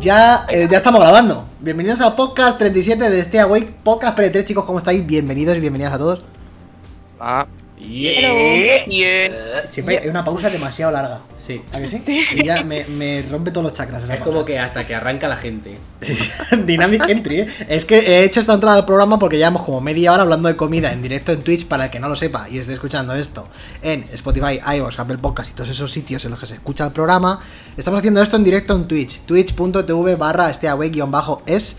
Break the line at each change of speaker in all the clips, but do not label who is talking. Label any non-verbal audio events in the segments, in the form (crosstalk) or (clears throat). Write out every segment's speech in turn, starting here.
Ya, eh, ya estamos grabando. Bienvenidos a Podcast 37 de este Awake. Podcast pre 3, chicos, ¿cómo estáis? Bienvenidos y bienvenidas a todos.
Ah,
Siempre hay una pausa demasiado larga.
Eh, Sí.
¿A que sí? Y ya me, me rompe todos los chakras. Esa
Es como
pausa.
que hasta que arranca la gente.
(laughs) Dynamic entry, ¿eh? Es que he hecho esta entrada al programa porque llevamos como media hora hablando de comida en directo en Twitch para el que no lo sepa y esté escuchando esto en Spotify, iOS, Apple Podcast y todos esos sitios en los que se escucha el programa. Estamos haciendo esto en directo en Twitch, twitch.tv barra esteaway-es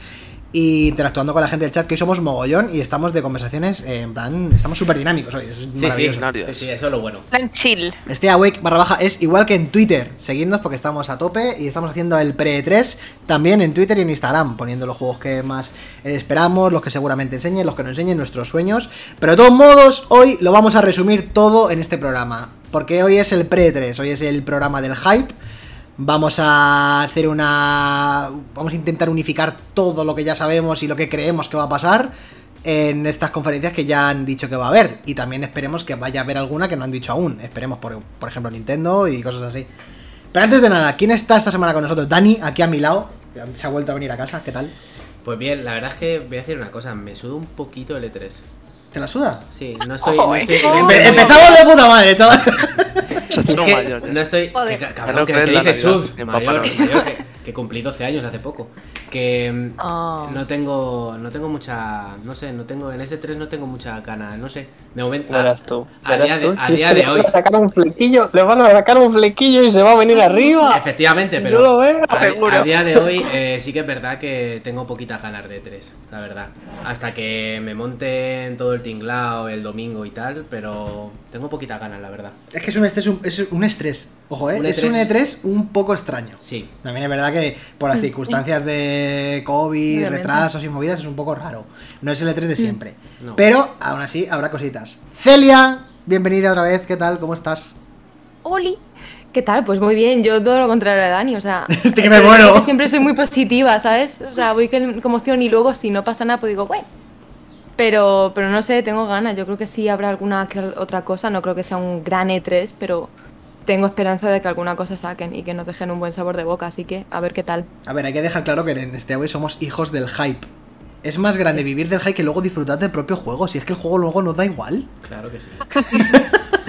y interactuando con la gente del chat que hoy somos mogollón y estamos de conversaciones eh, en plan, estamos súper dinámicos hoy, eso es
Sí, sí,
maravilloso.
Maravilloso.
sí, sí, eso es lo bueno.
Plan chill.
Este awake barra baja es igual que en Twitter. Seguidnos porque estamos a tope y estamos haciendo el pre-3 también en Twitter y en Instagram, poniendo los juegos que más eh, esperamos, los que seguramente enseñen, los que no enseñen, nuestros sueños. Pero de todos modos, hoy lo vamos a resumir todo en este programa. Porque hoy es el pre-3, hoy es el programa del hype. Vamos a hacer una. Vamos a intentar unificar todo lo que ya sabemos y lo que creemos que va a pasar en estas conferencias que ya han dicho que va a haber. Y también esperemos que vaya a haber alguna que no han dicho aún. Esperemos, por, por ejemplo, Nintendo y cosas así. Pero antes de nada, ¿quién está esta semana con nosotros? Dani, aquí a mi lado. Se ha vuelto a venir a casa, ¿qué tal?
Pues bien, la verdad es que voy a decir una cosa, me suda un poquito el E3.
¿Te la suda?
Sí, no estoy. No
(laughs)
estoy, no
Empe-
estoy-
empezamos de puta madre, chaval.
Es
No,
que
mayor, ya.
no estoy.
Joder.
que ca-
Ya no
cabrón, que,
crees
que
la
dice
Navidad,
Chus,
en
mayor,
Papá
mayor, que, que cumplí 12 años hace poco. Que mm,
Oh.
no tengo. No tengo mucha. No sé, no tengo. En este 3 no tengo mucha gana, no sé. De momento.
Verás tú.
a
verás
día de-
tú.
a
Si
día
es que
de
le
hoy.
van a sacar un flequillo, le van a sacar un flequillo y se va a venir arriba. ¿eh?
Efectivamente,
Si
pero.
no lo veo.
A,
Seguro.
a día de hoy eh, sí que es verdad que tengo poquitas ganas de tres, la verdad. Hasta que me monten todo el tinglao el domingo y tal, pero tengo poquitas ganas, la verdad.
Es que es un estrés, un, es un estrés. Ojo, ¿eh?
Un
es
E3.
un E3 un poco extraño.
Sí.
También es verdad que por las circunstancias de COVID,
Obviamente.
retrasos y movidas es un poco raro. No es el E3 de siempre.
No.
Pero aún así habrá cositas. Celia, bienvenida otra vez. ¿Qué tal? ¿Cómo estás?
Oli. ¿Qué tal? Pues muy bien, yo todo lo contrario de Dani, o sea...
(laughs) Es que me muero.
Siempre soy muy positiva, ¿sabes? O sea, voy con con emoción y luego si no pasa nada, pues digo, bueno. Pero, pero no sé, tengo ganas, yo creo que sí habrá alguna que otra cosa, no creo que sea un gran E3, pero tengo esperanza de que alguna cosa saquen y que nos dejen un buen sabor de boca, así que a ver qué tal.
A ver, hay que dejar claro que en este hoy somos hijos del hype. Es más grande vivir del hype que luego disfrutar del propio juego. Si es que el juego luego nos da igual.
Claro que sí. (laughs) o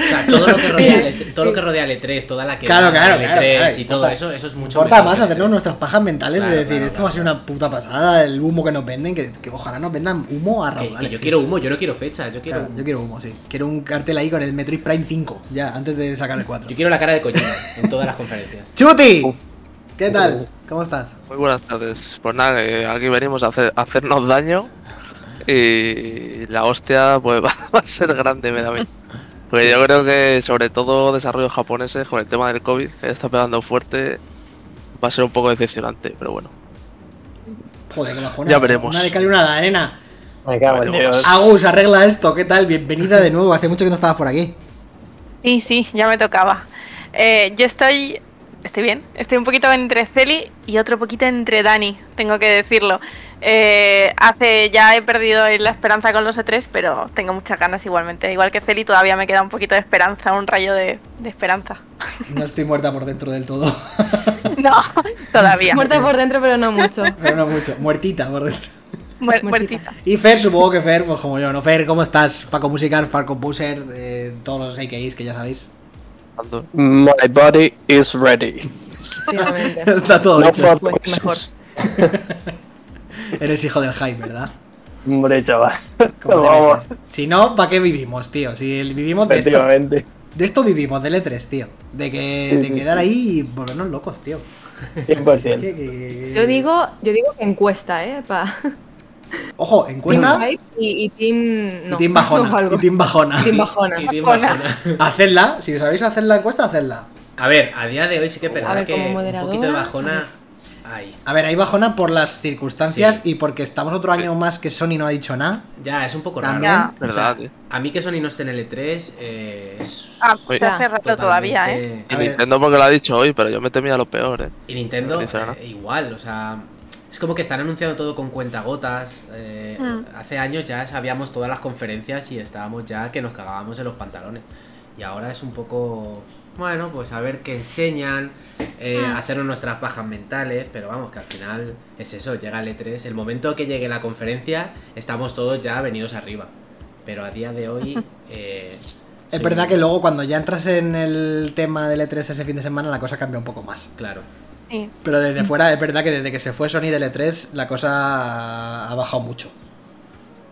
sea, todo lo que rodea el E3, todo lo que rodea el E3, toda la que
eh, Claro, claro,
el E3
claro, claro,
y
importa.
todo eso, eso es mucho
Importa
mejor
más
que el
hacernos
E3.
nuestras pajas mentales
Claro,
de decir,
claro,
esto
claro.
va a ser una puta pasada, el humo que nos venden, que, que ojalá nos vendan humo a
Que- que
raudales.
yo
tío.
quiero humo, yo no quiero fecha, yo quiero
Claro,
humo.
yo quiero humo, sí. Quiero un cartel ahí con el Metroid Prime 5, ya, antes de sacar el 4.
Yo quiero la cara
(laughs)
de Kojima en todas las conferencias.
¡Chuti!
Uf.
¿Qué tal? ¿Cómo estás?
Muy buenas tardes. Pues nada, que aquí venimos a, hacer, a hacernos daño y la hostia pues (laughs) va a ser grande, me da a mí. Porque yo creo que sobre todo desarrollos japoneses con el tema del COVID, que está pegando fuerte, va a ser un poco decepcionante, pero bueno.
Joder, qué bajona.
Ya veremos. Pues-
Una de cal y una de arena.
Me cago en
Vale,
Dios.
Agus, arregla esto. ¿Qué tal? Bienvenida de nuevo. Hace mucho que no estabas por aquí.
Sí, sí, ya me tocaba. Eh, yo estoy. Estoy bien. Estoy un poquito entre Celi y otro poquito entre Dani, tengo que decirlo. Eh, hace ya he perdido la esperanza con los E3, pero tengo muchas ganas igualmente. Igual que Celi, todavía me queda un poquito de esperanza, un rayo de, de
(laughs)
esperanza.
No estoy muerta por dentro del todo. (laughs)
No, todavía.
Muerta por dentro, pero no mucho.
Pero no mucho. Muertita por dentro.
Muer-
Muertita.
muertita.
Y Fer, supongo que Fer, pues como yo, ¿no? Fer, ¿cómo estás? Paco Musicar, Far Composer, eh, todos los AKIs que ya sabéis. (laughs)
Ando-
My body is ready.
Efectivamente.
Está todo
No
hecho.
for
Pues
voices.
mejor.
Eres hijo del hype, ¿verdad?
Hombre, chaval.
Como debe
Vamos,
ser. Si no, ¿para qué vivimos, tío? Si el- vivimos de esto.
efectivamente.
De esto vivimos, del E3, tío. De que
Sí,
de
sí,
quedar
sí.
ahí y volvernos locos, tío.
Pues
Es (laughs)
100%.
que- que- que-
Yo digo, yo digo que encuesta, ¿eh? Pa...
Ojo, encuesta
Team Hype y, y Team.
y
no,
Team
(laughs) o
Bajona.
algo.
Y Team Bajona.
Team Bajona.
Y Tim
Bajona.
Bajona.
Hacedla, si sabéis hacer la encuesta, hacedla.
A ver, a día de hoy sí que es verdad
A ver,
que
como
un poquito de
moderadora,
bajona hay.
A ver, hay Bajona por las circunstancias
Sí.
y porque estamos otro año más que Sony no ha dicho nada.
Ya, es un poco raro. ¿eh?
También.
Ya.
O sea,
¿Verdad? eh. tío?
a mí que Sony no esté en L3 eh, es
Ah,
Oye.
se hace rato
totalmente-
todavía, ¿eh?
A
Y
ver.
Nintendo porque lo ha dicho hoy, pero yo me temía lo peor, eh.
Y Nintendo
No dice nada.
eh, igual, o sea, es como que están anunciando todo con cuentagotas. eh,
Mm.
Hace años ya sabíamos todas las conferencias y estábamos ya que nos cagábamos en los pantalones. Y ahora es un poco... bueno, pues a ver qué enseñan, eh, hacernos nuestras pajas mentales, pero vamos, que al final es eso, llega el E3. El momento que llegue la conferencia, estamos todos ya venidos arriba. Pero a día de hoy... eh,
Es
sí,
verdad que luego cuando ya entras en el tema del E3 ese fin de semana la cosa cambia un poco más.
Claro.
Sí.
Pero desde fuera es verdad que desde que se fue Sony del E3 la cosa ha bajado mucho.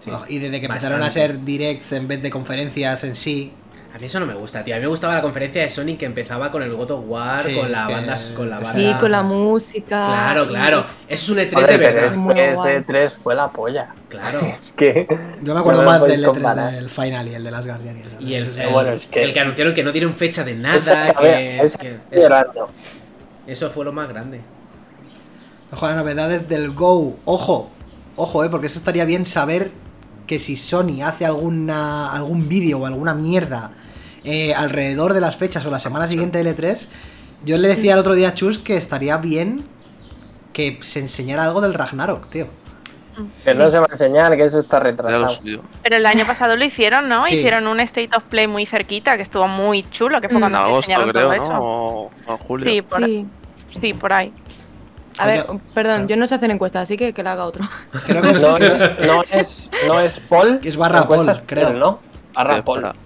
sí.
Ah, Y desde que empezaron a
Bastante.
ser directs en vez de conferencias en sí.
A mí eso no me gusta, tío. A mí me gustaba la conferencia de Sonic que empezaba con el God of War,
Sí,
con,
es
la
que-
banda, con la
sí,
banda.
Sí, con la música.
Claro,
y-
claro. Eso es un E3
Joder,
de
pero
verdad.
es
Muy
que
guay.
ese 3 fue la polla.
Claro.
Es que.
Yo me acuerdo
No lo
más
podéis
del
comparar.
E3 del Final y el de las Guardianes.
Y el,
Eso
el-
bueno, es que-
el que anunciaron que no dieron fecha de
Esa
nada.
cabeza,
que-
esa
que-
(laughs) estoy
eso,
llorando.
eso fue lo más grande.
Ojo, las novedades del Go. Ojo, ojo, eh, porque eso estaría bien saber que si Sony hace alguna algún vídeo o alguna mierda eh, alrededor de las fechas o la semana siguiente del E3, yo le decía el otro día a Chus que estaría bien que se enseñara algo del Ragnarok, tío.
Que no se va a enseñar, que eso está
Era lo
retrasado.
suyo.
Pero el año pasado lo hicieron, ¿no?
Sí.
Hicieron un State of Play muy cerquita, que estuvo muy chulo, que fue
En
Mm.
cuando
agosto,
enseñaron
creo,
todo
¿no?
eso.
O, o en julio.
Sí, por,
Sí.
sí, por ahí.
A ver, perdón,
Claro.
yo no sé hacer encuestas, así que que la haga
(laughs)
otro.
Creo
(laughs)
que es,
No
creo-
es, no es, no es Paul.
Que es barra
la encuesta
Paul,
es
creo.
¿no? Barra
Espera.
Paul.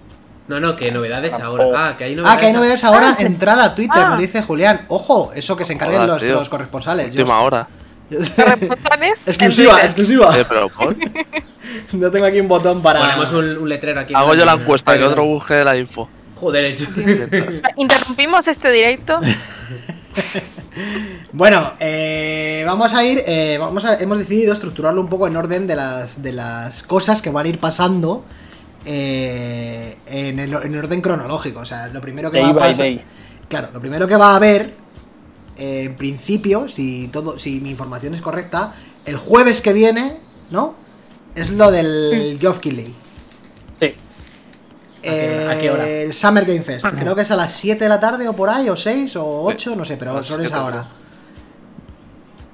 No, no, que novedades
Ah,
ahora.
oh.
Ah, que hay novedades.
Ah, que hay novedades ahora,
Ah, sí.
entrada a Twitter,
Ah.
nos dice Julián. Ojo, eso que se encarguen
Joder,
los,
tío.
los corresponsales. Yo-
Última hora.
Corresponsales
(laughs)
en
exclusiva,
Twitter.
exclusiva.
Eh, pero, ¿por?
(laughs) No tengo aquí un botón para.
Ponemos un, un letrero aquí.
Hago yo la encuesta, que
Perdón.
otro busque la info.
Joder, el
Mientras.
Interrumpimos
(laughs)
este directo.
Bueno, eh, vamos a ir. eh, vamos a- hemos decidido estructurarlo un poco en orden de las, de las cosas que van a ir pasando eh, en, el, en orden cronológico. O sea, lo primero que va
Day
a
by
pasar.
day.
Claro, lo primero que va a haber, eh, en principio, si todo, si mi información es correcta, el jueves que viene, ¿no? Es lo del Geoff Keighley.
Sí.
qué- a qué hora?
El Summer Game Fest. Creo que es a las 7 de la tarde o por ahí, o 6 o 8, no sé,
A
pero
las
sobre esa
7.
hora.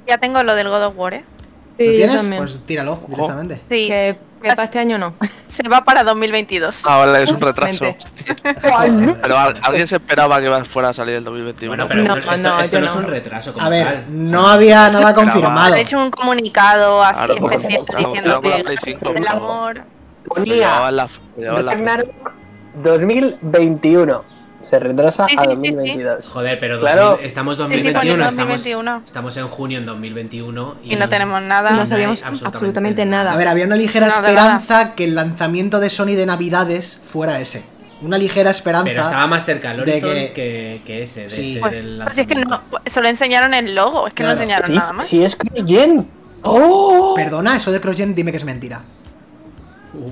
Ya tengo lo del God of War, ¿eh?
¿Lo
Sí, yo
tienes?
también.
Pues tíralo
Oh.
directamente.
Sí.
Que, que para este año no.
Se va para 2022.
Ah, vale, es un retraso.
Vente.
Pero al- alguien se esperaba que fuera a salir el 2021.
Bueno, pero
No,
esto, esto-
no,
esto
yo
no es
no.
un retraso como
A ver,
tal.
no había nada
esperaba.
confirmado.
Han hecho un comunicado así
Ah,
Claro, como-
especial
como- como-
Ah, diciendo
como la
que
Play cinco,
el
por favor.
amor.
Ponía
Llevaban la, llevaban la-
Ragnarok 2021. Se retrasa
Sí,
a
sí, sí,
2022.
Joder, pero
Claro.
2000 estamos
sí, ponía
2021, estamos,
2021.
estamos en junio en 2021 y,
Y no tenemos nada.
No
No
hay
sabíamos
absolutamente
absolutamente nada.
A ver, había una ligera
No, de
esperanza que el lanzamiento de Sony de Navidades fuera ese. Una ligera esperanza.
Pero estaba más cerca el
de
Horizon
que-
que... Que, ese. De
Sí.
ese
Pues,
del
pues es que no,
lanzamiento.
solo enseñaron el logo, es que
Claro.
no enseñaron
Si,
(laughs)
nada más.
si es Chris Jen. ¡Oh!
Perdona, eso de CrossGen, dime que es mentira.
Uh.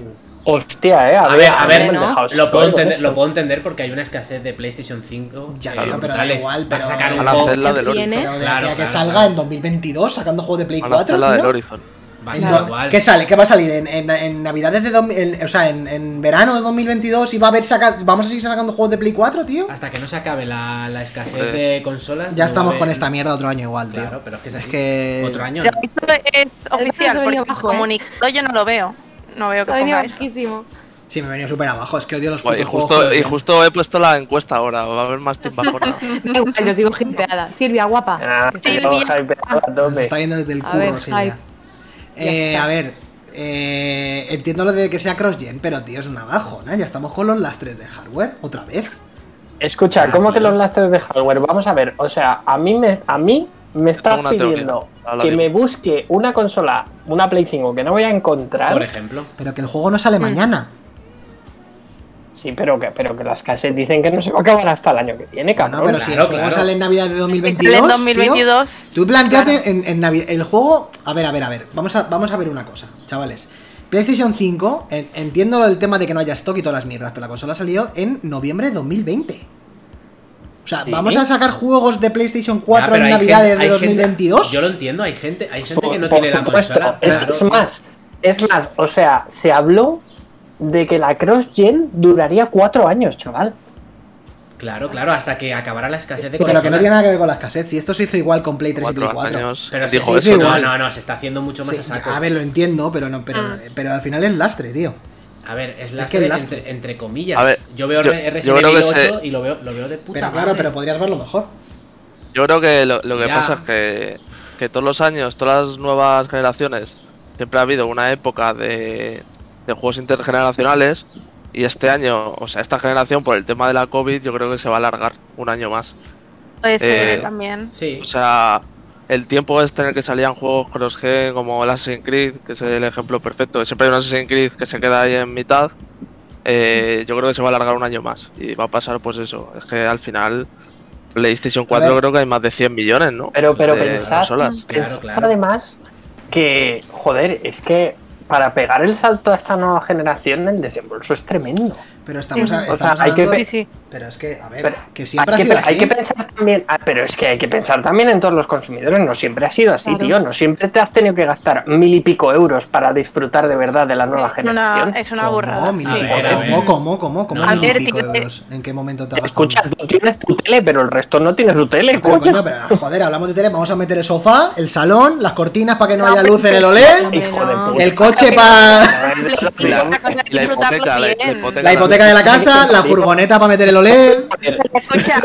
Hostia, eh. A,
A
ver,
ver, a
ver,
me han
¿no?
dejado
Lo puedo,
solo
entender, lo
eso.
puedo entender porque hay una escasez de PlayStation 5.
Ya,
eh,
claro, pero da
brutales.
igual,
Para
pero-
sacar un
Van a
juego-
hacer la del
¿Tiene?
Horizon.
Pero de
Claro,
aquí a que
claro,
salga
claro.
en 2022 sacando juego de Play
Van a
4.
hacer la del
tío.
Horizon.
Va a
En
ser
do-
igual.
¿Qué sale? ¿Qué va a salir? ¿En, en, en Navidades de... dom- en- o sea, en, en verano de 2022 y va a haber saca- ¿Vamos a seguir sacando juegos de Play 4, tío?
Hasta que no se acabe la, la escasez
Hombre.
de consolas.
Ya
no
estamos
va a
con
haber-
esta mierda otro año igual, tío.
Claro, pero es que es,
Es
así.
que-
Otro año.
Pero
¿no?
esto es
se ha
oficial, porque
venido
el
abajo, ¿eh?
comunicado yo no lo veo. No veo
Se
que
ha venido
ponga eso.
bajísimo.
Sí, me he venido súper abajo. Es que odio los
Guay,
putos
y,
juegos.
justo, y
tío.
justo he puesto la encuesta ahora. Va a haber más tiempo
(laughs)
(laughs) Da igual, yo sigo genteada. Silvia, guapa.
Ah,
Que
Sí,
sí.
yo
Silvia.
hypeado
Ah,
a
Se
tope.
está viendo desde el
A
curro,
ver,
sí, ya.
hype.
Eh,
Ya está.
a ver, eh, entiendo lo de que sea cross-gen, pero tío, es una bajona. Ya estamos con los lastres del hardware, otra vez.
Escucha, ¿cómo que los lastres de hardware? Vamos a ver, o sea, a mí me, a mí me estás
una teoría.
pidiendo
Ahora la
que
digo.
me busque una consola, una Play 5 que no voy a
Por
encontrar.
ejemplo.
Pero que el juego no sale mañana.
Sí, pero que, pero que las cassettes dicen que no se va a acabar hasta el año que viene,
No,
cabrón.
pero si el
claro,
juego
claro.
sale en Navidad de
Sale
2022.
en
tío,
2022.
tú planteate en, en Navi- el juego. A ver, a ver, a ver. Vamos a, vamos a ver una cosa, chavales. PlayStation 5, en- entiendo el tema de que no haya stock y todas las mierdas, pero la consola salió en noviembre de 2020. O sea,
Sí.
¿vamos a sacar juegos de PlayStation 4
Ya, pero
en
hay
Navidades
gente-
de
hay
2022?
gente- yo lo entiendo, hay gente, hay gente
Por-
que no
por
tiene la
supuesto.
consola.
Es,
claro.
es más, es más, o sea, se habló de que la cross-gen duraría cuatro años, chaval.
Claro, claro, hasta que acabara la escasez de
Pero
consolas.
que no tiene nada que ver con las cassettes. Si esto se hizo igual con Play 3 y Play
Cuatro
4.
años.
Pero se-
dijo
sí, sí,
eso. ¿no?
igual.
No, no, no, se está haciendo mucho más
Sí,
a saco. Ah.
a ver, lo entiendo, pero no, pero,
Mm.
pero al final es lastre, tío.
A ver, es la
que el lastre-
entre, entre comillas.
A ver,
yo veo
yo-
R-
yo
Resident
creo
Evil
que
8
se-
y lo veo, lo veo de puta
Pero claro,
madre.
pero podrías verlo mejor.
Yo creo que lo, lo que
Ya.
pasa es que, que todos los años, todas las nuevas generaciones, siempre ha habido una época de, de juegos intergeneracionales y este año, o sea, esta generación por el tema de la COVID yo creo que se va a alargar un año más.
Puede
Eh,
ser también.
Sí,
O sea, el tiempo este en el que salían juegos cross-gen como el Assassin's Creed, que es el ejemplo perfecto, que siempre hay un Assassin's Creed que se queda ahí en mitad, eh, yo creo que se va a alargar un año más. Y va a pasar pues eso, es que al final PlayStation 4
ver.
creo que hay más de 100 millones, ¿no? Eh,
Pero- pero
De
pensad-
consolas.
claro,
Pensad
claro.
Además, que, joder, es que para pegar el salto a esta nueva generación, el desembolso es tremendo.
Pero estamos, a-
O sea,
estamos
hay que
hablando-
ver-
Sí, sí.
Pero es que, a ver,
Pero
que siempre
hay,
ha
que,
sido
pe- hay
así.
que pensar también, ah, pero es que hay que pensar también en todos los consumidores, no siempre ha sido así,
Claro.
tío, no siempre te has tenido que gastar mil y pico euros para disfrutar de verdad de la nueva
Es una,
generación.
es una
¿Cómo?
burrada.
Mil y
A
sí.
pico-
ver, a ver.
¿Cómo, cómo, cómo, cómo
No,
mil y
no.
pico
A ver,
euros? ¿En qué momento te has gastado?
Escucha, tú tienes tu tele, pero el resto no tiene su tele,
Pero,
coño.
coño, pero, joder, hablamos de tele, vamos a meter el sofá, el salón, las cortinas para que no
No,
haya
pero-
luz en el OLED,
Hijo de puta.
¿Eh? el coche para
Y la,
Una cosa es
y la
disfrutarlo
hipoteca, la, la
bien.
hipoteca.
la hipoteca de la casa, la furgoneta para meter el OLED.
Escucha,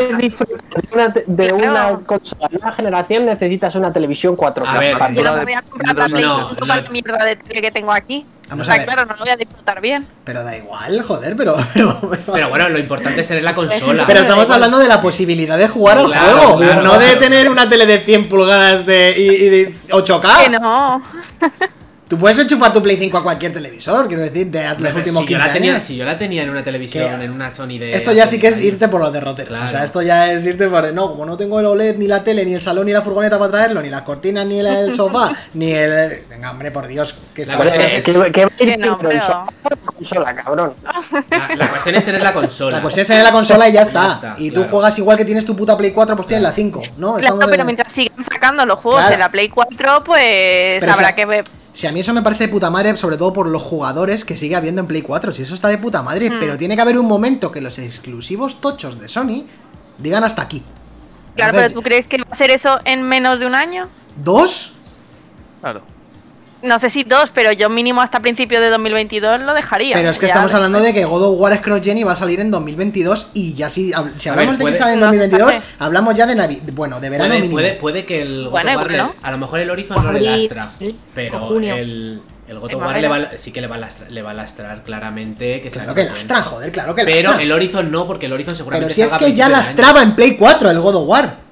Una te- de una
Claro.
consola de nueva generación necesitas una televisión 4K.
A ver,
para-
yo no me
de-
voy a eh, comprar
de-
tanta
no,
no,
no.
la mierda de tele que tengo aquí.
Vamos
o sea,
a ver.
claro, no lo voy a disfrutar bien.
Pero da igual, joder, pero. Pero, pero-
Pero bueno, lo importante es tener la consola.
pero estamos
igual.
hablando de la posibilidad de jugar al
Claro,
juego,
claro,
no de
claro.
tener una tele de 100 pulgadas de, y, y de 8K.
Que no.
Tú puedes enchufar tu Play 5 a cualquier televisor, quiero decir, de los
Pero
últimos
si,
15
yo la tenía,
años.
si yo la tenía en una televisión,
Que-
en una Sony de.
Esto ya sí que es
hace 10
irte por los derroteros. O sea,
Claro.
esto ya es irte por. No, como no tengo el OLED, ni la tele, ni el salón, ni la furgoneta para traerlo, ni las cortinas, ni el,
(laughs)
el sofá, ni el. Venga, hombre, por Dios, que
La
estamos
Hombre,
cuestión
en-
¿qué- qué va a ir
Que no,
dentro del
pero-
sofá o la consola, cabrón?
años. La, la cuestión es tener la consola.
La cuestión es tener la consola y ya está.
Ya está,
y tú
claro.
juegas igual que tienes tu puta Play 4, pues tienes la 5, ¿no?
Claro,
Estamos en-
pero mientras sigan sacando los juegos
Claro.
de la Play 4, pues
Pero
habrá
sea-
que ver.
Si a mí eso me parece de puta madre, sobre todo por los jugadores que sigue habiendo en Play 4, si eso está de puta madre,
Hmm.
pero tiene que haber un momento que los exclusivos tochos de Sony digan hasta aquí.
Claro, pero
Entonces,
¿tú crees que va a ser eso en menos de un año?
¿Dos?
Claro.
No sé si dos, pero yo mínimo hasta principio de 2022 lo dejaría.
Pero es que
Ya
estamos
de-
hablando de que God of War Cross Gen y va a salir en 2022 y ya si, hab- si
A
hablamos
ver,
de que
puede-
sale en
no,
2022,
espérate.
hablamos ya de Navi bueno, de verano
Puede,
mínimo.
puede, puede que el
Bueno,
God of War
igual no.
le- a lo mejor el Horizon no le
Abril,
lastra,
sí, o
pero
junio.
el, el God
En
of War le va,
Barrera.
sí que le va a lastrar, le va a lastrar claramente que
Claro
salga
que
bien.
lastra, joder, claro que
Pero
lastra.
el Horizon no, porque el Horizon
Pero
seguramente
si es
salga a
que ya
principio de año.
lastraba en Play 4 el God of War.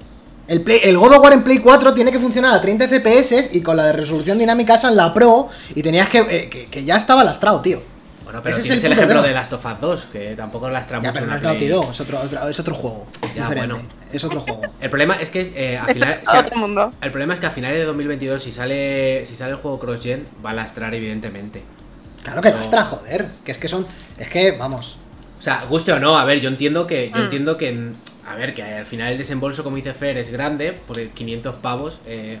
El, Play- el God of War en Play 4 tiene que funcionar a 30 FPS y con la de resolución dinámica esa en la Pro y tenías que, eh, que, que ya estaba lastrado, tío.
Bueno, pero
Ese es
tienes
el
el,
puto
ejemplo
tema.
de Last of Us 2, que tampoco lastra
Ya,
mucho
pero no
una
es
Play.
Naughty Dog, es otro, otro- es otro juego
Ya,
diferente.
bueno.
Es otro juego.
El problema es que es, eh,
(laughs)
a final- si a-
Otro mundo.
el problema es que a finales de 2022 si sale si sale el juego cross gen va a lastrar evidentemente.
Claro que
No.
lastra, joder. Que es que son. Es que, vamos.
O sea, guste o no, a ver, yo entiendo que yo
Mm.
entiendo que en- a ver, que al final el desembolso como dice Fer es grande, porque 500 pavos eh,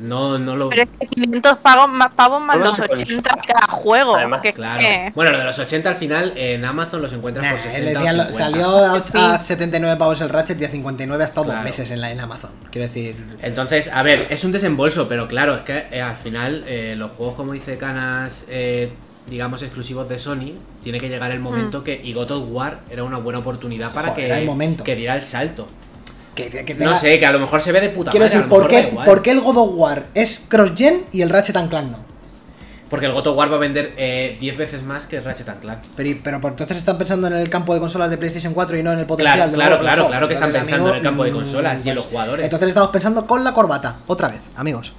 no no lo
Pero es que 500 pagos más, pavos más
No,
los
no, pues,
80 de cada juego.
además,
que, eh.
Claro.
que-
Bueno, lo de los 80 al final en Amazon los encuentras
Nah,
por 60
Eh, le
o
decían lo-
50.
salió a, och- a 79 pavos el Ratchet y a 59 ha estado dos
Claro.
meses en, la, en Amazon. Quiero decir.
Entonces, a ver, es un desembolso, pero claro, es que eh, al final eh, los juegos, como dice Canas, eh, digamos exclusivos de Sony, tiene que llegar el momento que. Y God of War era una buena oportunidad para
Joder,
que,
era el momento.
que diera el salto.
Que, que- que
No
tenga-
sé, que a lo mejor se ve de puta
Quiero
madre.
decir,
a lo
¿por
mejor da
qué,
igual.
¿por qué el God of War es cross-gen y el Ratchet and Clank no?
Porque el God of War va a vender eh, 10 veces más que Ratchet and Clank.
Pero, y- pero por entonces están pensando en el campo de consolas de PlayStation 4 y no en el potencial
Claro,
de
claro,
nuevo
claro,
juego.
claro que están
Entonces,
pensando en el campo de
mm,
consolas y en los jugadores.
Entonces estamos pensando con la corbata, otra vez, amigos.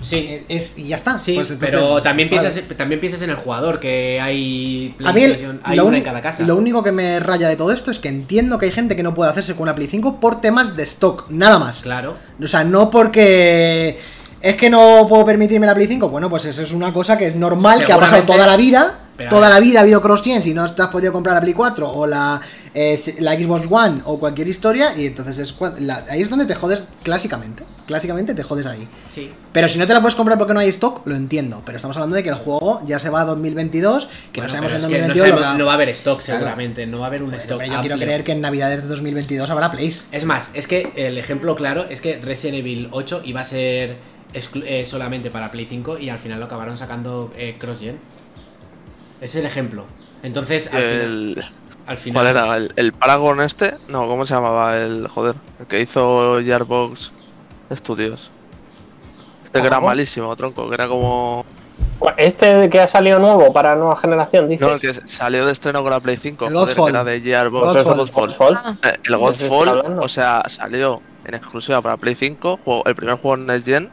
Sí.
Eh, Es, y ya está.
Sí,
pues entonces-
pero también
vale.
piensas, también piensas en el jugador, que hay
A mí el-
PlayStation, hay
lo,
una
uni-
en cada casa.
lo único que me raya de todo esto es que entiendo que hay gente que no puede hacerse con una Play 5 por temas de stock, nada más.
Claro.
O sea, no porque es que no puedo permitirme la Play 5. Bueno, pues eso es una cosa que es normal, que ha pasado
Seguramente-
toda la vida.
Pero a
toda
ver.
la vida ha habido cross gen si no te has podido comprar la Play 4 o la, eh, se- la Xbox One o cualquier historia. Y entonces es cua- la- ahí es donde te jodes clásicamente. Clásicamente te jodes ahí.
Sí.
Pero si no te la puedes comprar porque no hay stock, lo entiendo. Pero estamos hablando de que el juego ya se va a 2022, que
Bueno,
no sabemos
pero
en
es que
2022
no,
lo que
sabemos- no va a haber stock
Claro.
seguramente, no va a haber un
Joder,
stock.
hombre, yo quiero
amplio.
creer que en Navidades de 2022 habrá Plays.
Es más, es que el ejemplo claro es que Resident Evil 8 iba a ser exclu- eh, solamente para Play 5 y al final lo acabaron sacando eh, cross-gen. Es el ejemplo. Entonces, al, final,
El,
al final-
¿Cuál era? ¿El, el Paragon este? No, ¿cómo se llamaba el joder? El que hizo Jarbox Studios. Este que era
¿Paragon?
malísimo, tronco, que era como.
Cu- Este que ha salido nuevo para nueva generación, dice.
No, el que salió de estreno con la Play 5,
El
joder, que
Godfall.
era de Gearbox.
Godfall.
Godfall.
Eh, El
Ah,
¿De qué se está
Godfall,
hablando?
o sea, salió en exclusiva para Play 5, juego- el primer juego en Next Gen,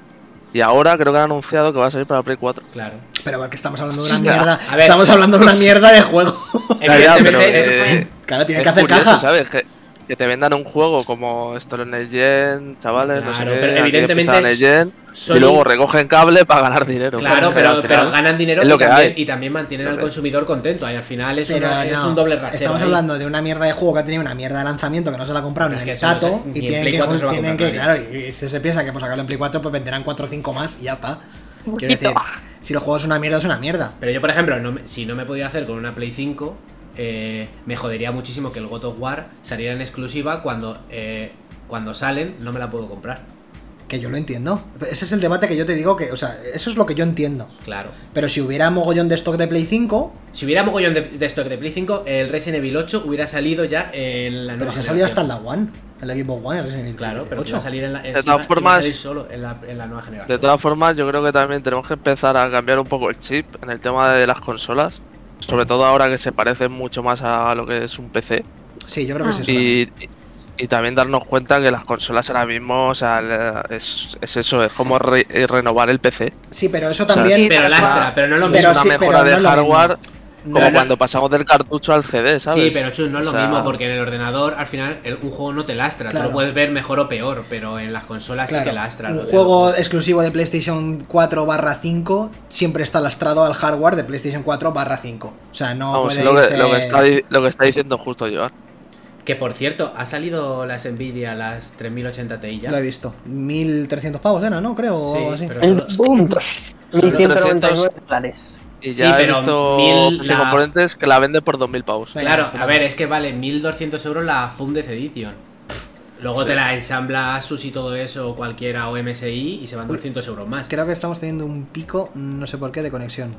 y ahora creo que han anunciado que va a salir para Play 4.
Claro.
Pero porque estamos hablando
(laughs)
de una
Ya,
mierda.
a ver.
estamos hablando
(laughs)
de una mierda de juego. (laughs)
(laughs) Ya, ya,
Evidentemente,
pero,
eh,
eh,
claro, tienen
es
que hacer
curioso,
caja.
¿sabes? Que, que te vendan un juego como esto en Next Gen, chavales, no sé
Claro,
qué,
pero
aquí
evidentemente
empieza
es-
Next Gen,
Sony-
y luego recogen cable para ganar dinero.
Claro,
Pues,
pero,
al final,
pero ganan dinero
es lo
y,
que
también,
hay.
y también mantienen
Lo
al
que-
consumidor contento. Y al final es,
Pero
una- es
no,
un doble rasero.
Estamos
ahí.
hablando de una mierda de juego que ha tenido una mierda de lanzamiento que no se la ha comprado
Es
ni
que
el
eso no
tato.
se-
y
ni en
tienen
Play
que,
4 se lo va a
tienen que,
comprar
claro, y y se, se piensa que por sacarlo en Play 4 pues venderán 4 o 5 más y ya está. Quiero
Poquito.
decir, si el juego es una mierda, es una mierda.
Pero yo, por ejemplo, no me- si no me podía hacer con una Play 5, eh, me jodería muchísimo que el God of War saliera en exclusiva cuando, eh, cuando salen, no me la puedo comprar.
Que yo lo entiendo. Ese es el debate que yo te digo que, o sea, eso es lo que yo entiendo.
Claro.
Pero si hubiera mogollón de stock de Play 5,
Si hubiera mogollón de, de stock de Play 5, el Resident Evil 8 hubiera salido ya en la
pero
nueva
se ha salido hasta en
generación.
la One, en la Xbox One, el Resident Evil
Claro, pero que
8.
va a salir en la. en-
De
sí, va-
todas
que
formas-
Va a salir solo en la, en la nueva
De
generación.
todas formas, yo creo que también tenemos que empezar a cambiar un poco el chip en el tema de las consolas. Sobre todo ahora que se parece mucho más a lo que es un PC.
Sí, yo creo que
Ah.
es eso.
Y, y- y también darnos cuenta que las consolas ahora mismo, o sea, la- es, es eso, es como re- eh, renovar el PC.
Sí, pero eso
Sí,
también.
Pero
pero
lastra,
va-
pero no es lo
Pero
mismo.
es una
sí, pero
mejora
no es
de
lo
hardware
no,
como
no.
cuando pasamos del cartucho al CD, ¿sabes?
Sí, pero Chus, no es lo
O sea-
mismo porque en el ordenador al final el- un juego no te lastra, tú
Claro.
lo puedes ver mejor o peor, pero en las consolas sí
Claro,
que lastra. pues,
un
lo de-
juego exclusivo de PlayStation 4 barra 5 siempre está lastrado al hardware de PlayStation 4 barra 5. O sea, no
Vamos,
puede
lo, que,
irse-
lo que está, di- lo que está diciendo justo Joan.
Que por cierto, ha salido las Nvidia, las 3080 Ti ya.
Lo he visto. 1300 pavos era, ¿no? Creo. o
Sí,
algo así.
pero
Mil
solo-
puntos.
Solo
1199 dólares.
Y
Sí,
ya he
pero
visto
mil-
de
la-
componentes que la vende por 2.000 pavos.
Venga,
Claro, a
estupendo.
ver, es que vale 1200 euros la Funded Edition. Luego te la ensambla Asus y todo eso, o cualquiera, o MSI, y se van 200 euros más.
Creo que estamos teniendo un pico, no sé por qué, de conexión.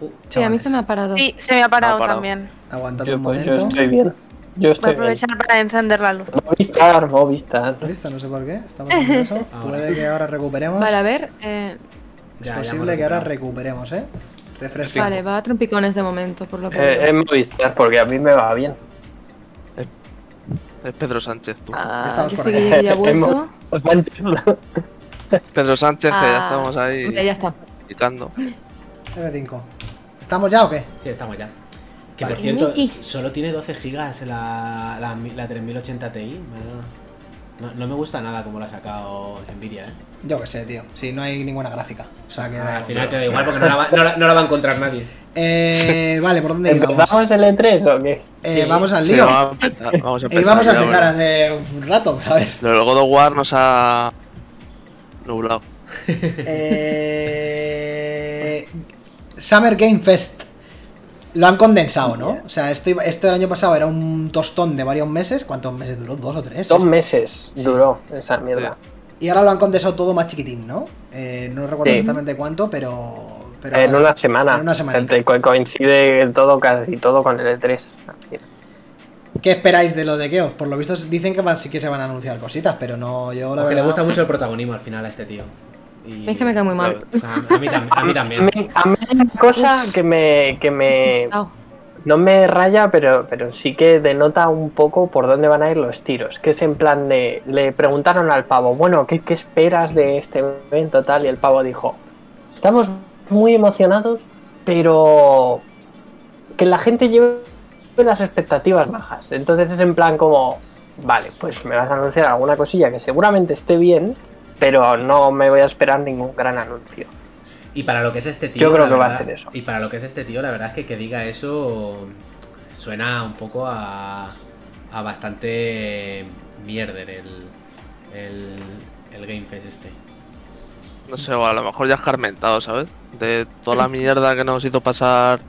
Uh,
Sí, a mí
Chavales,
se me ha parado.
Sí, se me ha parado,
parado.
también.
Aguantad
Yo,
un
pues,
momento.
yo estoy bien. Yo
Voy a
estoy bien.
aprovechar para encender la luz.
Movistar, Movistar.
Listo, no sé por qué.
(laughs)
Estamos en eso.
Ahora.
Puede que ahora recuperemos.
Vale, a ver. eh,
es
ya, ya hemos
posible que ahora
recuperado.
recuperemos, ¿eh? Refresca.
vale, va a trompicones de este momento, por lo que
Eh,
veo.
en Movistar, porque a mí me va bien.
Es Pedro Sánchez, tú.
Ah,
estamos
dice
por
que
ahí.
Em,
Guille ya ha vuelto.
Hemos- Os va a (laughs) enterrar.
Pedro Sánchez, que ya
Ah,
estamos
em,
ahí
mira, ya está.
picando.
F5. ¿Estamos ya o qué?
Sí, estamos ya. Que
Vale.
por cierto,
Michi.
solo tiene 12 gigas la, la, la 3080 Ti. No, no me gusta nada como la ha sacado Nvidia, ¿eh?
Yo qué sé, tío. Si no hay ninguna gráfica. O sea, que da
Ah, Al
igual.
final te da igual porque no la, va, no la- no la va a encontrar nadie.
Eh, vale, ¿por
(laughs)
dónde íbamos?
¿Empezamos el E3 o qué?
Eh,
Sí.
Vamos al
Sí,
lío.
vamos a empezar. Vamos
Y
a empezar,
vamos a
ya,
empezar
bueno.
hace un rato, pero a ver.
Lo del God of War nos ha nublado.
Eh, Summer Game Fest. Lo han condensado, ¿no? O sea, esto, iba- esto el año pasado era un tostón de varios meses. ¿Cuántos meses duró? ¿Dos o tres?
Dos meses duró esa mierda.
Y ahora lo han condensado todo más chiquitín, ¿no? Eh, no recuerdo
Sí. Eh,
exactamente cuánto, pero... pero
en una semana.
En una semanita.
Gente, co- coincide todo, casi todo con el E E3.
¿Qué esperáis de lo de Geoff? Por lo visto dicen que, van- sí que se van a anunciar cositas, pero no, yo la
Porque le
verdad...
gusta mucho el protagonismo al final a este tío. Y-
Es que me cae muy mal.
Claro.
O sea, a, mí tam- a mí
A
también.
mí, a mí hay una cosa que me,
(laughs)
que me
Pesado.
no me raya, pero, pero sí que denota un poco por dónde van a ir los tiros. Que es en plan de. Le preguntaron al pavo, bueno, ¿qué, qué esperas de este evento tal? Y el pavo dijo, estamos muy emocionados, pero que la gente lleve las expectativas bajas. Entonces es en plan como, vale, pues me vas a anunciar alguna cosilla que seguramente esté bien, pero no me voy a esperar ningún gran anuncio.
Y para lo que es este tío.
Yo creo
la
que va a
verdad-
hacer eso.
Y para lo que es este tío, la verdad es que que diga eso suena un poco a, a bastante mierder el, el, el Game Fest este.
No sé, o a lo mejor ya escarmentado, ¿sabes? De toda la mierda que nos hizo pasar.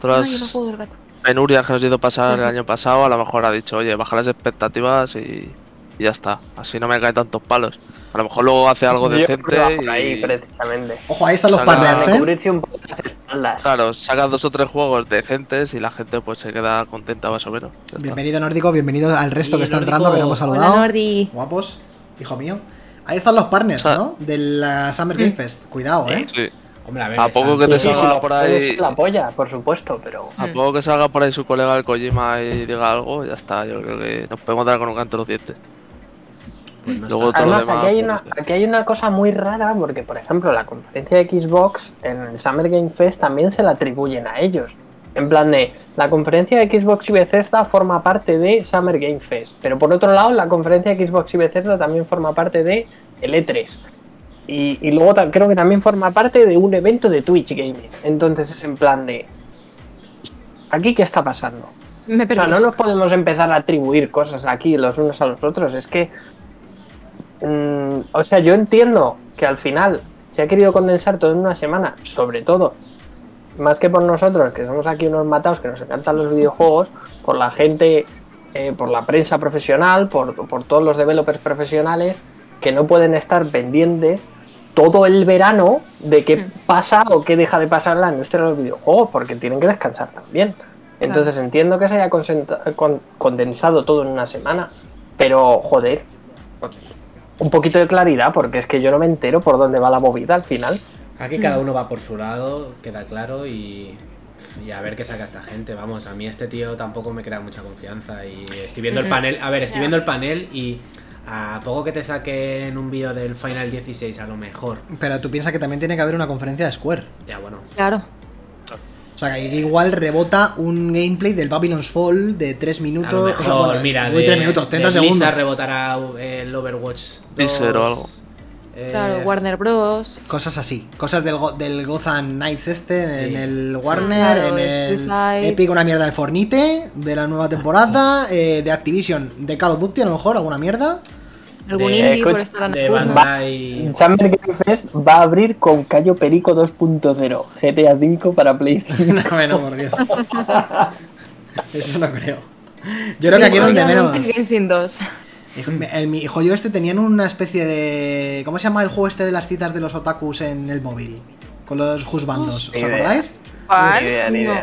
Todas
Ay, yo no
las
juego del gato.
penurias que nos hizo pasar el año pasado, a lo mejor ha dicho, oye, baja las expectativas y, y ya está. Así no me caen tantos palos. A lo mejor luego hace algo
Yo creo que va
decente
por ahí,
y.
precisamente.
Ojo, ahí están los
Ojalá.
partners,
Para
¿eh?
cubrirse un poco las espaldas.
Claro, sacas dos o tres juegos decentes y la gente pues se queda contenta más o menos. Ya está.
Bienvenido Nórdico, bienvenido al resto que
Sí,
está
Nórdico.
entrando, que no hemos
Hola,
saludado.
Nordi.
Guapos, hijo mío. Ahí están los partners,
O sea-
¿no? De la Summer Game Fest. Cuidado, ¿eh?
Sí.
Hombre, a ver.
¿A
están
poco que te
todos-
Sí, sí,
salga
la-
por ahí-
es la polla, por supuesto, pero.
A poco que salga por ahí su colega el Kojima y diga algo, ya está, yo creo que nos podemos dar con un canto en los dientes.
Pues no
Luego
está.
todo lo
Además,
demás,
aquí hay,
pues,
una,
no sé.
aquí hay una cosa muy rara, porque por ejemplo la conferencia de Xbox en el Summer Game Fest también se la atribuyen a ellos. En plan de, la conferencia de Xbox y Bethesda forma parte de Summer Game Fest, pero por otro lado la conferencia de Xbox y Bethesda también forma parte de el E3. Y, y luego ta- creo que también forma parte de un evento de Twitch Gaming. Entonces es en plan de... ¿Aquí qué está pasando?
Me
O sea,
perdí.
no nos podemos empezar a atribuir cosas aquí los unos a los otros. Es que. mm, o sea, yo entiendo que al final se ha querido condensar todo en una semana, sobre todo. Más que por nosotros, que somos aquí unos matados que nos encantan los videojuegos, por la gente, eh, por la prensa profesional, por, por todos los developers profesionales que no pueden estar pendientes todo el verano de qué
Mm.
pasa o qué deja de pasar en la industria de los videojuegos, oh, porque tienen que descansar también. Entonces entiendo que se haya consenta- con- condensado todo en una semana, pero joder, pues, un poquito de claridad, porque es que yo no me entero por dónde va la movida al final.
Aquí cada uno va por su lado, queda claro y. Y a ver qué saca esta gente, vamos, a mí este tío tampoco me crea mucha confianza y estoy viendo el
Ujú.
panel, a ver, estoy
Ya.
viendo el panel y a poco que te saquen un vídeo del Final 16 a lo mejor,
Pero tú piensas que también tiene que haber una conferencia de Square.
ya bueno,
Claro.
O sea, que ahí igual rebota un gameplay del Babylon's Fall de 3 minutos.
a lo
o sea,
mejor,
bueno,
mira,
muy
de-
3 minutos,
de
30
Blizzard
segundos.
rebotará eh, el Overwatch 2,
Teaser o algo.
eh,
Claro, Warner Bros.
Cosas así, cosas del, Go- del Gotham Knights este, en
Sí.
el Warner,
Claro,
en
el
el
Suicide.
Epic, una mierda de Fornite, de la nueva temporada, eh, de Activision, de Call of Duty a lo mejor, alguna mierda.
Algún
De-
indie por
escucha,
estar en
de
alguno.
Bandai.
Summer Game Fest va a abrir con Cayo Perico 2.0, GTA V para PlayStation.
(laughs) No, bueno, por Dios. (laughs) Eso no creo. Yo creo que aquí
Sí,
donde
obviamente
menos.
el Genshin 2.
Hijo- El, mi hijo yo este tenían una especie de. ¿Cómo se llama el juego este de las citas de los otakus en el móvil? Con los juzbandos, ¿os
Ni idea.
acordáis?
¿Cuál?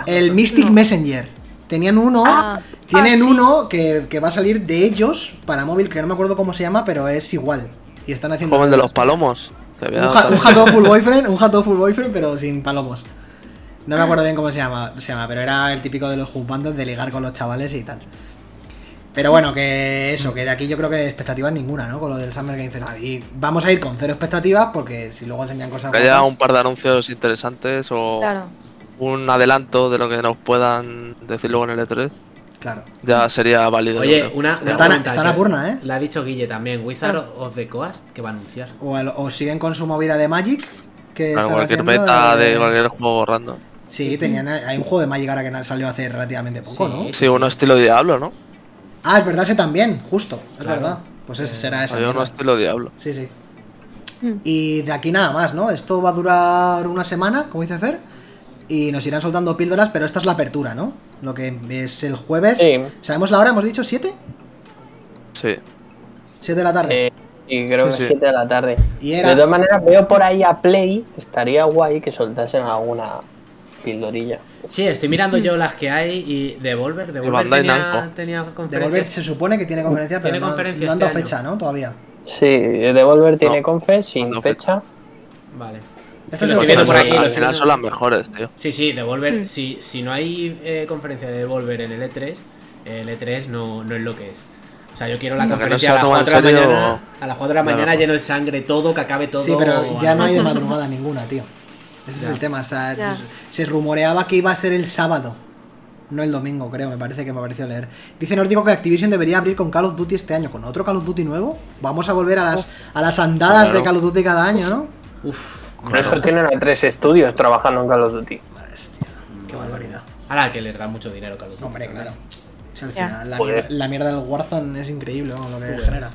El Mystic
No.
Messenger. Tenían uno,
Ah.
tienen
Ah, sí.
uno que, que va a salir de ellos para móvil, que no me acuerdo cómo se llama, pero es igual. Y están haciendo.
Como el de los palomos. que había
Un,
dado
ja- un
también.
Hot Dog Full Boyfriend, un Hot Dog Full Boyfriend, pero sin palomos. No me acuerdo bien cómo se llama, se llama pero era el típico de los juzbandos de ligar con los chavales y tal. Pero bueno, que eso, que de aquí yo creo que expectativas ninguna, ¿no? Con lo del Summer Game Fest. Y vamos a ir con cero expectativas porque si luego enseñan cosas
Que haya
guapas-
un par de anuncios interesantes o
Claro.
un adelanto de lo que nos puedan decir luego en el E3,
Claro.
ya sería válido. yo
Oye,
creo.
una, una
Están a-
pregunta
están a
que
purna, ¿eh?
La ha dicho Guille también, Wizard
Ah.
of the Coast que va a anunciar.
O, el- o siguen con su movida de Magic. Que
Claro,
están
cualquier
haciendo,
beta
eh,
de cualquier juego random.
Sí, tenían, hay un juego de Magic ahora que salió hace relativamente poco,
Sí.
¿no?
Sí, uno estilo Diablo, ¿no?
Ah, es verdad, ese también, justo, es
Claro.
verdad. Pues ese
Eh,
será ese.
Había uno estilo Diablo.
Sí, sí.
Mm.
Y de aquí nada más, ¿no? Esto va a durar una semana, como dice Fer, y nos irán soltando píldoras, pero esta es la apertura, ¿no? Lo que es el jueves.
Sí.
¿Sabemos la hora? ¿Hemos dicho 7?
Sí.
7 de la tarde.
Eh, y creo
Sí,
que
sí.
7 de la tarde.
y
De todas
era.
maneras, veo por ahí a Play, estaría guay que soltasen alguna pildorilla.
Sí, estoy
Mm.
mirando yo las que hay y Devolver, Devolver
Bandai
tenía,
Namco.
tenía
Devolver
conferencias.
se supone que tiene conferencia, pero
Tiene
no,
conferencia
no han dado
este año.
fecha, ¿no? Todavía.
Sí, Devolver tiene
No,
confe sin
no,
fecha.
Vale.
Esto
Sí,
se
lo
lo tiene
estoy viendo por
por
Al
ahí.
aquí,
final-
lo
al
estoy
final son
viendo.
las mejores, tío.
Sí, sí, Devolver,
Mm.
si, si no hay eh, conferencia de Devolver en el E3, el E3 no, no es lo que es. O sea, yo quiero la
Lo que no
conferencia
se
a
ha
las
tomado en
4 de la
serio-
mañana, a las 4 de la
Nada,
mañana
pues.
lleno de sangre todo, que acabe todo.
Sí, pero ya no hay de madrugada ninguna, tío. Ese
Ya.
es el tema. O sea,
Ya.
se rumoreaba que iba a ser el sábado. No el domingo, creo, me parece que me pareció leer. Dice Nórdico que Activision debería abrir con Call of Duty este año. ¿Con otro Call of Duty nuevo? Vamos a volver a las, a las andadas
Claro.
de Call of Duty cada año, ¿no?
(laughs) Uf,
Por eso tienen a tres estudios trabajando en Call of Duty.
Hostia, qué barbaridad.
ahora que les da mucho dinero, Call of Duty.
Hombre, claro. O sea, al
Ya.
final, la,
Joder.
mierda, la mierda del Warzone es increíble vamos, lo que
Joder.
genera.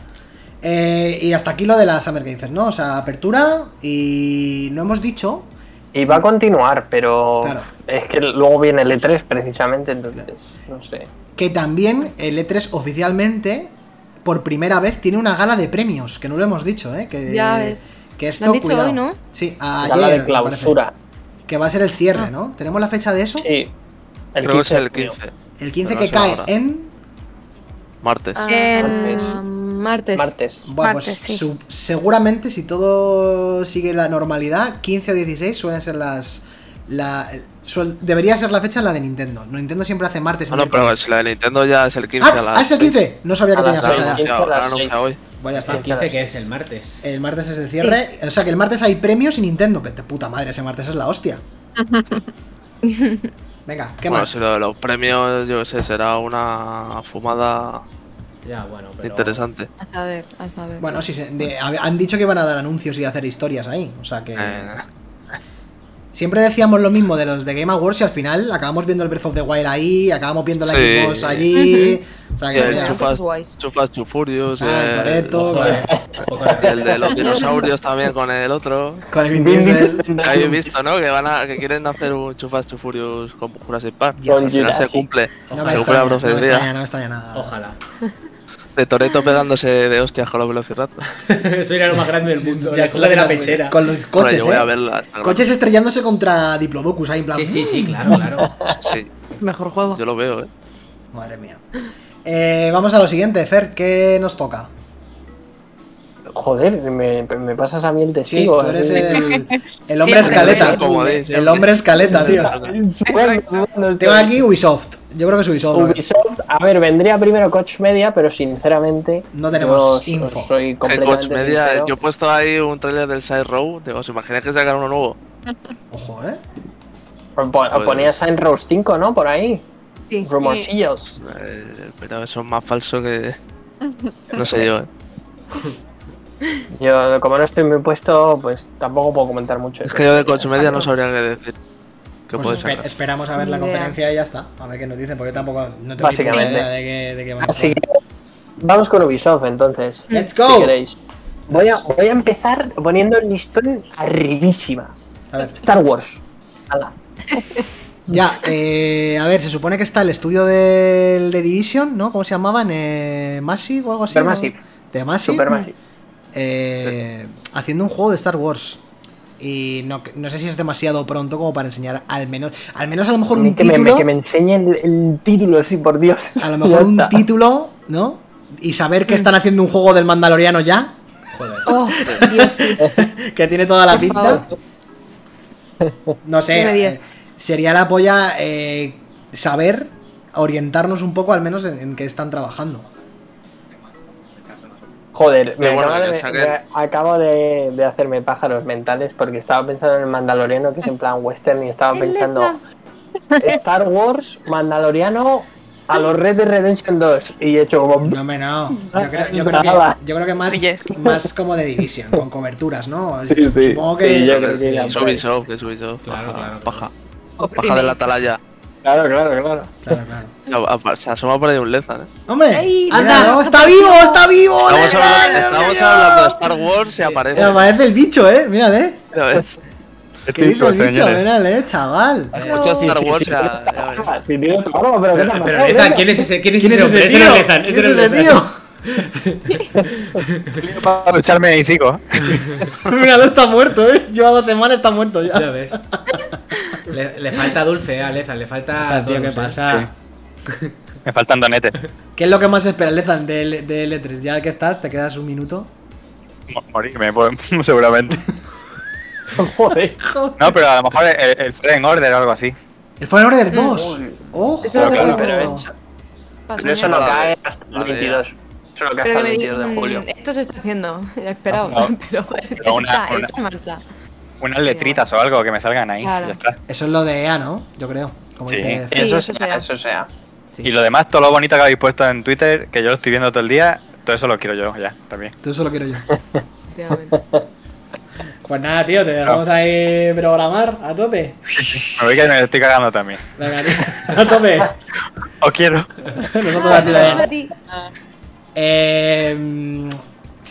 Eh, y hasta aquí lo de la Summer Game Fest, ¿no? O sea, apertura y no hemos dicho,
Y va a continuar, pero
Claro.
es que luego viene el E3 precisamente, entonces no sé.
que también el E3 oficialmente, por primera vez, tiene una gala de premios, que no lo hemos dicho, ¿eh? Que,
Ya ves.
Que esto,
Lo han dicho
cuidado.
hoy, ¿no?
Sí,
Gala
ayer.
de
me parece.
clausura.
que va a ser el
Ah.
cierre, ¿no? ¿Tenemos la fecha de eso?
Sí. El
Creo que es
15 de
el
junio.
15,
El 15
Pero
que
no
cae
es ahora.
en...
martes.
Ah,
En-
martes.
Martes.
Bueno, pues
Martes, sí.
su- seguramente si todo sigue la normalidad, 15 o 16 suelen ser las... La, suel- debería ser la fecha la de Nintendo. Nintendo siempre hace martes. o
Ah, no, pero
miércoles.
si la de Nintendo ya es el 15 a
ah,
las
ah, es el 15. No sabía que
A
tenía
las
La han
seis.
fecha ya.
anunciado, la han
A las
anunciado hoy.
Bueno, ya está.
El 15 que es el martes.
El martes es el cierre. O sea que el martes hay premios y Nintendo. Vete puta madre, ese martes es la hostia.
(laughs)
Venga, ¿qué
bueno,
más?
si lo de los premios, yo qué sé, será una fumada
Ya, bueno, pero.
interesante.
A saber, a saber.
Bueno, sí, se- de- hab- han dicho que van a dar anuncios y hacer historias ahí. O sea que.
Eh,
Siempre decíamos lo mismo de los de Game Awards y al final acabamos viendo el Breath of the Wild ahí, acabamos viendo la
Sí.
Xbox allí. O sea que.
el
vaya.
chupa-
Too Fast-
guays.
Too Fast, Too Furious,
Ah, el
el-
Toretto,
ojo,
Joder, un poco de-
el de los dinosaurios también con el otro.
Con el Vin Diesel.
Que habéis visto, ¿no? Que van a, que quieren hacer un Too Fast, Too Furious con Jurassic Park.
Ya,
Al final se
Jurassic.
cumple.
No
Ojalá.
me
se cumple
extraña, no
la
me extraña,
profecía.
no me extraña nada.
(laughs) Ojalá. (laughs)
De Toreto pegándose de hostias con los velociraptor.
Soy la más grande del mundo.
Ya
la escuela de la
está,
pechera.
Con los
Bueno,
coches.
yo voy a
¿eh?
verla. está
Coches estrellándose contra Diplodocus ahí en plan.
Sí, sí,
(laughs)
sí,
"Mm".
claro, claro.
grabado. Sí,
Mejor juego.
yo lo veo, ¿eh?
Madre mía. Eh, vamos a lo siguiente, Fer, ¿qué nos toca?
Joder, me, me pasas a mí el
Sí,
testigo.
tú eres
(laughs) así.
el, el hombre
Sí,
escaleta.
sí, como dice,
El hombre escaleta, tío.
Bueno, bueno,
Tengo aquí Ubisoft. Yo creo que es Ubisoft. ¿no?
Ubisoft, a ver, vendría primero Coach Media, pero sinceramente
No tenemos
yo
info.
Soy
En
completamente
Coach Media,
sincero.
yo he puesto ahí un trailer del Side Row. Digo, ¿os imagináis que sacan uno nuevo?
Ojo, ¿eh?
Pon- Ponía Saints Row 5, ¿no? Por ahí.
Sí.
Rumorcillos.
Eh, pero eso es más falso que. No sé yo, ¿eh?
Yo, como no estoy muy puesto, pues tampoco puedo comentar mucho.
Es que yo de Coach Media no sabría qué decir. ¿Qué
Pues
puede
esper-
sacar?
esperamos a ver la
Ni idea.
conferencia y ya está. A ver qué nos dicen, porque tampoco no tengo ni puta
Básicamente.
idea de qué, de qué van a
Así
hacer.
que vamos con Ubisoft entonces.
Let's
Si
go.
queréis. Voy a, voy a empezar poniendo el listón arribísima.
A ver,
Star Wars. Ala.
ya, eh, a ver, se supone que está el estudio del de Division, ¿no? ¿Cómo se llamaban? Eh, ¿Massive o algo así?
Supermassive.
¿no? De Massive.
Supermassive.
eh, haciendo un juego de Star Wars. Y no, no sé si es demasiado pronto como para enseñar al menos. Al menos a lo mejor un
que, me,
título.
que me enseñen el, el título, sí, por Dios.
A lo
(laughs) Ya
mejor un
está.
título, ¿no? Y saber
Mm.
que están haciendo un juego del Mandaloriano ya. (laughs)
Joder.
Oh, Dios, sí.
Que tiene toda la
Por
pinta.
favor.
No sé.
Dime diez.
eh, sería la polla eh, saber orientarnos un poco al menos en, en qué están trabajando.
Joder, me
Pero bueno,
acabo,
que
de,
saquen-
me acabo de- de hacerme pájaros mentales porque estaba pensando en el Mandaloriano, que es en plan western, y estaba pensando Star Wars, Mandaloriano, a los Red Dead Redemption 2. Y he hecho como.
No, me no. Yo creo, yo creo que, yo creo que más,
Yes.
más como de Division, con coberturas, ¿no?
(laughs) Sí, sí,
Supongo que.
sí, yo creo que
Que
la-
Es Ubisoft, que es Ubisoft.
Claro,
paja,
claro, claro.
paja. Paja de la atalaya.
Claro, claro, claro.
Claro, claro.
A- a- Se asoma por ahí un Lezan, ¿eh?
¡Hombre!
Ey,
míralo,
anda.
¡Está vivo! ¡Está vivo!
Estamos
Legal,
hablando,
legal.
estamos hablando de Star Wars y aparece.
Aparece el bicho, eh. Mírale.
¿Ya ves?
¿Qué dice el bicho? Mírale, chaval.
Hay mucho Star
Sí, sí,
Wars
sí,
ya-
tiene otra
ya ves.
barba, sí, tiene otra barba, pero ¿qué te ha
Pero, pero
pasado,
Lezan,
Lezan?
¿quién es ese? ¿Quién es
¿Quién es
ese hombre?
ese
Ese no
tío?
es Lezan,
¿Quién
ese
es
no es
ese
Lezan.
tío?
Para lucharme a mis hijos.
(laughs) Míralo, está muerto, eh. Lleva dos semanas, está muerto ya.
Ya ves. Le, le falta dulce a Lezan, le falta.
Ah, tío, ¿qué
dulce.
pasa?
Me faltan donetes.
¿Qué es lo que más espera, Lezan, de, L- de L3? Ya que estás, te quedas un minuto.
(laughs) Mo- Morirme, pues, (laughs) seguramente.
Joder.
No, pero a lo mejor el, el Fallen Order o algo así.
El Fallen Order 2. ¡Ojo!
Mm. Eso es lo que
Claro,
me
pero
digo.
eso-
Paso
Pero eso no
mañana.
cae hasta el
Madre mía.
22. Eso no cae
Pero
hasta
que
el
me
22 de
digan,
julio.
esto se está haciendo, ya esperado,
No, no.
pero,
Pero una-
está
una-
hecho en marcha.
Unas letritas o algo que me salgan ahí.
Claro.
Ya está.
Eso es lo de EA, ¿no? Yo creo. Como
Sí.
dice.
Sí,
Eso
eso
sea,
sea.
eso sea.
Sí.
Y lo demás, todo lo bonito que habéis puesto en Twitter, que yo lo estoy viendo todo el día, todo eso lo quiero yo ya, también.
Tú solo quiero yo.
efectivamente.
Pues nada, tío,
Ah.
te dejamos ahí programar a tope.
Me voy que me estoy cagando también.
Venga, tío. A
(laughs)
tope.
Os quiero.
(laughs) Nosotros a ti
A
también.
ti.
Eh, mm,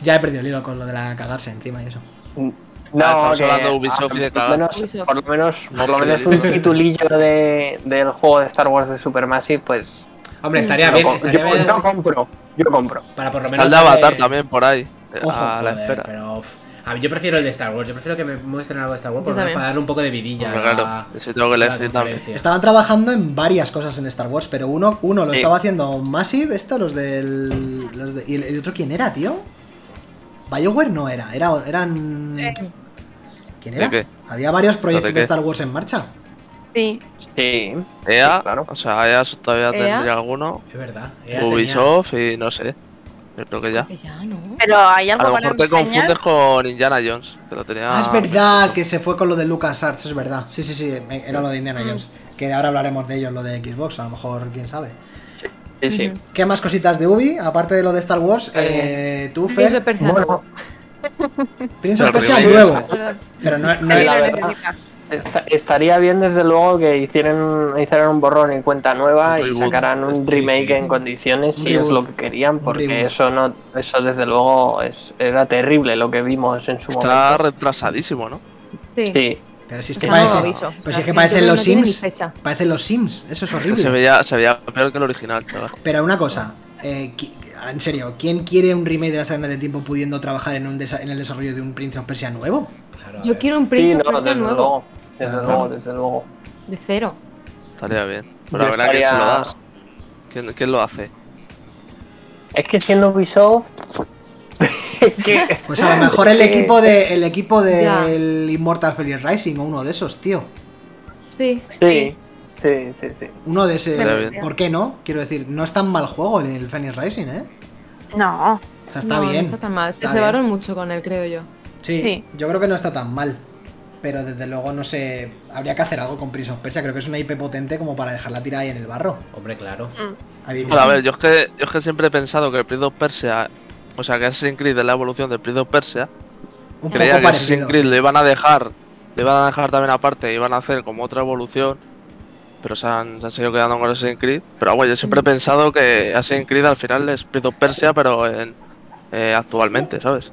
ya he perdido el hilo con lo de la cagarse encima y eso.
No,
estamos
que,
hablando de Ubisoft
ah,
y de
por lo
cagar.
menos-
Ubisoft.
Por lo menos, por lo
Qué
menos un
delito.
titulillo de, del juego de Star Wars de Supermassive, pues.
Hombre, estaría
yo
bien,
com-
estaría
yo,
bien.
yo compro. Yo compro.
Para por lo menos.
Está el de Avatar
darle-
también por ahí. eh,
Ojo,
a la
Joder,
espera.
pero, uf, A mí yo prefiero el de Star Wars. Yo prefiero que me muestren algo de Star Wars
Yo
por lo menos
también.
para darle un poco de vidilla.
Hombre,
a la-
claro, eso tengo que
a la
elegir también.
conferencia.
Estaban trabajando en varias cosas en Star Wars, pero uno, uno lo
Sí.
estaba haciendo Massive, esta, los del. Los de- ¿Y el, el otro quién era, tío? Bioware no era, era eran. ¿Quién era?
¿De qué?
Había varios proyectos
¿De
de
qué?
Star Wars en marcha.
Sí.
Sí.
EA,
Sí, claro.
o sea, EA todavía
EA.
tendría alguno.
Es verdad. Era
Ubisoft y no sé. Yo creo que ya.
Que ya, ¿no?
Pero hay
A
algo
lo
para
mejor te
enseñar.
confundes con Indiana Jones, que lo tenía.
Ah, es verdad que se fue con lo de LucasArts, es verdad. Sí, sí, sí, me- era lo de
Ah.
Indiana Jones. Que ahora hablaremos de ellos, lo de Xbox, a lo mejor, quién sabe.
Sí, sí.
Ujú.
¿Qué más cositas de Ubi? Aparte de lo de Star Wars, eh, tú,
Prince of
Fer,
Persia.
Bueno,
Prince of Persia
Pero Prince of
nuevo. Pero no, no-
Ahí la
Nadie lo
verdad.
necesita.
esta- estaría bien desde luego que hicieran, hicieran un borrón en cuenta nueva
Un
y
reboot.
sacaran un
Sí,
remake
sí.
en condiciones
Un
si es
reboot.
lo que querían,
Un
porque
reboot.
eso no, eso desde luego es, era terrible lo que vimos en su
Está
momento.
retrasadísimo, ¿no?
Sí.
Sí,
Pero si es
O
que
sea, no
parece-
aviso.
pero si es que
La
parecen
gente
los
no tiene ni
Sims.
fecha.
Parecen los Sims, eso es
Que se
horrible.
veía, se veía peor que el original, chaval.
Pero una cosa, eh, qui- en serio, ¿quién quiere un remake de la saga de tiempo pudiendo trabajar en, un desa- en el desarrollo de un Prince of Persia nuevo?
Claro, a
Yo
ver.
quiero un Prince
sí,
of
no,
Persia
desde
nuevo.
luego. Desde
Claro.
luego, desde luego.
De cero.
Estaría bien. Pero
Yo
la verdad que
estaría-
se lo das. ¿Quién, quién lo hace?
Es que siendo Ubisoft. (laughs) que-
Pues
(laughs)
a lo mejor el
Sí.
equipo de el equipo
Ya.
del Immortal Felix Rising o uno de esos, tío.
Sí.
Sí, sí, sí, sí.
Uno de ese.
Está bien.
¿Por qué no? Quiero decir, no es tan mal juego el Phoenix Rising, ¿eh?
No.
O sea, está
No, no
bien.
está tan mal. Se
Está
cebaron
bien.
mucho con él, creo yo.
Sí,
Sí.
yo creo que no está tan mal. Pero desde luego, no sé. Habría que hacer algo con Prince of Persia. Creo que es una IP potente como para dejarla tirada ahí en el barro.
Hombre, claro.
Habéis
Bueno, a
visto.
ver, yo es que, yo es que siempre he pensado que el Prince of Persia. O sea, que Assassin's Creed es la evolución del Prince of Persia.
un poco
creía que
parecido.
Assassin's Creed le iban a dejar, le iban a dejar también aparte, iban a hacer como otra evolución, pero se han, se han seguido quedando con Assassin's Creed. Pero bueno, yo
Mm.
siempre he pensado que Assassin's Creed al final es Prince of Persia, pero en, eh, actualmente, ¿sabes?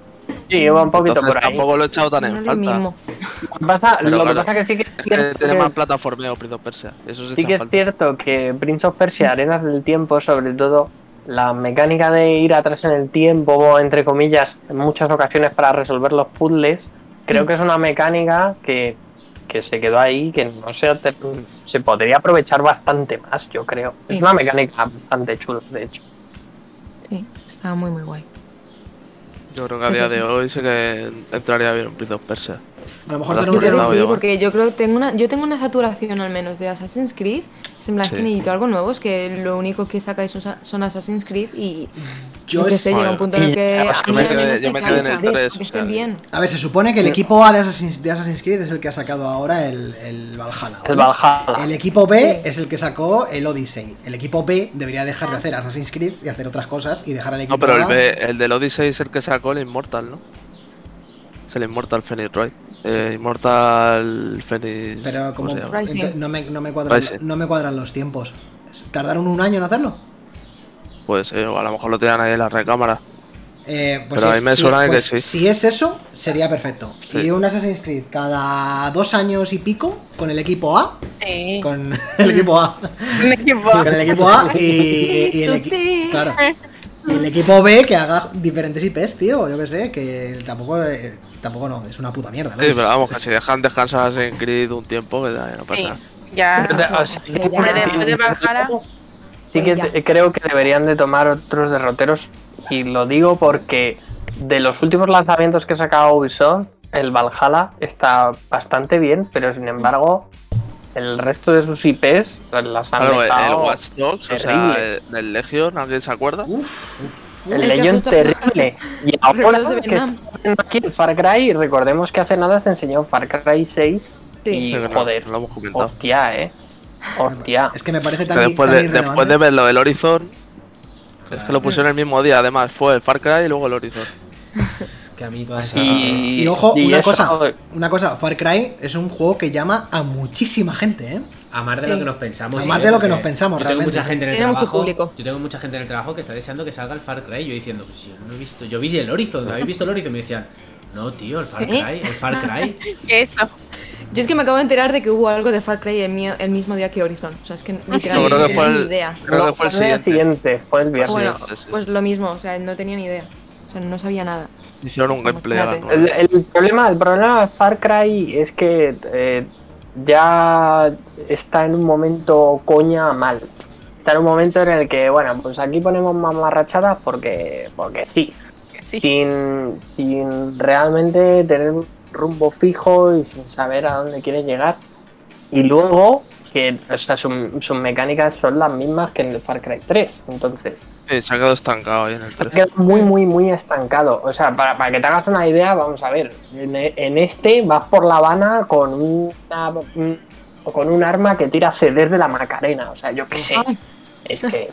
Sí, iba un poquito
Entonces
por ahí.
tampoco lo he echado tan
No
en
lo
falta.
mismo.
Pasa-
Pero
lo que
claro, este
pasa que sí que es
Es que
cierto
tiene
que-
más plataformeo Prince of Persia, eso sí,
Sí que es cierto que Prince of Persia, Arenas del Tiempo, sobre todo la mecánica de ir atrás en el tiempo, entre comillas, en muchas ocasiones para resolver los puzzles, creo que es una mecánica que, que se quedó ahí, que no se, ha ter- se podría aprovechar bastante más, yo creo. Es
Sí.
una mecánica bastante chula, de hecho.
Sí. Estaba muy, muy guay.
Yo creo que a día
Eso sí.
de hoy sí que entraría bien un Prince of Persia.
A lo mejor
Por
te
otro
anunciaron
lado,
sí,
yo-
porque yo creo que tengo una, yo tengo una saturación al menos de Assassin's Creed. Es en plan
Sí.
que necesito algo nuevo, es que lo único que sacáis son, son Assassin's Creed y
Yo
yo qué
es-
sé, llega un punto en el que
Joder.
a
Yo
mí
me
al
quedé-
menos
yo
me
me quedé en el
cansa,
tres,
que
o
estén
sea,
bien.
A ver, se supone que el equipo A de Assassin's, de Assassin's Creed es el que ha sacado ahora el, el Valhalla. ¿vale?
El Valhalla.
El equipo B es el que sacó el Odyssey. El equipo B debería dejar
Ah.
de hacer Assassin's Creed y hacer otras cosas y dejar al equipo
No, pero el,
A.
B- el del Odyssey es el que sacó el Immortal, ¿no? Es el Immortal Phoenix, Wright. Eh, Immortal Phoenix.
Pero como
¿cómo se llama?
Rising.
ento- no, me, no, me cuadran,
Rising.
no me cuadran los tiempos. ¿Tardaron un año en hacerlo?
Pues eh, o a lo mejor lo tenían ahí en la recámara.
Eh, pues
Pero a
si
mí me
es- si-
suena que
pues
sí.
Si es eso, sería perfecto.
Sí.
Y un Assassin's Creed cada dos años y pico con el equipo A.
Sí. (laughs)
Con (laughs) el equipo A.
Un equipo.
Con el equipo A y, y el, equi-
Sí.
claro. Y el equipo B que haga diferentes IPs, tío. Yo que sé, que tampoco, eh, tampoco no, es una puta mierda. ¿no?
Sí, pero vamos, que si dejan descansar en Creed un tiempo, que da- no pasa
Sí.
nada.
Ya.
O sea,
Ah, Que ya-
Hombre, después de Valhalla.
Sí que
Pues ya.
te- creo que deberían de tomar otros derroteros y lo digo porque de los últimos lanzamientos que ha sacado Ubisoft, el Valhalla está bastante bien, pero sin embargo el resto de sus IPs las han
Claro, el- el
dejado...
Watch Dogs, o sea,
terrible.
el, del Legion, ¿alguien se acuerda?
El
Es que
Legend
justo-
terrible. Y ahora
(laughs) Recuerdos de
que
Vietnam.
estamos viendo aquí el Far Cry, recordemos que hace nada se enseñó Far Cry 6
Sí.
y
Sí, que no,
joder,
no lo hemos comentado.
hostia, eh. Hostia.
Es que me parece
Que
tan,
después,
tan
de,
irrelevante.
después de verlo, el Horizon, es que
Ah.
Claro.
lo pusieron el mismo día, además, fue el Far Cry y luego el Horizon.
Es que a mí todas esas cosas-
Y,
Y ojo,
y
una
eso-
cosa, una cosa, Far Cry es un juego que llama a muchísima gente, ¿eh?
A más de lo
Sí.
que nos pensamos.
A
sí,
más
¿eh?
de lo que
Porque
nos pensamos,
yo
realmente.
Tengo mucha gente en el
Tiene mucho
trabajo,
público.
Yo tengo mucha gente en el trabajo que está deseando que salga el Far Cry. Yo diciendo, pues yo no he visto. Yo vi el Horizon, ¿no habéis visto el Horizon? Y me decían, no, tío, el Far
¿Sí?
Cry, el Far Cry.
Eso.
Yo es que me acabo de enterar de que hubo algo de Far Cry el, mío- el mismo día que Horizon. O sea, es que literalmente
Seguro
no
que fue
tenía ni
el,
idea. Pues
creo que fue el
el
siguiente.
siguiente, fue el viernes.
Bueno,
sí, sí.
pues lo mismo, o sea, no tenía ni idea. O sea, no sabía nada.
Hicieron un gameplay a las
Imagínate.
El,
nueve.
el problema, el problema de Far Cry es que eh, ya está en un momento coña mal. Está en un momento en el que, bueno, pues aquí ponemos mamarrachadas porque, porque sí.
Sí.
Sin, sin realmente tener un rumbo fijo y sin saber a dónde quieres llegar. Y luego, que o sea, su- sus mecánicas son las mismas que en el Far Cry 3. Entonces,
Sí, se ha quedado estancado ahí en el
se
3.
queda muy, muy, muy estancado. O sea, para, para que te hagas una idea, vamos a ver. En, e- en este vas por La Habana con una, un- o con un arma que tira CDs de la Macarena. O sea, yo qué sé. Es
(laughs)
que,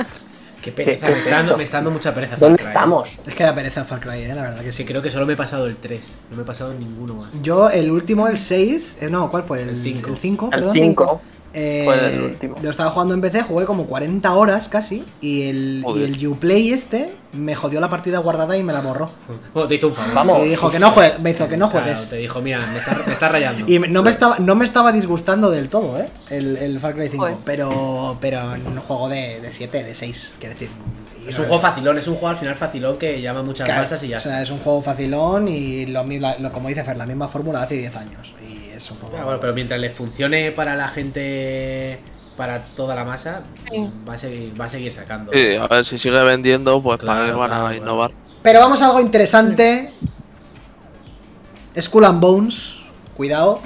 Qué pereza,
Qué
me está, dando,
susto.
me está dando mucha pereza.
¿dónde
Far Cry.
estamos?
Es que da pereza el Far Cry, eh, la verdad que
Sí,
sí.
creo que solo me he pasado el 3. No me he pasado ninguno más. (laughs)
Yo, el último, el 6, eh, no, ¿cuál fue? El
El
5,
cinco.
el 5,
El
perdón.
5.
Eh,
Fue el último.
Lo estaba jugando en PC, jugué como 40 horas casi. Y el, y
Joder.
el Uplay este me jodió la partida guardada y me la borró.
Bueno, te hizo un favor.
Vamos. Oh,
y dijo que no juegues, me hizo que no
Claro,
juegues.
te dijo, mira, me está, me está rayando.
Y no me estaba, no me estaba disgustando del todo, ¿eh? El, el Far Cry 5.
Joder.
Pero, pero en un juego de de 7, de 6, quiero decir. y
Es
no-
un juego facilón, es un juego al final facilón que llama muchas
Claro,
masas y ya
o
está.
sea, es un juego facilón y lo, mi- la- lo- como dice Fer, la misma fórmula de hace 10 años. Y es un poco.
Ah, bueno, pero mientras les funcione para la gente, para toda la masa,
Sí.
va, a seguir, va a seguir sacando.
Sí, a ver si sigue vendiendo, pues para
Claro,
qué van a
claro, claro.
innovar.
Pero vamos a algo interesante. Skull and Bones, cuidado.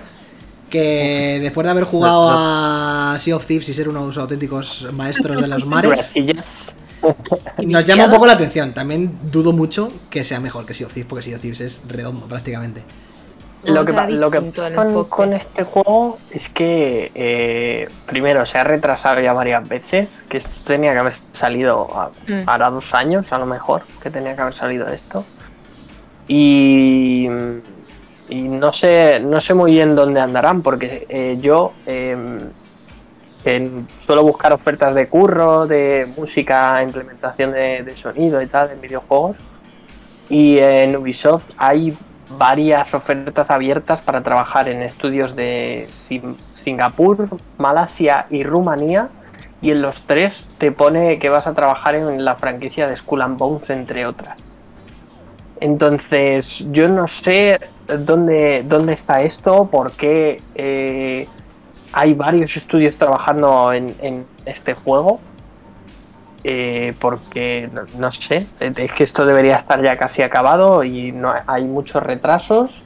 Que después de haber jugado a Sea of Thieves y ser unos auténticos maestros de los mares,
(laughs) Gracias.
nos llama un poco la atención. También dudo mucho que sea mejor que Sea of Thieves, porque Sea of Thieves es redondo prácticamente.
Vamos
Lo
a
que, pa-
dar
lo que
distinto el
pasa con,
enfoque.
con este juego es que, eh, primero, se ha retrasado ya varias veces, que esto tenía que haber salido a-
Mm.
ahora dos años, a lo mejor, que tenía que haber salido esto. Y, y no, sé, no sé muy bien dónde andarán, porque eh, yo em, en- suelo buscar ofertas de curro, de música, implementación de, de sonido y tal, en videojuegos. Y en Ubisoft hay varias ofertas abiertas para trabajar en estudios de Sin- Singapur, Malasia y Rumanía. Y en los tres te pone que vas a trabajar en la franquicia de Skull and Bones, entre otras. Entonces, yo no sé dónde, dónde está esto, por qué eh, hay varios estudios trabajando en, en este juego. eh, porque, no, no sé, es que esto debería estar ya casi acabado y no hay muchos retrasos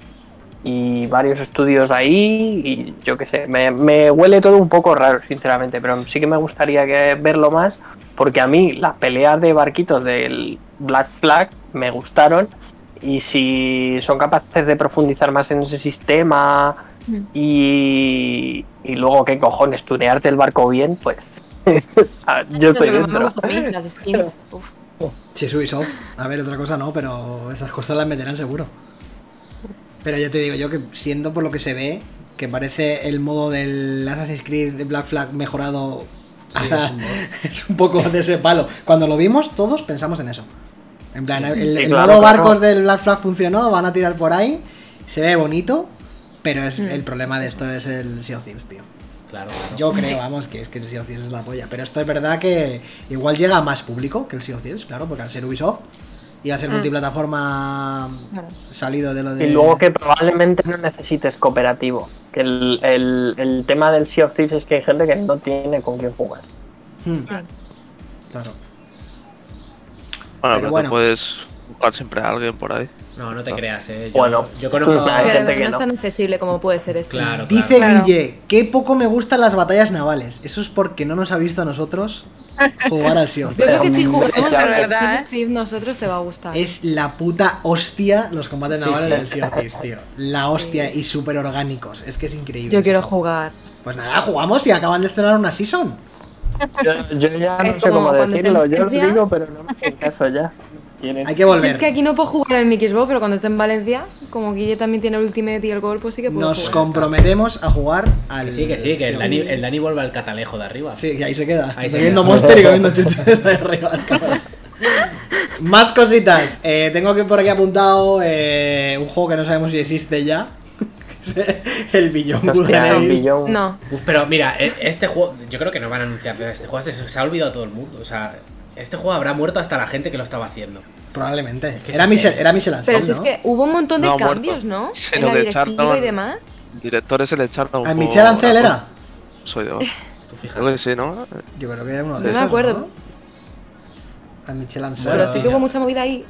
y varios estudios ahí y yo qué sé, me, me huele todo un poco raro, sinceramente, pero sí que me gustaría que- verlo más porque a mí las peleas de barquitos del Black Flag me gustaron y si son capaces de profundizar más en ese sistema
Mm.
y, y luego qué cojones, tunearte el barco bien, pues (laughs) ah, yo estoy
lo que más me
dentro.
gusta a mí, las
(laughs)
skins. Uf.
Si es Ubisoft, a ver, otra cosa no, pero esas cosas las meterán seguro. Pero ya te digo yo que siendo por lo que se ve, que parece el modo del Assassin's Creed de Black Flag mejorado,
Sí, es un mod.
(laughs) es un poco de ese palo. Cuando lo vimos, todos pensamos en eso. En plan, el, el
claro,
modo
claro.
barcos del Black Flag funcionó, van a tirar por ahí, se ve bonito, pero es
Mm.
el problema de esto es el Sea of Thieves, tío.
Claro, claro.
Yo creo, vamos, que es que el Sea of Thieves es la polla. Pero esto es verdad que igual llega a más público que el Sea of Thieves, claro, porque al ser Ubisoft y al ser
Mm.
multiplataforma
Claro.
salido de lo de.
Y luego que probablemente no necesites cooperativo. Que el, el- el tema del Sea of Thieves es que hay gente que no tiene con quién jugar.
Mm, claro.
Bueno, pero,
bueno.
te puedes buscar siempre a alguien por ahí.
No, no te creas, eh. Yo,
Bueno.
yo conozco
Hay
Pero
a...
gente que
no es
no.
tan accesible como puede ser este.
Claro, claro.
Dice
Claro.
Guille, qué poco me gustan las batallas navales. Eso es porque no nos ha visto a nosotros jugar al
(laughs)
Sea of
Yo
Thieves.
creo que si
Hombre,
jugamos
ya,
al
¿verdad,
Assassin's
eh?
Creed nosotros te va a gustar.
Es la puta hostia los combates
Sí,
navales
sí.
del Sea of Thieves,
(laughs)
tío. La hostia y súper orgánicos. Es que es increíble.
Yo
ese
quiero
juego.
jugar.
Pues nada, jugamos y acaban de estrenar una season.
Yo, yo ya no
Es
sé
como
cómo
cuando te
decirlo, yo lo
envidia.
digo, pero no me
(laughs)
hacen caso ya.
Hay
(laughs)
que volver.
Es que aquí no puedo jugar en mi Xbox, pero cuando esté en Valencia, como Guille también tiene el Ultimate y el Gol, pues sí que puedo
Nos
jugar.
comprometemos a jugar al.
Que sí, que sí, que el
sí,
Dani, el Dani vuelve al catalejo de arriba.
Sí, que ahí se queda.
Ahí se
Bebiendo
queda.
Monster y comiendo chuches de arriba. Más cositas. Eh, tengo que por aquí apuntado eh, un juego que no sabemos si existe ya. (laughs) que es el Billón
Hostia, un billón.
No,
Uf, pero mira, e- este juego, yo creo que no van a anunciar nada. de Este juego se, se ha olvidado todo el mundo. O sea, este juego habrá muerto hasta la gente que lo estaba haciendo.
Probablemente.
que
era,
sí,
Michel,
sí.
era Michel Anselm,
Pero si es
¿no?
que hubo un montón de
No, muerto.
cambios, ¿no?
Se
En
lo
la directiva
echaron.
y demás.
Directores se le echaron.
¿A
por-
Michel Ancel era?
Soy yo.
Tú fíjate.
Creo que sí, ¿no?
Yo creo que era uno de
No me
esos,
acuerdo.
A Michel Ancel.
Bueno,
Pero sí que
ya.
hubo mucha movida ahí.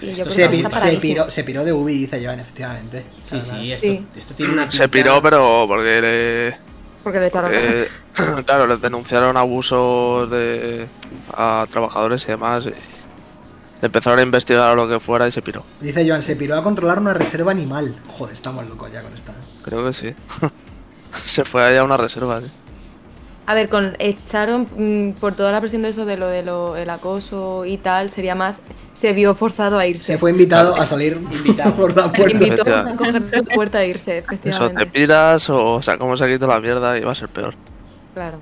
Y yo
Esto
creo
se,
que
pi-
pi-
está
se
paradísimo.
piró, se piró de Ubi, dice Joan, efectivamente.
Sí, sí, esto,
Sí.
esto tiene una
Se
pinta-
piró, pero porque le.
Porque le echaron.
Eh, (clears throat) claro, les denunciaron abusos de, a trabajadores y demás. y le empezaron a investigar lo que fuera y se piró.
Dice Joan, se piró a controlar una reserva animal. Joder, estamos locos ya con esta.
Creo que sí. (laughs) se fue allá a una reserva. ¿eh? sí.
A ver, con echaron mm, por toda la presión de eso de lo del acoso y tal, sería más. Se vio forzado a irse.
Se fue invitado a salir
Invitado.
por la
Se le
puerta.
invitó a
Efectivamente.
coger la puerta e irse,
Eso, te
efectivamente.
piras o sacamos aquí toda la mierda y va a ser peor.
Claro.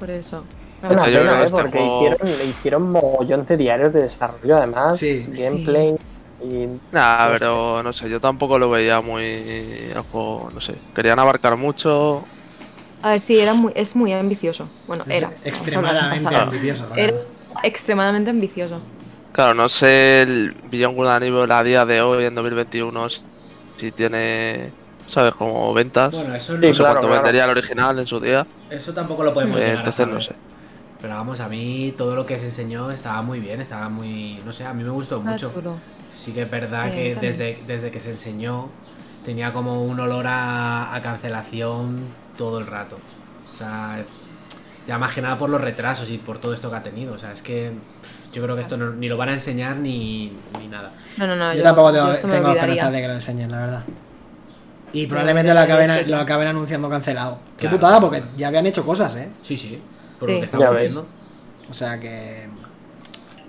Por eso.
Es una
Yo creo
pena,
que
¿eh?
este
Porque
juego-
hicieron, le hicieron mogollón de diarios de desarrollo, además.
Sí.
Gameplay. Y
Nah,
No sé.
pero no sé, yo tampoco lo veía muy. al juego, no sé. Querían abarcar mucho.
A ver, sí, era muy, es muy ambicioso. Bueno, era.
Es extremadamente
Vamos a hablar del
ambicioso. la
pasado.
verdad.
Era extremadamente ambicioso.
Claro, no sé el Beyond Good and Evil a día de hoy, en 2021, si tiene. ¿Sabes? Como ventas.
Bueno, eso, no-
no
Sí,
sé
claro,
cuánto
claro.
vendería el original en su día.
eso tampoco lo podemos
eh,
llegar a
entonces no
saber.
sé.
Pero vamos, a mí todo lo que se enseñó estaba muy bien, estaba muy... No sé, a mí me gustó
Ah,
mucho.
chulo.
Sí que es verdad
Sí,
que
también.
desde, desde que se enseñó tenía como un olor a, a cancelación todo el rato. O sea, ya más que nada por los retrasos y por todo esto que ha tenido. O sea, es que yo creo que esto no- ni lo van a enseñar ni, ni nada.
No, no, no.
Yo tampoco tengo,
esto me
tengo
olvidaría.
esperanza de que lo enseñen, la verdad. Y
Yo
probablemente
creo
lo
que es
acaben,
que-
lo acaben anunciando cancelado. Qué
Claro.
putada, porque ya habían hecho cosas, ¿eh?
Sí, sí, por
Sí.
lo que
Ya
estamos
ves.
diciendo.
O sea que.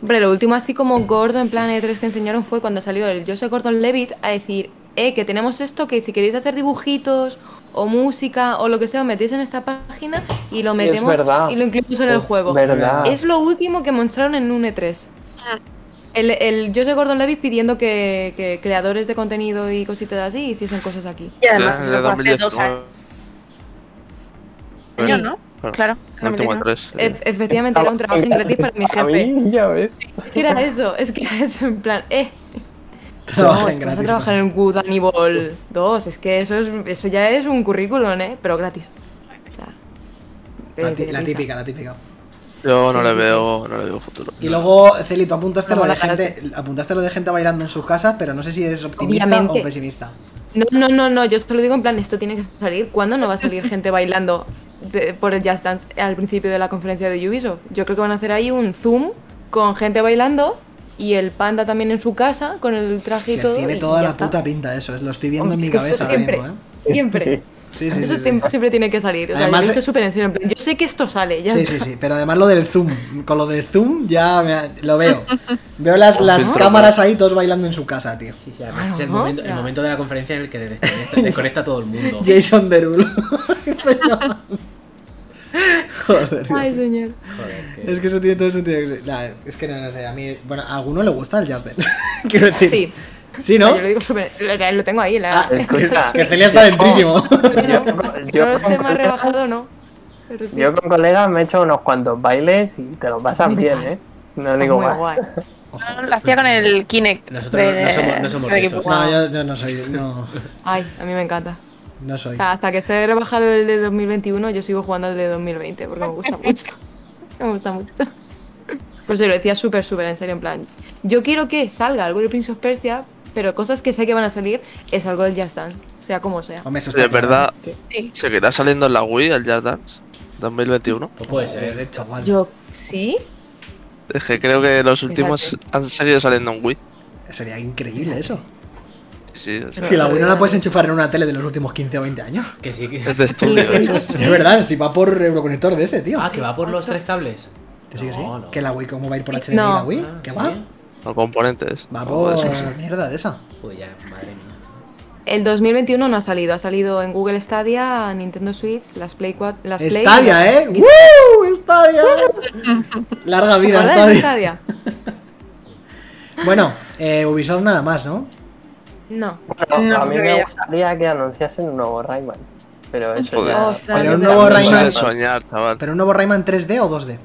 Hombre, lo último así como gordo en plan E3 que enseñaron fue cuando salió el Joseph Gordon-Levitt a decir, eh, que tenemos esto, que si queréis hacer dibujitos o música o lo que sea, os metéis en esta página y lo
es
metemos
verdad.
y lo incluimos en el juego.
verdad.
Es lo último que mostraron en un E3. El, el Joseph Gordon-Levitt pidiendo que, que creadores de contenido y cositas así hiciesen cosas aquí.
Y además,
Desde
eso fue hace dos
2019.
años, ¿no? Claro.
El último Eh,
2019.
E3, sí.
Efe- Efectivamente, era un trabajo gratis para mi
A
jefe.
mí, ya ves.
Es que era eso, es que era eso, en plan, eh,
(laughs) (laughs)
No,
Trabajen
es que vas a
gratis.
trabajar en Good and Evil 2, es que eso, es, eso ya es un currículum, ¿eh? Pero gratis. O sea,
La,
de-
ti-
de
la
risa.
típica, la típica.
Yo no
Sí,
le
sí, sí.
veo, no le veo futuro.
Y luego, Celito, apuntaste
No,
lo de
la cara-
gente, apuntaste lo de gente bailando en sus casas, pero no sé si eres optimista
Obviamente.
o pesimista.
No, no, no, no, yo te lo digo en plan, esto tiene que salir. ¿Cuándo no va a salir gente bailando de- por el Just Dance al principio de la conferencia de Ubisoft? Yo creo que van a hacer ahí un zoom con gente bailando y el panda también en su casa con el traje y
Que
todo.
tiene
y
toda
ya
la
está.
puta pinta eso, es- lo estoy viendo en
Hombre,
mi
es que
cabeza
eso
ahora
siempre-
mismo, ¿eh?
(laughs) Siempre.
Sí, sí,
Eso
sí, sí.
siempre- siempre tiene que salir. O sea,
Además,
yo esto
eh,
es súper en serio. en plan, Yo sé que esto sale. Ya
Sí,
está.
sí, sí, pero además lo del zoom, con lo del zoom ya me ha- lo
(laughs)
veo. Veo
Oh,
las, las
Filtro,
cámaras ahí todos bailando en su casa, tío.
Sí, sí, además
Claro,
es el
¿no?
momento, el
Ya.
momento de la conferencia en el que
(laughs)
desconecta, desconecta a todo el mundo.
Jason Derulo. (laughs) Joder.
Ay, señor.
Joder, que-
Es que eso tiene todo sentido. Nah, es que no, no sé, a mí, bueno, a alguno le gusta el jazz dance. (laughs) Quiero decir.
Sí.
Sí,
Ah,
¿no?
Yo lo digo súper- lo- lo tengo ahí, en la.
Ah,
Escucha,
que Celia está dentrísimo.
Oh.
(laughs)
Bueno,
yo-
hasta que
yo
no esté
con
más
colegas-
rebajado, no. Pero sí.
Yo con colegas me he hecho unos cuantos bailes y te lo pasas
Muy
bien,
guay.
¿eh? No
Está
digo
muy
más.
guay.
No, lo hacía con el Kinect.
Nosotros no- no somos- no somos
del
de
equipo.
esos.
No, yo, yo no soy. No,
Ay, a mí me encanta.
no soy.
O sea, hasta que esté rebajado el de 2021, yo sigo jugando al de 2020 porque me gusta mucho. (laughs) Me gusta mucho. Por eso lo decía súper, súper en serio, en plan. Yo quiero que salga algo del Prince of Persia, pero cosas que sé que van a salir es algo del Just Dance, sea como sea.
Hombre, eso está
De verdad,
Sí.
seguirá saliendo en la Wii el Jazz Dance 2021.
No pues puede
claro.
ser.
Joder, eh, chaval.
Yo, ¿sí?
Es que creo que los últimos han seguido saliendo en Wii.
Sería increíble eso.
Sí, o sea,
Si la Wii no la puedes enchufar en una tele de los últimos 15 o 20 años.
Que sí, que... (laughs)
es de estudio. eso.
Nintendo
Es
Switch.
verdad, si va por euroconector de ese, tío.
Ah, que va por los tres cables.
Que sí, que sí.
No, no.
Que la Wii, ¿cómo va a ir por HDMI
No.
la Wii?
Ah,
¿Qué
¿sí?
va?
O componentes.
Va
o eso, sí.
por mierda de esa.
Joder, ya, madre mía.
El 2021 no ha salido, ha salido en Google Stadia, Nintendo Switch, las Play 4, las Play.
Stadia, ¿eh? ¡Woo! Stadia. ¿eh?
(laughs)
Larga vida,
¿Recuerdas de
Stadia.
Stadia?
Bueno, eh, Ubisoft nada más, ¿no?
(laughs)
No.
Bueno,
No,
a mí
creo
me
que ya
gustaría que anunciasen un nuevo Rayman. Pero eso
Joder.
ya...
Ostras,
Pero un
es
nuevo
verdad.
Eso es
Rayman.
de soñar, chaval.
¿Pero un nuevo Rayman 3D o 2D?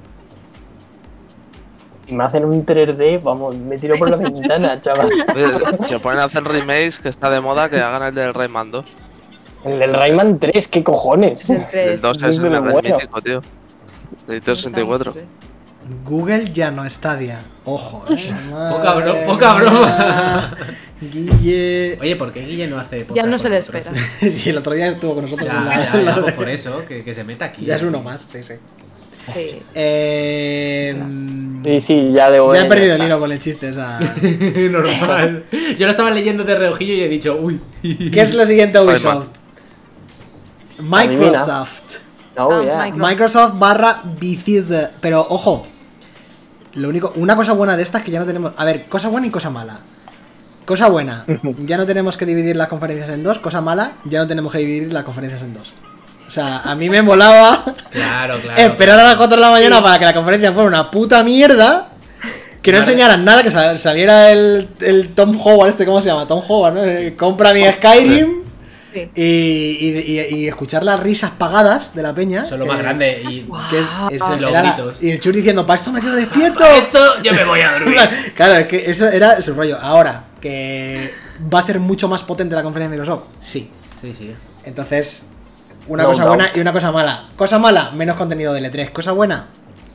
Si me hacen un 3D, vamos, me tiro por la ventana, chaval.
Oye, Se ponen a hacer remakes que está de moda que hagan el del Rayman 2.
El del Rayman 3, ¿qué cojones?
Es el
El
3.
2
es
es el
de lo bueno.
mítico, tío. De 64.
Google ya no Stadia. Ojo, eh.
Poca
Madre
bro- poca
mía.
broma.
(laughs) Guille.
Oye, ¿por qué Guille no hace
Ya
podcast
no se le
con
espera.
nosotros?
Sí, el otro día estuvo con nosotros (laughs) en la-
Ya, ya, ya, pues por eso, que, que se meta aquí.
Ya es uno más, sí, sí.
Sí.
Eh,
Sí, sí, ya debo.
ya he perdido el hilo con el chiste, o sea.
(laughs) (laughs) Normal. Yo lo estaba leyendo de reojillo y he dicho, uy.
¿Qué es lo siguiente a
Joder,
Ubisoft?
Adivina.
Microsoft.
No,
Ah,
ya.
Mike.
Microsoft barra Bethesda. Pero ojo, lo único, una cosa buena de estas que ya no tenemos. A ver, cosa buena y cosa mala. Cosa
(laughs)
buena, ya no tenemos que dividir las conferencias en dos. Cosa mala, ya no tenemos que dividir las conferencias en dos. O sea, a mí me molaba
(laughs) Claro, claro.
esperar a las 4 de la mañana para que la conferencia fuera una puta mierda. Que no
Vale.
enseñaran nada, que sal- saliera el, el Tom Howard, este, ¿cómo se llama? Tom Howard, ¿no? Eh, Compra
Oh,
mi Skyrim
Sí.
y, y- y- y escuchar las risas pagadas de la peña.
Son lo más
eh, (laughs)
grande. Y
que es- es-
Ah,
era
los
la-
gritos.
y el Chur diciendo, para esto me quedo despierto.
esto, yo me voy a dormir.
claro, es que eso era su rollo. Ahora, que va a ser mucho más potente la conferencia de Microsoft. Sí.
Sí, sí.
Entonces, una
No
cosa
doubt.
buena y una cosa mala. Cosa mala, menos contenido de L3. Cosa buena,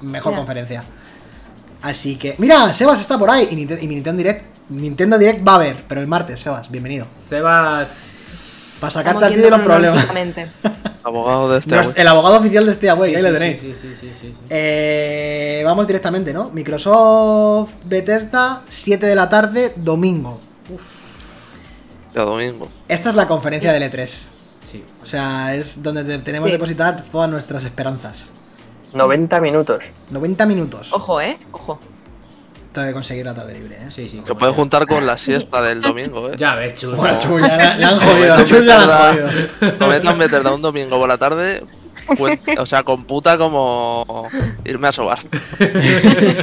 mejor
Ya.
conferencia. Así que, mira, Sebas está por ahí. Y, Ninte- y mi Nintendo Direct. Nintendo Direct va a haber, pero el martes, Sebas, bienvenido.
Sebas.
Para
Estamos
sacarte a ti de
yendo
los problemas.
cronológicamente.
Abogado de este.
Nos- el abogado oficial de este away,
Sí,
ahí
sí,
lo tenéis.
Sí, sí, sí, sí, sí.
Eh, vamos directamente, ¿no? Microsoft, Bethesda, 7 de la tarde, domingo.
Ya lo mismo.
Esta es la conferencia del E3.
Sí.
O sea, es donde te- tenemos
Sí.
depositar todas nuestras esperanzas.
90 minutos.
90 minutos.
Ojo, eh. Ojo.
Tengo que conseguir la tarde libre, ¿eh?
Sí, sí.
Se puede juntar con la siesta del domingo, eh.
(laughs) Ya ves, chulo.
Bueno, Chu, ya la,
(laughs)
la han jodido. a Chu ya la han jodido.
No me tan meter un domingo por la tarde. cuen- O sea, computa como irme a sobar.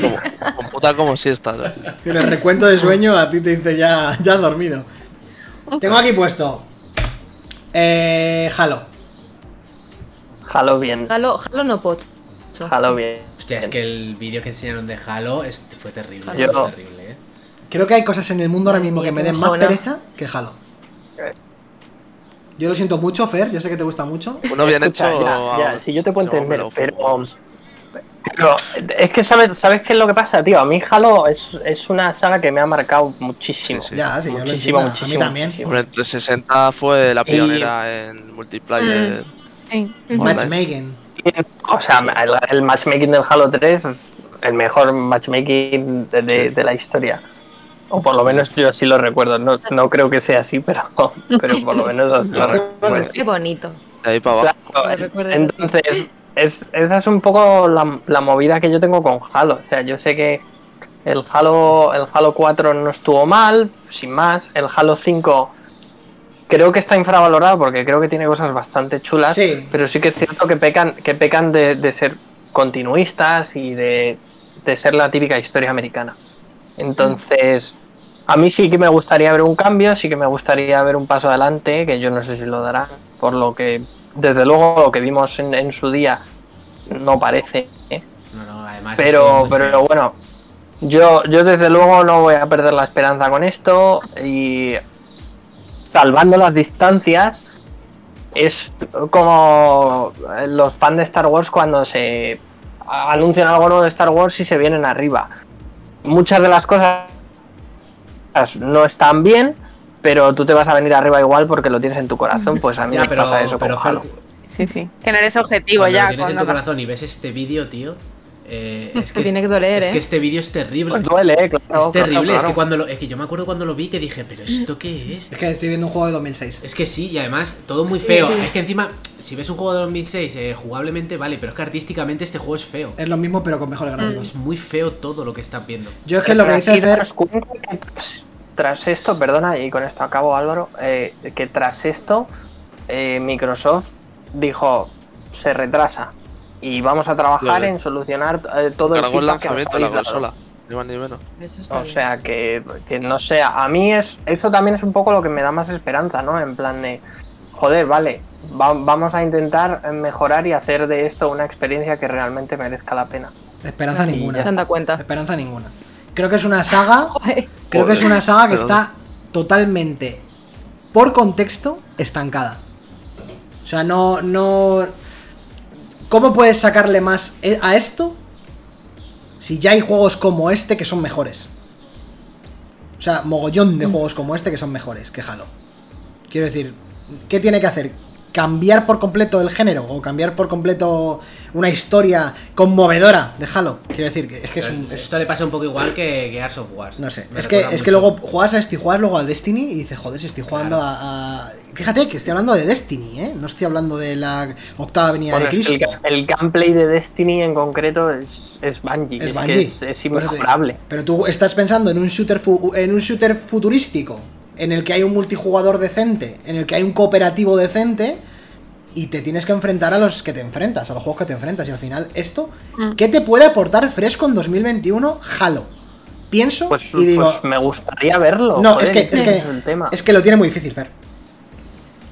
Como- computa como siesta. ¿no?
En el recuento de sueño a ti te dice ya, ya has dormido. Tengo aquí puesto. Eh. Halo.
Jalo bien.
Jalo, jalo no pot.
Jalo bien.
Hostia, es que el vídeo que enseñaron de Halo es- fue terrible.
Yo-
fue terrible, eh.
Creo que hay cosas en el mundo ahora mismo que me den más
Mojona.
pereza que Halo. Yo lo siento mucho, Fer, yo sé que te gusta mucho.
Uno bien
Escucha,
hecho.
ya, ya, sí, yo te puedo
no, me
entender,
lo
pero-
fumo.
Pero es que sabes, sabes qué es lo que pasa, tío. A mí Halo es, es una saga que me ha marcado muchísimo.
Sí, sí.
Ya, sí, ya lo entiendo. A
Muchísimo,
mí
muchísimo,
también.
muchísimo.
Hombre, el 360 fue la pionera en multiplayer.
Sí.
online.
Matchmaking.
O sea, el, el matchmaking del Halo 3 es el mejor matchmaking de, de- de la historia. O por lo menos yo sí lo recuerdo. No, no creo que sea así, pero, pero por lo menos os lo recuerdo.
Qué bonito.
De ahí para abajo.
Claro,
Lo recuerdas
entonces, es- esa es un poco la, la movida que yo tengo con Halo. O sea, yo sé que el Halo, el Halo 4 no estuvo mal, sin más. El Halo 5 creo que está infravalorado porque creo que tiene cosas bastante chulas.
Sí.
Pero sí que es cierto que pecan, que pecan de, de ser continuistas y de, de ser la típica historia americana. Entonces, a mí sí que me gustaría ver un cambio, sí que me gustaría ver un paso adelante, que yo no sé si lo dará, por lo que, desde luego, lo que vimos en, en su día no parece. ¿eh?
No, no, además. estuvo
Pero,
muy
pero
feo.
bueno, yo, yo desde luego no voy a perder la esperanza con esto y salvando las distancias es como los fans de Star Wars cuando se anuncian algo nuevo de Star Wars y se vienen arriba. Muchas de las cosas no están bien, pero tú te vas a venir arriba igual porque lo tienes en tu corazón, pues a mí
Ya,
me
pero,
pasa eso
pero
con
Fer,
Halo.
Sí, sí. Que no eres objetivo
cuando lo
ya.
tienes en tu
cuando-
corazón y ves este vídeo, tío. eh,
(laughs)
es
Te
que
tiene
es-
que doler,
es
eh.
que este vídeo es terrible.
Pues duele, eh, claro,
Es terrible,
claro,
es que
claro.
cuando lo, es que yo me acuerdo cuando lo vi que dije, pero ¿esto qué es?
Es que estoy viendo un juego de 2006.
Es que sí, y además todo muy
Sí,
feo.
sí.
Es que encima, si ves un juego de 2006 eh, jugablemente, vale, pero es que artísticamente este juego es feo.
Es lo mismo, pero con mejores gráficos.
Es muy feo todo lo que estás viendo.
Yo es que lo que
Pero
dice
sí
Fer.
daros cuenta que tras- Tras esto, perdona, y con esto acabo Álvaro, eh, que tras esto eh, Microsoft dijo se retrasa y vamos a trabajar
Vale.
en solucionar eh, todo el
Cargó el
feedback que os
lanzamiento de la
habéis dado".
consola. Ni más ni menos.
Eso está
O
bien.
sea que, que no sé, a mí es eso también es un poco lo que me da más esperanza, ¿no? En plan de, joder, vale, va- vamos a intentar mejorar y hacer de esto una experiencia que realmente merezca la pena.
Esperanza ninguna.
Se han dado cuenta.
Esperanza ninguna. Creo que es una saga.
Joder.
creo que es
Joder,
una saga que
perdón.
está totalmente, por contexto, estancada. O sea, no, no. ¿Cómo puedes sacarle más e- a esto si ya hay juegos como este que son mejores? O sea, mogollón de juegos como este que son mejores que Halo. Quiero decir, ¿qué tiene que hacer? ¿Cambiar por completo el género? ¿O cambiar por completo una historia conmovedora de Halo? Quiero decir, que es
Eh,
que es un. es-
Esto le pasa un poco igual que, que Gears of War.
no sé.
Me
Es que,
recuerda
es que
mucho.
luego juegas a este y juegas luego al Destiny y dices, joder, si estoy jugando a, a- Fíjate que estoy hablando de Destiny, ¿eh? No estoy hablando de la octava avenida
Bueno,
de
es que
Cristo.
el, el gameplay de Destiny en concreto es, es Bungie.
Es
Es, que
Bungie.
es- es
Por eso te-
inmejorable.
Pero tú estás pensando en un shooter fu- en un shooter futurístico, en el que hay un multijugador decente, en el que hay un cooperativo decente, y te tienes que enfrentar a los que te enfrentas, a los juegos que te enfrentas. Y al final, esto, ¿qué te puede aportar fresco en 2021? Halo. Pienso
Pues,
y digo,
pues me gustaría verlo.
No,
joder,
es que, es,
ese
que,
es el tema.
es que lo tiene muy difícil, Fer.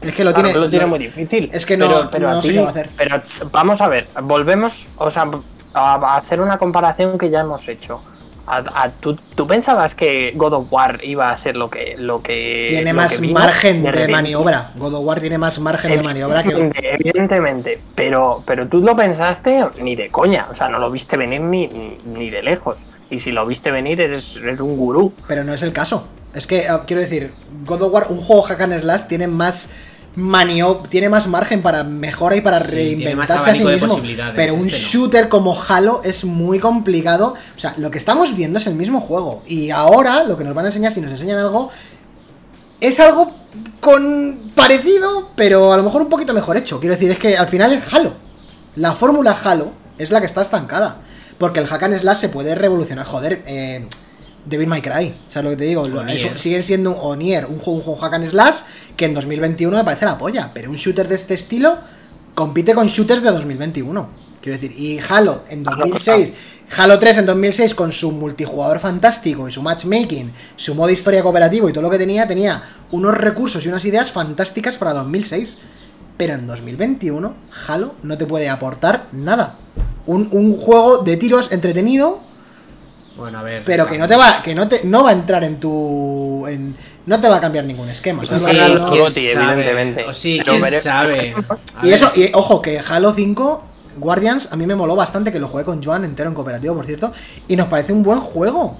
Es que lo
Claro
tiene.
que lo tiene muy difícil.
es que no- no sé qué va a hacer.
Pero vamos a ver, volvemos o sea, a a hacer una comparación que ya hemos hecho. A- a- ¿tú, tú pensabas que God of War iba a ser lo que. Lo que
tiene
lo
más
que vino?
margen de
repente-
maniobra. God of War tiene más margen de maniobra que.
Evidentemente, Eh, (laughs) evidentemente, pero, pero tú lo pensaste ni de coña, o sea, no lo viste venir ni, ni- ni de lejos. Y si lo viste venir, eres, eres un gurú.
Pero no es el caso. Es que, ah, quiero decir, God of War, un juego hack and slash, tiene más manio tiene más margen para mejora y para
Sí, tiene más
reinventarse a sí
abanico de
mismo.
posibilidades,
Pero un
este no.
shooter como Halo es muy complicado. O sea, lo que estamos viendo es el mismo juego. Y ahora lo que nos van a enseñar, si nos enseñan algo, es algo con parecido, pero a lo mejor un poquito mejor hecho. Quiero decir, es que al final es Halo. La fórmula Halo es la que está estancada. Porque el Hack and Slash se puede revolucionar. Joder, eh, Devil May Cry, ¿sabes lo que te digo? Lo-
Nier.
eso- siguen siendo un Onier, un juego, un juego Hack and Slash que en 2021 me parece la polla. Pero un shooter de este estilo compite con shooters de 2021. Quiero decir, y Halo en 2006, Halo 3 en 2006 con su multijugador fantástico y su matchmaking, su modo historia cooperativo y todo lo que tenía, tenía unos recursos y unas ideas fantásticas para 2006. Pero en 2021, Halo no te puede aportar nada. Un, un juego de tiros entretenido,
Bueno, a ver.
pero que no te va, que no te, no va a entrar en tu, en- no te va a cambiar ningún esquema.
Pues Sí,
¿sabes? Va a ganar-
quién
quién sabe.
evidentemente.
O sí,
Pero
quién
veré-
sabe. A
Y
ver,
eso, y ojo, que Halo 5 Guardians a mí me moló bastante, que lo jugué con Joan entero en cooperativo, por cierto, y nos parece un buen juego.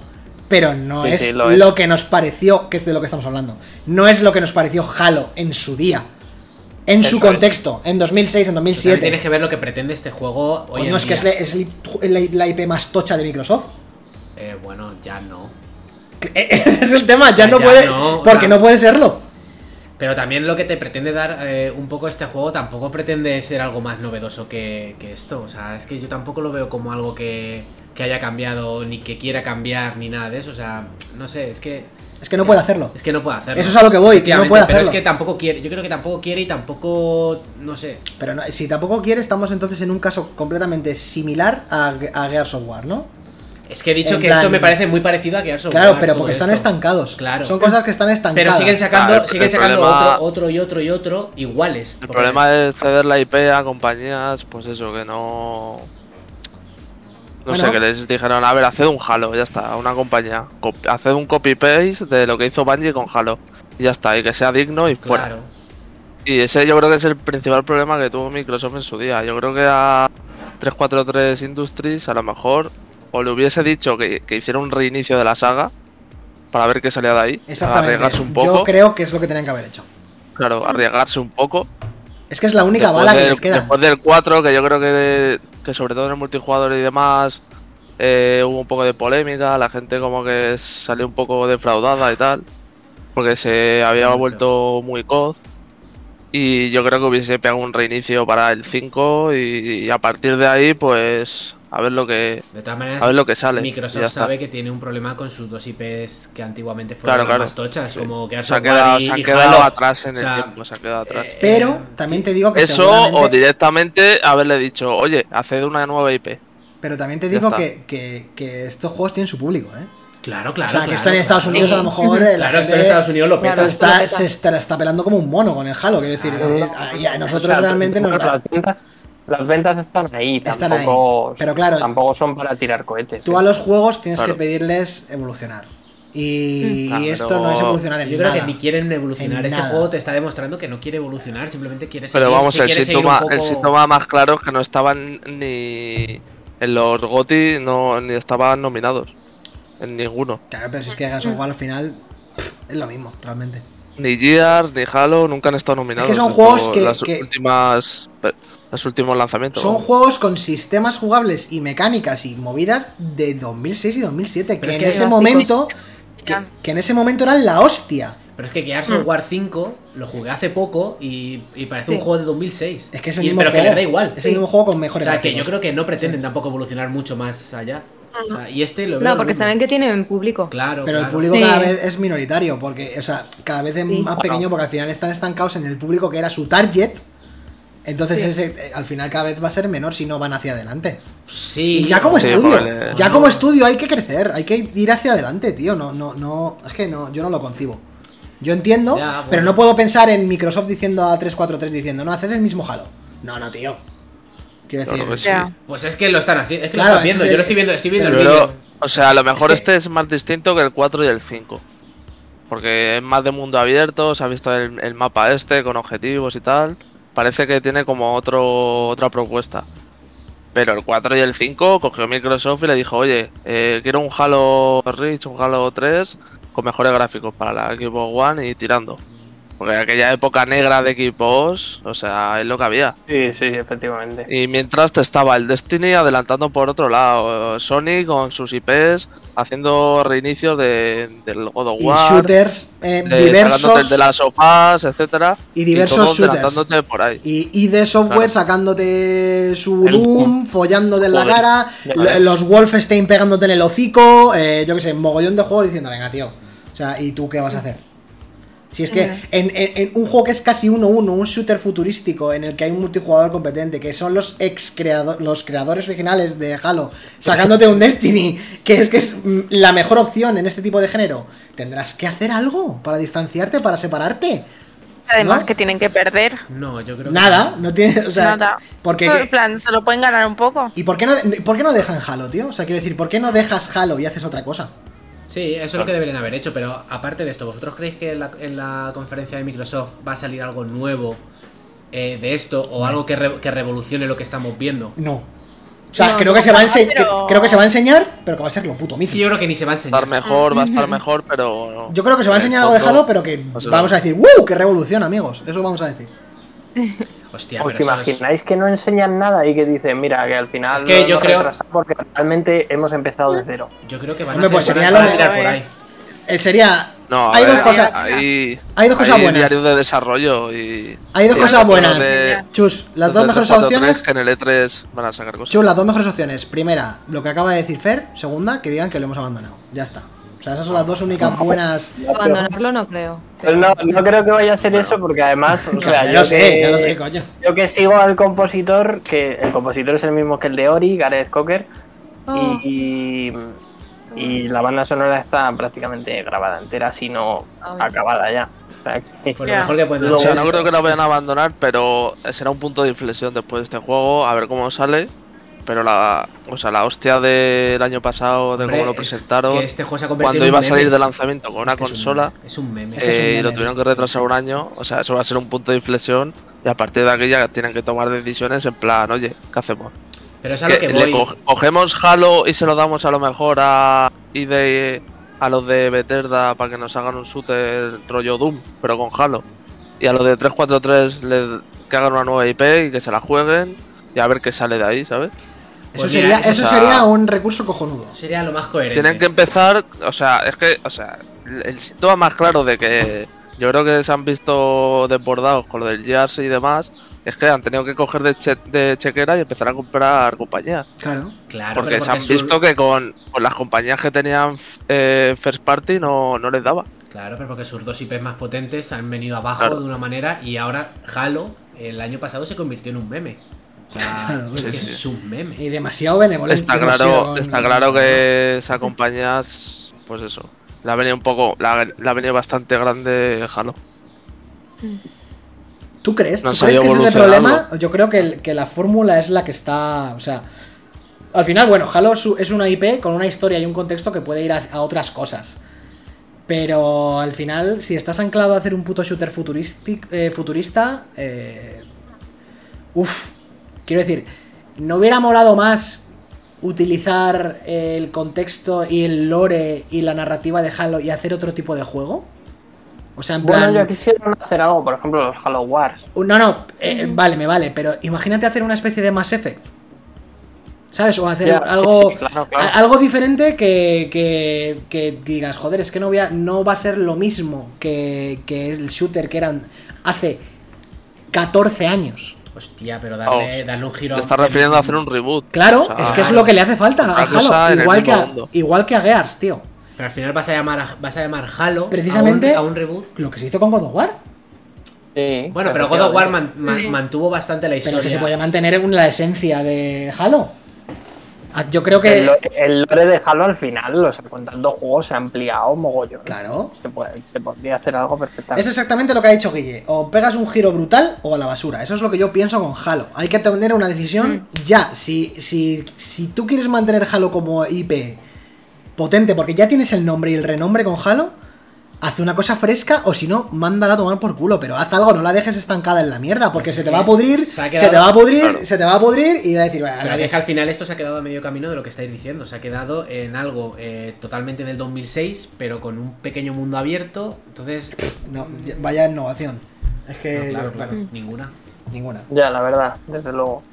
Pero no
Sí,
es,
sí,
lo
lo es.
que nos pareció, que es de lo que estamos hablando. No es lo que nos pareció Halo en su día. En
Eso
su
es.
contexto, en 2006, en
pero también
2007.
Tienes que ver lo que pretende este juego hoy
Coño,
en
es que es, la,
día.
es la- la IP más tocha de Microsoft. (laughs)
Eh, bueno, ya no.
Ese es el tema, ya
sea,
no
ya
puede.
no, o
porque
sea-
no puede serlo.
Pero también lo que te pretende dar eh, un poco este juego tampoco pretende ser algo más novedoso que, que esto. O sea, es que yo tampoco lo veo como algo que, que haya cambiado, ni que quiera cambiar, ni nada de eso. O sea, no sé, es que.
Es que no puede hacerlo.
Es que no puede hacerlo.
Eso es a lo que voy, que no
Efectivamente,
puede
Pero
hacerlo.
es que tampoco quiere. Yo creo que tampoco quiere y tampoco. No sé.
Pero no- si tampoco quiere, estamos entonces en un caso completamente similar a, a Gears of War, ¿no?
Es que he dicho
En
que
plan-
esto me parece muy parecido a Gears of
Claro,
War,
pero
todo
porque están
esto.
estancados.
Claro.
Son cosas que están
Pero
estancadas.
siguen sacando,
Ah, el-
siguen
el
sacando
problema-
otro, otro y otro y otro iguales.
El
Porque-
problema de ceder la IP a compañías, pues eso, que no. No
Bueno.
sé, que les dijeron, a ver, haced un Halo, ya está, a una compañía. Cop- haced un copy-paste de lo que hizo Bungie con Halo. Y ya está, y que sea digno y fuera.
Claro.
Y ese yo creo que es el principal problema que tuvo Microsoft en su día. Yo creo que a 343 Industries a lo mejor o le hubiese dicho que, que hiciera un reinicio de la saga para ver qué salía de ahí.
Exactamente.
Arriesgarse un poco.
Yo creo que es lo que tenían que haber hecho.
Claro, arriesgarse un poco.
Es que es la única bala que
del,
les queda.
después del 4, que yo creo que, que sobre todo en el multijugador y demás eh, hubo un poco de polémica, la gente como que salió un poco defraudada y tal, porque se había
Mucho.
vuelto muy coz. Y yo creo que hubiese pegado un reinicio para el 5 y, y a partir de ahí pues a ver lo que
De todas maneras,
a ver lo que sale. y ya
Microsoft
está.
sabe que tiene un problema con sus dos IPs que antiguamente fueron
Claro,
las
claro.
más tochas,
Sí.
como Gears
se
of
han
War
quedado,
y,
se han
y
quedado
Halo.
atrás en
O sea,
el tiempo, se han quedado atrás.
eh,
Pero también te digo que
Eso
seguramente-
o directamente haberle dicho, oye, haced una nueva IP.
Pero también te
Ya
digo
está.
que, que- que estos juegos tienen su público, ¿eh?
Claro, claro.
o sea, que
claro,
esto en Estados
claro.
Unidos a lo mejor eh, la
Claro, esto en
gente
Estados Unidos lo
Claro.
se,
piensa.
está, se está- la está pelando como un mono con el Halo. Quiero decir, eh, y a nosotros
O sea,
realmente nos da-
la tienda- Las ventas están ahí,
Están
tampoco,
ahí, pero claro-
tampoco son para tirar cohetes.
Tú a
¿eh?
los juegos tienes
Claro.
que pedirles evolucionar. Y,
Mm.
y
Ah,
esto
pero-
no es evolucionar en
Yo creo que
nada.
ni quieren evolucionar.
En
Este
nada.
juego te está demostrando que no quiere evolucionar, simplemente quiere seguir.
Pero vamos,
se
el
quiere seguir un
síntoma, el
poco-
síntoma más claro es que no estaban ni en los GOTI, no, ni estaban nominados. En ninguno.
Claro, pero si es que Gas of War al final pff, es lo mismo, realmente.
Ni Gears, ni Halo, nunca han estado nominados.
son
en
juegos
todas
que-
Las
que-
últimas... pe- Los últimos lanzamientos.
Son
vamos.
juegos con sistemas jugables y mecánicas y movidas de 2006 y 2007, que
Pero es
en
que
ese
básicos.
momento que, que en ese momento eran la hostia.
Pero es que Gears of War 5 lo jugué hace poco y, y parece un
Mm. Sí.
juego de 2006.
Es que es el
Y-
mismo
pero
juego.
que le da igual.
Es el mismo juego con
O
mejores
sea, que yo
gráficos.
creo que no pretenden tampoco evolucionar mucho más allá. O sea, y este lo veo.
No,
lo
porque
mismo.
saben que tienen público.
Claro,
Pero el
claro.
público
Sí.
cada vez es minoritario, porque, o sea, cada vez es
Sí.
más pequeño, porque al final están estancados en el público que era su target. Entonces,
Sí.
ese, eh, al final cada vez va a ser menor si no van hacia adelante.
Sí.
Y ya como
Sí,
estudio,
vale.
ya como estudio hay que crecer, hay que ir hacia adelante, tío. No, no, no, es que no, yo no lo concibo. Yo entiendo,
Ya, bueno.
pero no puedo pensar en Microsoft diciendo a 343 diciendo, no, haced el mismo Halo. No, no, tío. Quiero
Yo
decir,
creo que sí.
Ya.
Pues es que lo están haciendo. Es que
Claro,
lo están viendo.
ese es
Yo
el-
lo estoy viendo. Estoy viendo el
Pero,
vídeo.
o sea, a lo mejor
Es que-
este es más distinto que el 4 y el 5. Porque es más de mundo abierto, se ha visto el, el mapa este con objetivos y tal. Parece que tiene como otro otra propuesta. Pero el 4 y el 5 cogió Microsoft y le dijo, oye, eh, quiero un Halo Reach, un Halo 3 con mejores gráficos para la Xbox One y tirando. Porque en aquella época negra de equipos, o sea, es lo que había.
Sí, sí, efectivamente.
Y mientras te estaba el Destiny adelantando por otro lado, eh, Sony con sus IPs haciendo reinicios de, del God of
y
War,
shooters eh,
de, sacándote el
diversos
de las sofás, etcétera,
y diversos
todos
shooters.
adelantándote por ahí.
Y, y de software
Claro.
sacándote su
El-
Doom, follándote en la
Joder.
cara,
Ya,
lo-
claro.
los Wolfenstein pegándote en el hocico, eh, yo qué sé, mogollón de juegos diciendo, venga, tío, o sea, ¿y tú qué vas a hacer? Si es que
Ujú.
en, en- en un juego que es casi 1-1, un shooter futurístico en el que hay un multijugador competente, que son los ex creado- los creadores originales de Halo, sacándote un Destiny, que es que es mm, la mejor opción en este tipo de género, tendrás que hacer algo para distanciarte, para separarte.
Además
¿No?
que tienen que perder.
No, yo creo que-
Nada, no tiene, o sea,
Nada.
porque
No, en plan, se lo pueden ganar un poco.
¿Y por qué, no, por qué no dejan Halo, tío? O sea, quiero decir, ¿por qué no dejas Halo y haces otra cosa?
Sí, eso es lo que deberían haber hecho, pero aparte de esto, ¿vosotros creéis que en la, en la conferencia de Microsoft va a salir algo nuevo eh, de esto o algo que, re- que revolucione lo que estamos viendo?
No. O sea,
No,
creo, que se va a
no,
ense-
pero-
que- creo que se va a enseñar, pero que va a ser lo puto
Es que
mismo.
yo creo que ni se va a
Va a
enseñar.
estar mejor, va a estar mejor, pero... no.
Mm. Yo creo que se va a
En el
enseñar algo de
fondo,
Halo, pero que
no se
vamos
va.
a decir, ¡wow! ¡Qué revolución, amigos! Eso vamos a decir.
Hostia,
¿Os
pero eso es-
imagináis que no enseñan nada y que dicen, mira, que al final
Es que
lo
yo
hemos
creo-
retrasado porque realmente hemos empezado de cero?
yo creo que van
Hombre,
a
pues
hacer-
sería
van a
lo
tirar
mejor,
por
eh.
ahí.
Eh, sería.
No, a
hay,
ver,
dos cosas,
Hay,
hay dos cosas buenas.
diarios de desarrollo y...
hay dos
y
cosas
hay
buenas.
otro de-
Chus, las dos
otro de
mejores
343
opciones.
Que en el E3 van a sacar cosas.
Chus, las dos mejores opciones. Primera, lo que acaba de decir Fer. Segunda, que digan que lo hemos abandonado. Ya está. O sea, esas son las dos únicas buenas.
Abandonarlo no creo.
Pues no, no creo que vaya a ser eso porque además, o
(laughs)
sea,
ya
yo
lo sé,
que-
ya lo sé, coño.
Yo que sigo al compositor, que el compositor es el mismo que el de Ori, Gareth Cocker,
Oh.
y, y la banda sonora está prácticamente grabada entera, si no
Ay.
acabada ya. O sea, que-
Pues lo
Ya.
mejor que pueden
Lo
O sea, no
bueno
creo que la vayan a abandonar, pero será un punto de inflexión después de este juego, a ver cómo sale. Pero la, o sea, la hostia del año pasado, de
Hombre,
cómo lo
es
presentaron,
que este juego se ha convertido
cuando
en
iba a
un
salir
meme.
de lanzamiento con una
Es que es un
consola,
meme, Es un meme.
que es un
eh, y lo
meme.
tuvieron que retrasar un año, o sea, eso va a ser un punto de inflexión. Y a partir de aquí ya tienen que tomar decisiones en plan, oye, ¿qué hacemos?
Pero es a lo que
Que eh, le
voy.
co- cogemos Halo y se lo damos a lo mejor a ID, a los de Bethesda para que nos hagan un shooter rollo Doom, pero con Halo. Y a los de 343 le, que hagan una nueva IP y que se la jueguen y a ver qué sale de ahí, ¿sabes?
Eso,
Pues
sería,
mira, eso
eso
está-
sería un recurso cojonudo.
Sería lo más coherente.
Tienen que empezar, o sea, es que, o sea, el- el síntoma más claro de que yo creo que se han visto desbordados con lo del Gears y demás, es que han tenido que coger de, che- de chequera y empezar a comprar compañías.
Claro.
Claro,
Porque,
pero
se han
su-
visto que con, con las compañías que tenían eh, First Party no, no les daba.
Claro, pero porque sus dos IPs más potentes han venido abajo
Claro.
de una manera y ahora Halo el año pasado se convirtió en un meme. O
(laughs)
sea,
Claro,
es
sí,
que
pues sí.
es un meme.
Y demasiado benevolente.
Está
hemos sido
claro,
con-
está claro que esa compañía, es- pues eso, la ha venido un poco, la, la ha venido bastante grande Halo.
¿Tú crees?
No
¿Tú
ha
crees que
sabido
ese es el
evolucionarlo.
problema? Yo creo que, el- que la fórmula es la que está. O sea. Al final, bueno, Halo su- es una IP con una historia y un contexto que puede ir a, a otras cosas. Pero al final, si estás anclado a hacer un puto shooter futuristic- eh, futurista. eh, uf. Quiero decir, ¿no hubiera molado más utilizar el contexto y el lore y la narrativa de Halo y hacer otro tipo de juego? O sea, en plan.
Bueno, yo quisieron hacer algo, por ejemplo, los Halo Wars.
Uh, No, no, eh, vale, me vale, pero imagínate hacer una especie de Mass Effect. ¿Sabes? O hacer
Ya,
algo,
sí, claro, claro.
a- algo diferente que, que- que digas, joder, es que no, voy a- no va a ser lo mismo que, que el shooter que eran hace 14 años.
Hostia, pero darle,
Vamos.
darle un giro
Te estás
un-
refiriendo a hacer un reboot.
Claro,
O sea,
es que es lo que le hace falta a
una cosa en
Halo,
el
igual que
mismo
a,
mundo.
igual que a Gears, tío.
Pero al final vas a llamar, a- vas a llamar Halo
Precisamente-
a un, a un reboot.
Lo que se hizo con God of War,
Sí,
Bueno, pero eh, God of War man- man-
Sí.
mantuvo bastante la historia.
pero que se puede mantener en la esencia de Halo. Ah, Yo creo
El,
que...
lo- el lore de Halo al final, los contando juegos, se ha ampliado mogollón.
Claro,
Se, puede- se podría hacer algo perfectamente.
Es exactamente lo que ha dicho Guille. O pegas un giro brutal o a la basura. Eso es lo que yo pienso con Halo. Hay que tener una decisión
Mm.
ya. Si, si, si tú quieres mantener Halo como IP potente, porque ya tienes el nombre y el renombre con Halo, haz una cosa fresca o si no, mándala a tomar por culo. Pero haz algo, no la dejes estancada en la mierda, porque se te va a pudrir,
Pues Se
se,
ha quedado-
te va a pudrir,
Claro.
se te va a pudrir y va a decir, "Bueno,
Pero
la
es que
deja".
al final esto se ha quedado a medio camino de lo que estáis diciendo. Se ha quedado en algo eh, totalmente del 2006, pero con un pequeño mundo abierto.
(laughs)
Entonces,
No, vaya innovación. Es que,
no, claro,
bueno,
claro, ninguna.
ninguna.
Ya, la verdad, desde luego.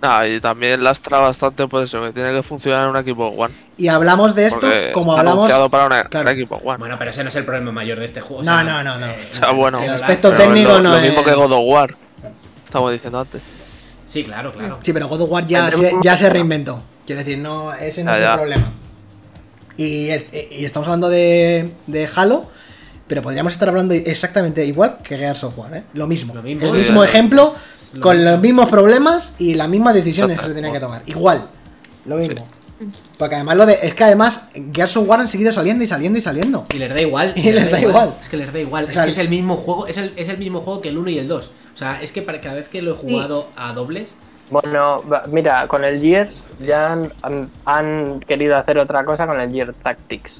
Nah, Ah, y también lastra bastante por eso, que tiene que funcionar en un equipo One.
Y hablamos de esto
Porque
como
está
hablamos...
anunciado para una-
claro.
un equipo One.
Bueno, pero ese no es el problema mayor de este juego. o
No,
sea,
no, no, no.
O sea, Ah, bueno,
El
Pero
aspecto
pero
técnico
lo,
no
lo
es...
mismo que God of War. Estamos diciendo antes.
Sí, claro, claro.
Sí, pero God of War ya,
Tendremos
se, ya se reinventó. Quiero decir, no, ese no
Ya,
es el
ya.
problema. Y, es- y estamos hablando de, de Halo, pero podríamos estar hablando exactamente igual que Gears of War, ¿eh? Lo mismo.
Lo mismo.
el
Sí,
mismo
es-
ejemplo,
es lo
con
mismo.
los mismos problemas y las mismas decisiones que se
Total,
tenían que
bueno.
tomar. Igual, lo mismo. Porque además lo de, es que además Gears of War han seguido saliendo y saliendo y saliendo.
Y les da igual.
(laughs) Y les da igual.
Es que les da igual.
O sea,
es que es el mismo juego. Es el, es el mismo juego que el 1 y el 2. O sea, es que para cada vez que lo he jugado a dobles.
Bueno, va- mira, con el Gears ya han, han- han querido hacer otra cosa con el Gear Tactics.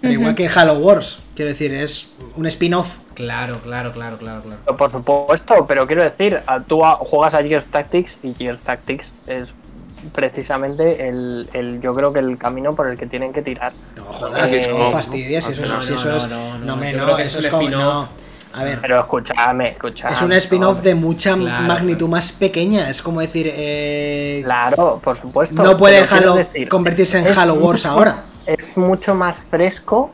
Pero igual
Ujú.
que Halo Wars, quiero decir, es un spin-off.
Claro, claro, claro, claro, claro.
Por supuesto, pero quiero decir, a- tú a- juegas a Gears Tactics y Gears Tactics es precisamente el, el- yo creo que el camino por el que tienen que tirar.
No jodas,
Eh,
no fastidies, eso,
no,
es-
no,
eso es.
no, no, no,
No, hombre,
yo
no,
creo que
eso
es
es
un
como.
spin-off.
No. A ver,
Pero escúchame, escúchame.
es un spin-off de mucha
Claro.
magnitud más pequeña. Es como decir. eh,
Claro, por supuesto.
no puede
pero quiero
Halo
decir,
convertirse en
es
Halo Wars
mucho-
ahora.
Es mucho más fresco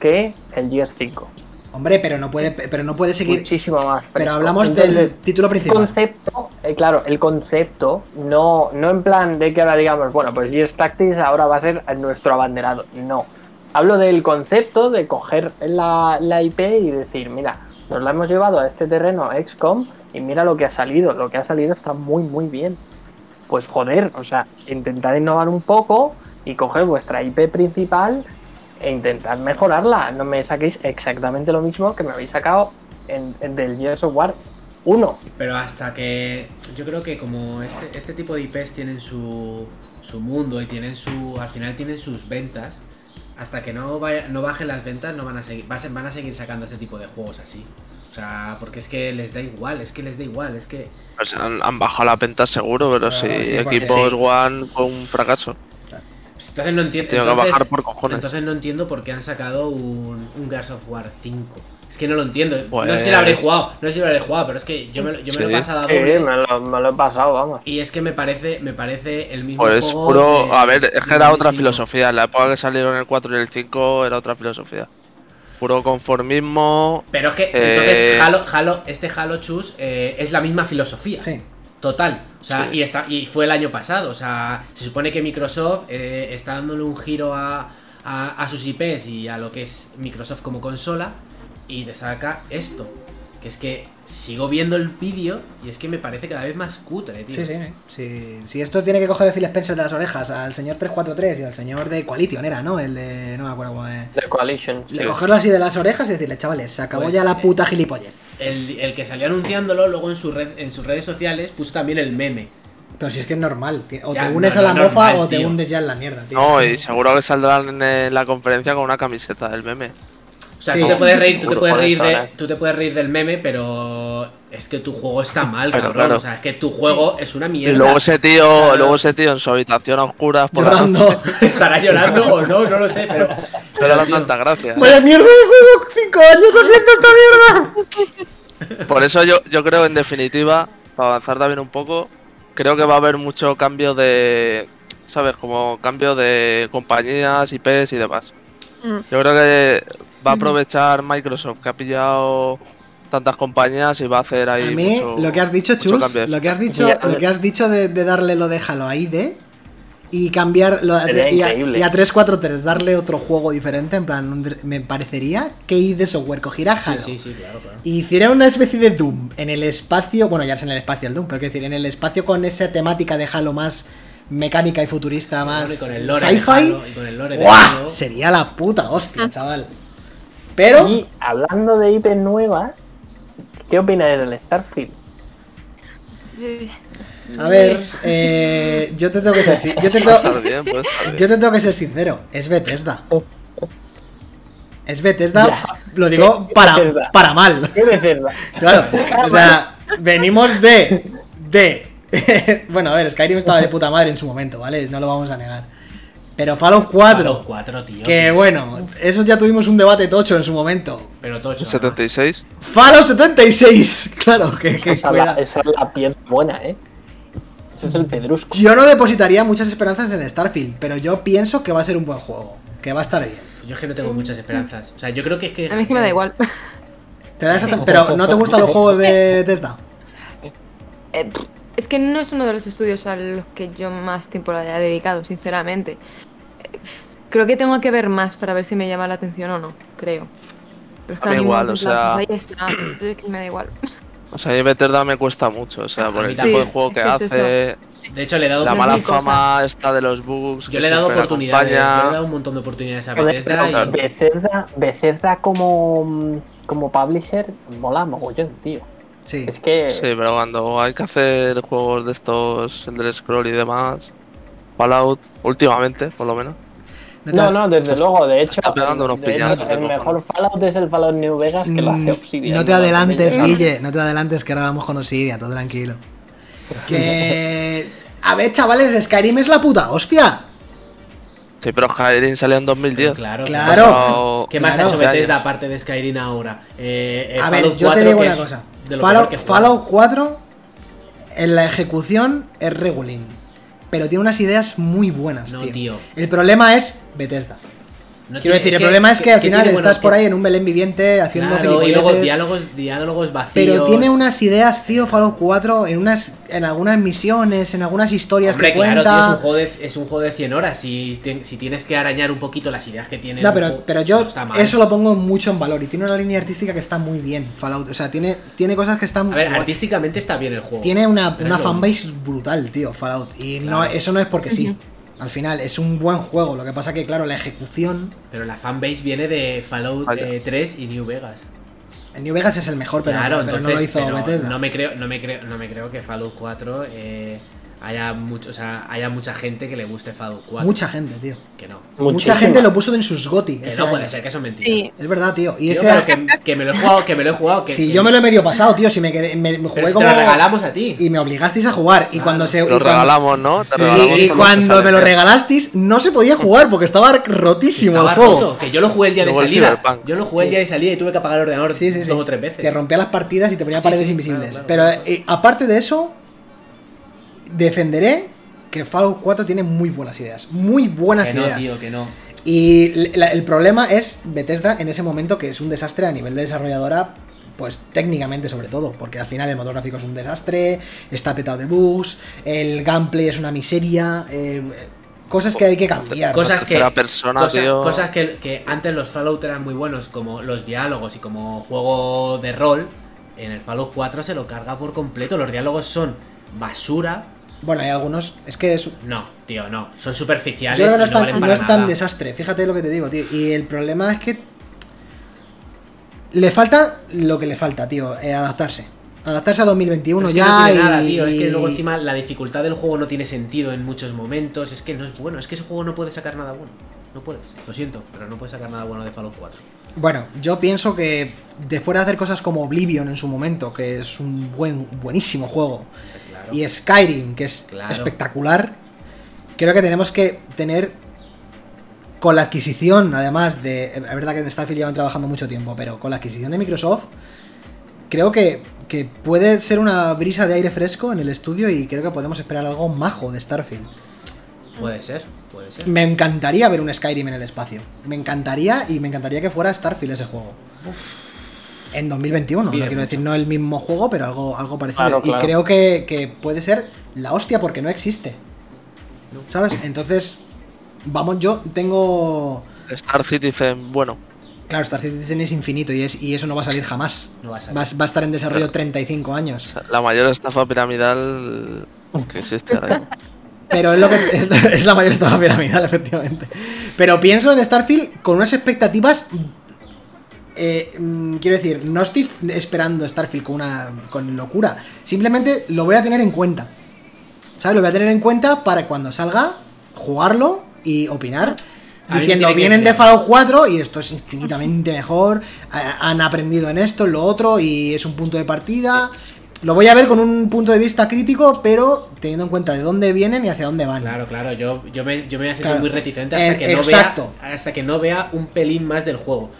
que el Gears 5.
Hombre, pero no puede, pero no puede seguir.
Muchísimo más fresco.
pero hablamos
Entonces,
del título
el
principal.
concepto, eh, claro, el concepto, no, no en plan de que ahora digamos, bueno, pues Gears Tactics ahora va a ser nuestro abanderado. No. Hablo del concepto de coger la, la IP y decir, mira, nos la hemos llevado a este terreno XCOM y mira lo que ha salido. Lo que ha salido está muy, muy bien. Pues joder, o sea, intentad innovar un poco y coger vuestra IP principal e intentad mejorarla. No me saquéis exactamente lo mismo que me habéis sacado en, en del Gears of War 1.
Pero hasta que. Yo creo que como este, este tipo de IPs tienen su, su mundo y tienen su. Al final tienen sus ventas. Hasta que no, vaya- no bajen las ventas, no van a seguir. va a ser- Van a seguir sacando este tipo de juegos así. O sea, porque es que les da igual, es que les da igual, es que.
O sea, Pues han, han bajado la venta seguro, pero
Ah,
si
sí, porque
equipos
sí.
One fue un fracaso.
Pues Entonces no entiendo.
Tengo que
entonces-
bajar por cojones.
Entonces no entiendo por qué han sacado un, un Gears of War 5. Es que no lo entiendo. No
Pues-
sé si lo habré jugado, no sé si lo habré jugado, pero es que yo me, lo- yo me lo he
Sí. Eh,
pasado a
Sí,
dobles
me lo, me lo he pasado, vamos.
Y es que me parece, me parece el mismo
Pues
juego.
puro.
de-
A ver, es que
de
era otra
2005.
filosofía. En la época que salieron el 4 y el 5 era otra filosofía. Puro conformismo.
Pero es que
Eh,
entonces Halo, Halo- este Halo Chus eh, es la misma filosofía.
Sí.
Total. O sea,
Sí.
y está, y fue el año pasado. O sea, se supone que Microsoft eh, está dándole un giro a, a- a sus IPs y a lo que es Microsoft como consola. Y te saca esto. Que es que sigo viendo el vídeo y es que me parece cada vez más cutre, tío.
Sí, sí, eh. Sí, Si esto tiene que coger el Phil Spencer de las orejas al señor 343 y al señor de Coalition, era, ¿no? El de. No me acuerdo cómo es.
The Coalition.
Le cogerlo así de las orejas y decirle, chavales, se acabó
Pues,
ya
eh,
la puta gilipollez.
el, el que salió anunciándolo luego en, su red, en sus redes sociales puso también el meme.
Pero si es que es normal. tío. O
Ya,
te unes
no,
a la
no,
mofa
normal,
o te
tío.
hundes ya en la mierda, tío.
No, y seguro que saldrán en eh, la conferencia con una camiseta del meme.
O sea,
Sí.
tú te puedes reír, tú te
Seguro,
puedes
por
reír
eso,
de,
¿eh?
tú te puedes reír del meme, pero es que tu juego
(laughs)
está mal,
Pero
cabrón.
claro.
O sea, es que tu juego es una
Y
mierda.
luego ese tío,
Claro.
luego ese tío en su habitación a oscuras por la noche.
Llorando.
(laughs) Estará llorando o no, no lo sé, pero.
Pero era
tío,
tanta gracia.
¡Vaya mierda de juego! ¡Cinco años haciendo esta mierda!
Por eso yo, yo creo, en definitiva, para avanzar también un poco, creo que va a haber mucho cambio de. ¿Sabes? Como cambio de compañías, IPs y demás.
Mm.
Yo creo que va a
Ujú.
aprovechar Microsoft, que ha pillado tantas compañías y va a hacer ahí.
A mí,
mucho-
lo que has dicho,
mucho
Chus,
cambio.
lo que has dicho,
Ya.
lo que has dicho de, de darle lo de Halo a ID y cambiar lo a,
Sería
tre- y a,
increíble.
y a 343, darle otro juego diferente, en plan, un dr- me parecería que ID Software cogiera Halo.
Sí, sí, sí, claro, claro.
y Hiciera una especie de Doom en el espacio, bueno, ya es en el espacio el Doom, pero quiero decir, en el espacio con esa temática de Halo más mecánica y futurista, más
Y con el lore de
sci-fi.
Halo, y con el lore de
¡Guau!
Halo.
Sería la puta hostia, chaval. Pero
Y hablando de IP nuevas, ¿qué opináis del Starfield?
A ver, eh, yo te tengo que ser sin- yo te tengo,
Puede (laughs) estar bien, puede estar
(laughs)
bien.
yo te tengo que ser sincero, es Bethesda. Es Bethesda,
Ya.
lo digo
Es
para,
Bethesda.
para mal. (laughs)
¿Qué Bethesda?
Claro. O sea, venimos de. de. (laughs) bueno, a ver, Skyrim estaba de puta madre en su momento, ¿vale? No lo vamos a negar. Pero Fallout 4,
Fallout 4, tío.
que bueno, eso ya tuvimos un debate tocho en su momento.
Pero tocho. además.
76.
Fallout 76, (laughs) claro, que, que
Esa es, la,
cuida-
esa es la piedra buena, ¿eh? Ese es el pedrusco.
Yo no depositaría muchas esperanzas en Starfield, pero yo pienso que va a ser un buen juego, que va a estar bien.
Yo es que no tengo muchas esperanzas. O sea, yo creo que es que.
A mí es que me da igual.
Te da esa- pero no te gustan los juegos de Bethesda.
Eh, pff, es que no es uno de los estudios a los que yo más tiempo le he dedicado, sinceramente. Eh, pff, Creo que tengo que ver más para ver si me llama la atención o no, creo. Pero es que
A mí
a mí me
igual,
hacen
o sea-
plazos, ahí está, (clears throat) entonces es que me da igual. (clears throat)
O sea, a mí Bethesda me cuesta mucho. O sea,
A
por el
mí
tipo de
también.
juego que
Es que es
hace,
De hecho, le he dado.
la
es
mala
mi cosa.
fama esta de los bugs.
yo
que
le he dado
siempre
oportunidades. Yo le he
acompaña.
dado un montón de oportunidades a
Joder,
Bethesda.
pero
claro.
y-
Bethesda, Bethesda como, como publisher mola mogollón, tío.
Sí.
Es que
Sí, pero cuando hay que hacer juegos de estos, el del scroll y demás, Fallout, últimamente, por lo menos.
te-
No, no, desde luego, de hecho.
está pegando unos
de hecho,
pillazos,
El
¿no?
mejor Fallout es el Fallout New Vegas que lo hace Obsidian.
Mm, No te adelantes,
Obsidian.
Guille, no te adelantes, que ahora vamos con Obsidian, todo tranquilo. Que. A ver, chavales, Skyrim es la puta hostia.
Sí, pero Skyrim salió en
pero
2010.
Claro,
Claro.
Pasado-
¿Qué más
Claro.
ha hecho
Hace años.
Bethesda aparte de Skyrim ahora? Eh, eh,
A ver,
Fallout
yo te
4,
digo
que
una
es
cosa.
de lo peor que
Fallout,
he jugado.
Fallout 4 en la ejecución es regulín. Pero tiene unas ideas muy buenas,
No,
tío.
tío.
El problema es Bethesda.
No
Quiero
tiene-
decir, el problema es que al final
tiene, bueno,
estás por
que-
ahí en un Belén viviente haciendo
Claro, y luego
gilipolleces,
diálogos, diálogos vacíos.
Pero tiene unas ideas, tío, Fallout 4, en unas en algunas misiones, en algunas historias
Hombre,
que cuenta.
claro, tío, es un, juego de, es un juego de 100 horas. Si, te- si tienes que arañar un poquito las ideas que tiene.
No,
el
pero,
juego,
pero yo
no está mal.
eso lo pongo mucho en valor y tiene una línea artística que está muy bien, Fallout. O sea, tiene, tiene cosas que están...
A ver,
guay.
artísticamente está bien el juego.
tiene una,
pero
una
es lo
fanbase brutal, tío, Fallout. Y no,
Claro.
eso no es porque sí. Al final, es un buen juego. Lo que pasa que, claro, la ejecución...
Pero la fanbase viene de Fallout
Vaya.
eh, 3 y New Vegas.
El New Vegas es el mejor, pero,
claro,
pero
entonces,
no lo hizo
pero
Bethesda.
No me creo, no me creo, no me creo que Fallout 4 eh, haya mucho, o sea, haya mucha gente que le guste Fallout 4.
Mucha gente, tío.
que no.
Mucha
Muchísima.
gente lo puso en sus GOTY.
Que
ese
no puede
año.
ser, que eso es mentira.
Sí.
Es verdad, tío. Y
Tío,
ese...
pero que, que me lo he jugado, que me lo he jugado. Que,
Si
que-
yo me lo he medio pasado, tío, si me quedé, me, me
pero
jugué
si
como.
te lo regalamos a ti.
Y me obligasteis a jugar. Y
Claro.
cuando se.
Te
y
Lo
cuando-
regalamos, ¿no? Te
Sí,
regalamos
y
con
cuando
sale,
me lo
tío.
regalasteis, no se podía jugar porque estaba rotísimo
Estaba
el juego.
roto, que yo lo jugué el día de
Luego el
salida.
Cyberpunk.
Yo lo jugué el
Sí.
día de salida y tuve que apagar el ordenador
Sí, sí, sí.
dos o tres veces.
Te rompía las partidas y te ponía
Sí,
paredes
sí,
invisibles.
claro,
Pero
claro, claro.
eh, aparte de eso, defenderé que Fallout 4 tiene muy buenas ideas. Muy buenas
que no,
ideas.
tío, que no.
Y la- el problema es Bethesda en ese momento, que es un desastre a nivel de desarrolladora, pues técnicamente sobre todo, porque al final el motor gráfico es un desastre, está petado de bugs, el gameplay es una miseria, eh, cosas que hay que cambiar.
Cosas que,
tercera persona,
cosas,
tío.
cosas que, que antes los Fallout eran muy buenos, como los diálogos y como juego de rol. En el Fallout 4 se lo carga por completo. Los diálogos son basura.
Bueno, hay algunos, es que es...
No, tío, no. Son
Yo
superficiales.
creo que no
y
es tan,
valen
no
para
es tan
nada.
desastre, fíjate lo que te digo, tío. Y el problema es que Le falta lo que le falta, tío, eh, adaptarse. Adaptarse a 2021
Pero es que
ya
no tiene
y-
nada, tío. Es que luego encima la dificultad del juego no tiene sentido en muchos momentos. Es que no es bueno. Es que ese juego no puede sacar nada bueno. No puedes. Lo siento, pero no puedes sacar nada bueno de Fallout 4.
Bueno, yo pienso que después de hacer cosas como Oblivion en su momento, que es un buen, buenísimo juego,
Claro.
y Skyrim, que es
Claro.
espectacular, creo que tenemos que tener con la adquisición, además de... Es verdad que en Starfield llevan trabajando mucho tiempo, pero con la adquisición de Microsoft, creo que, que puede ser una brisa de aire fresco en el estudio y creo que podemos esperar algo majo de Starfield.
Puede ser, puede ser.
Me encantaría ver un Skyrim en el espacio. Me encantaría y me encantaría que fuera Starfield ese juego. En 2021, no
Pide
quiero
mucho.
decir no el mismo juego, pero algo, algo parecido.
Claro, claro.
Y creo que, que puede ser la hostia porque no existe. ¿Sabes? Entonces, vamos, yo tengo...
Star Citizen, bueno,
Claro, Star Citizen es infinito y, es, y eso no va a salir jamás.
No va a salir.
Va, a- va a estar en desarrollo
Claro.
35
o
años.
sea, la mayor estafa piramidal que existe
(laughs)
ahora mismo.
Pero es lo que (laughs) es, es la mayor estafa piramidal, efectivamente. Pero pienso en Starfield con unas expectativas. eh, mm, quiero decir, no estoy f- esperando Starfield con una. con locura. Simplemente lo voy a tener en cuenta. ¿Sabes? Lo voy a tener en cuenta para cuando salga, jugarlo y opinar.
A mí me
Diciendo,
tiene que
vienen de
enseñar".
Fallout 4 y esto es infinitamente mejor. ha- Han aprendido en esto, en lo otro, y es un punto de partida. Lo voy a ver con un punto de vista crítico, pero teniendo en cuenta de dónde vienen y hacia dónde van.
Claro, claro, yo, yo, me, yo me voy a sentir
Claro.
muy reticente hasta
Eh,
que, no
exacto.
vea, hasta que no vea un pelín más del juego.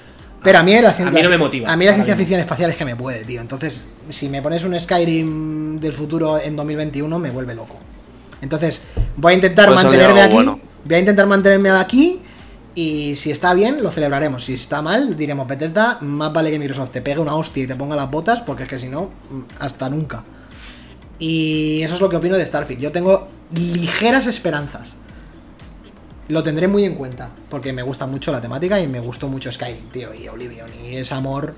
Pero a mí la
A mí no me motiva,
A mí la
ahora
ciencia
mismo.
ficción espacial es que me puede, tío. Entonces, si me pones un Skyrim del futuro en 2021, me vuelve loco. Entonces, voy a intentar
Pues sale
mantenerme aquí.
algo bueno.
Voy a intentar mantenerme aquí. Y si está bien, lo celebraremos. Si está mal, diremos Bethesda, más vale que Microsoft te pegue una hostia y te ponga las botas, porque es que si no, mm, hasta nunca. Y eso es lo que opino de Starfield. Yo tengo ligeras esperanzas. Lo tendré muy en cuenta, porque me gusta mucho la temática y me gustó mucho Skyrim, tío, y Oblivion, y ese amor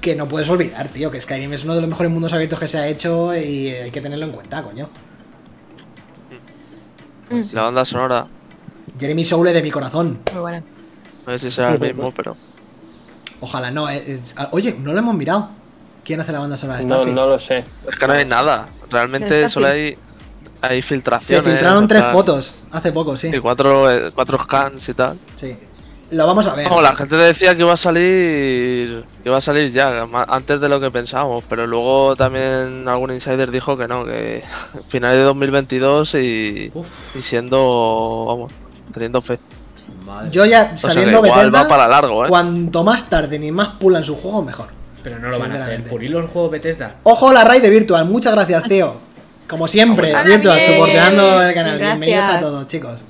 que no puedes olvidar, tío, que Skyrim es uno de los mejores mundos abiertos que se ha hecho y eh, hay que tenerlo en cuenta, coño.
La banda sonora,
Jeremy Soule de mi corazón.
Muy buena.
no sé si será el mismo, pero
Ojalá no. eh, es- ah, oye, no lo hemos mirado. ¿Quién hace la banda sonora de
No,
Starfield?
no lo sé.
es que no hay nada. Realmente
Está
solo hay, hay
se
filtraciones.
filtraron tres
tal,
fotos hace poco, sí.
Y cuatro, eh, cuatro scans y tal.
Sí. Lo vamos a ver.
No, la gente decía que iba a salir que iba a salir ya, ma- antes de lo que pensábamos, pero luego también algún insider dijo que no, que (laughs) finales de 2022 y,
Uf,
y siendo, vamos, teniendo fe.
madre.
Yo ya
O sea,
sabiendo
que igual
Bethesda,
va para largo, ¿eh?
cuanto más tarden y más pulan su juego, mejor.
Pero no lo van a hacer.
Sinceramente.
Por hilo el juego Bethesda.
Ojo la raid de Virtual, muchas gracias, tío. Como siempre,
Hola,
Virtual,
bien.
soporteando el canal.
Gracias.
Bienvenidos a todos, chicos.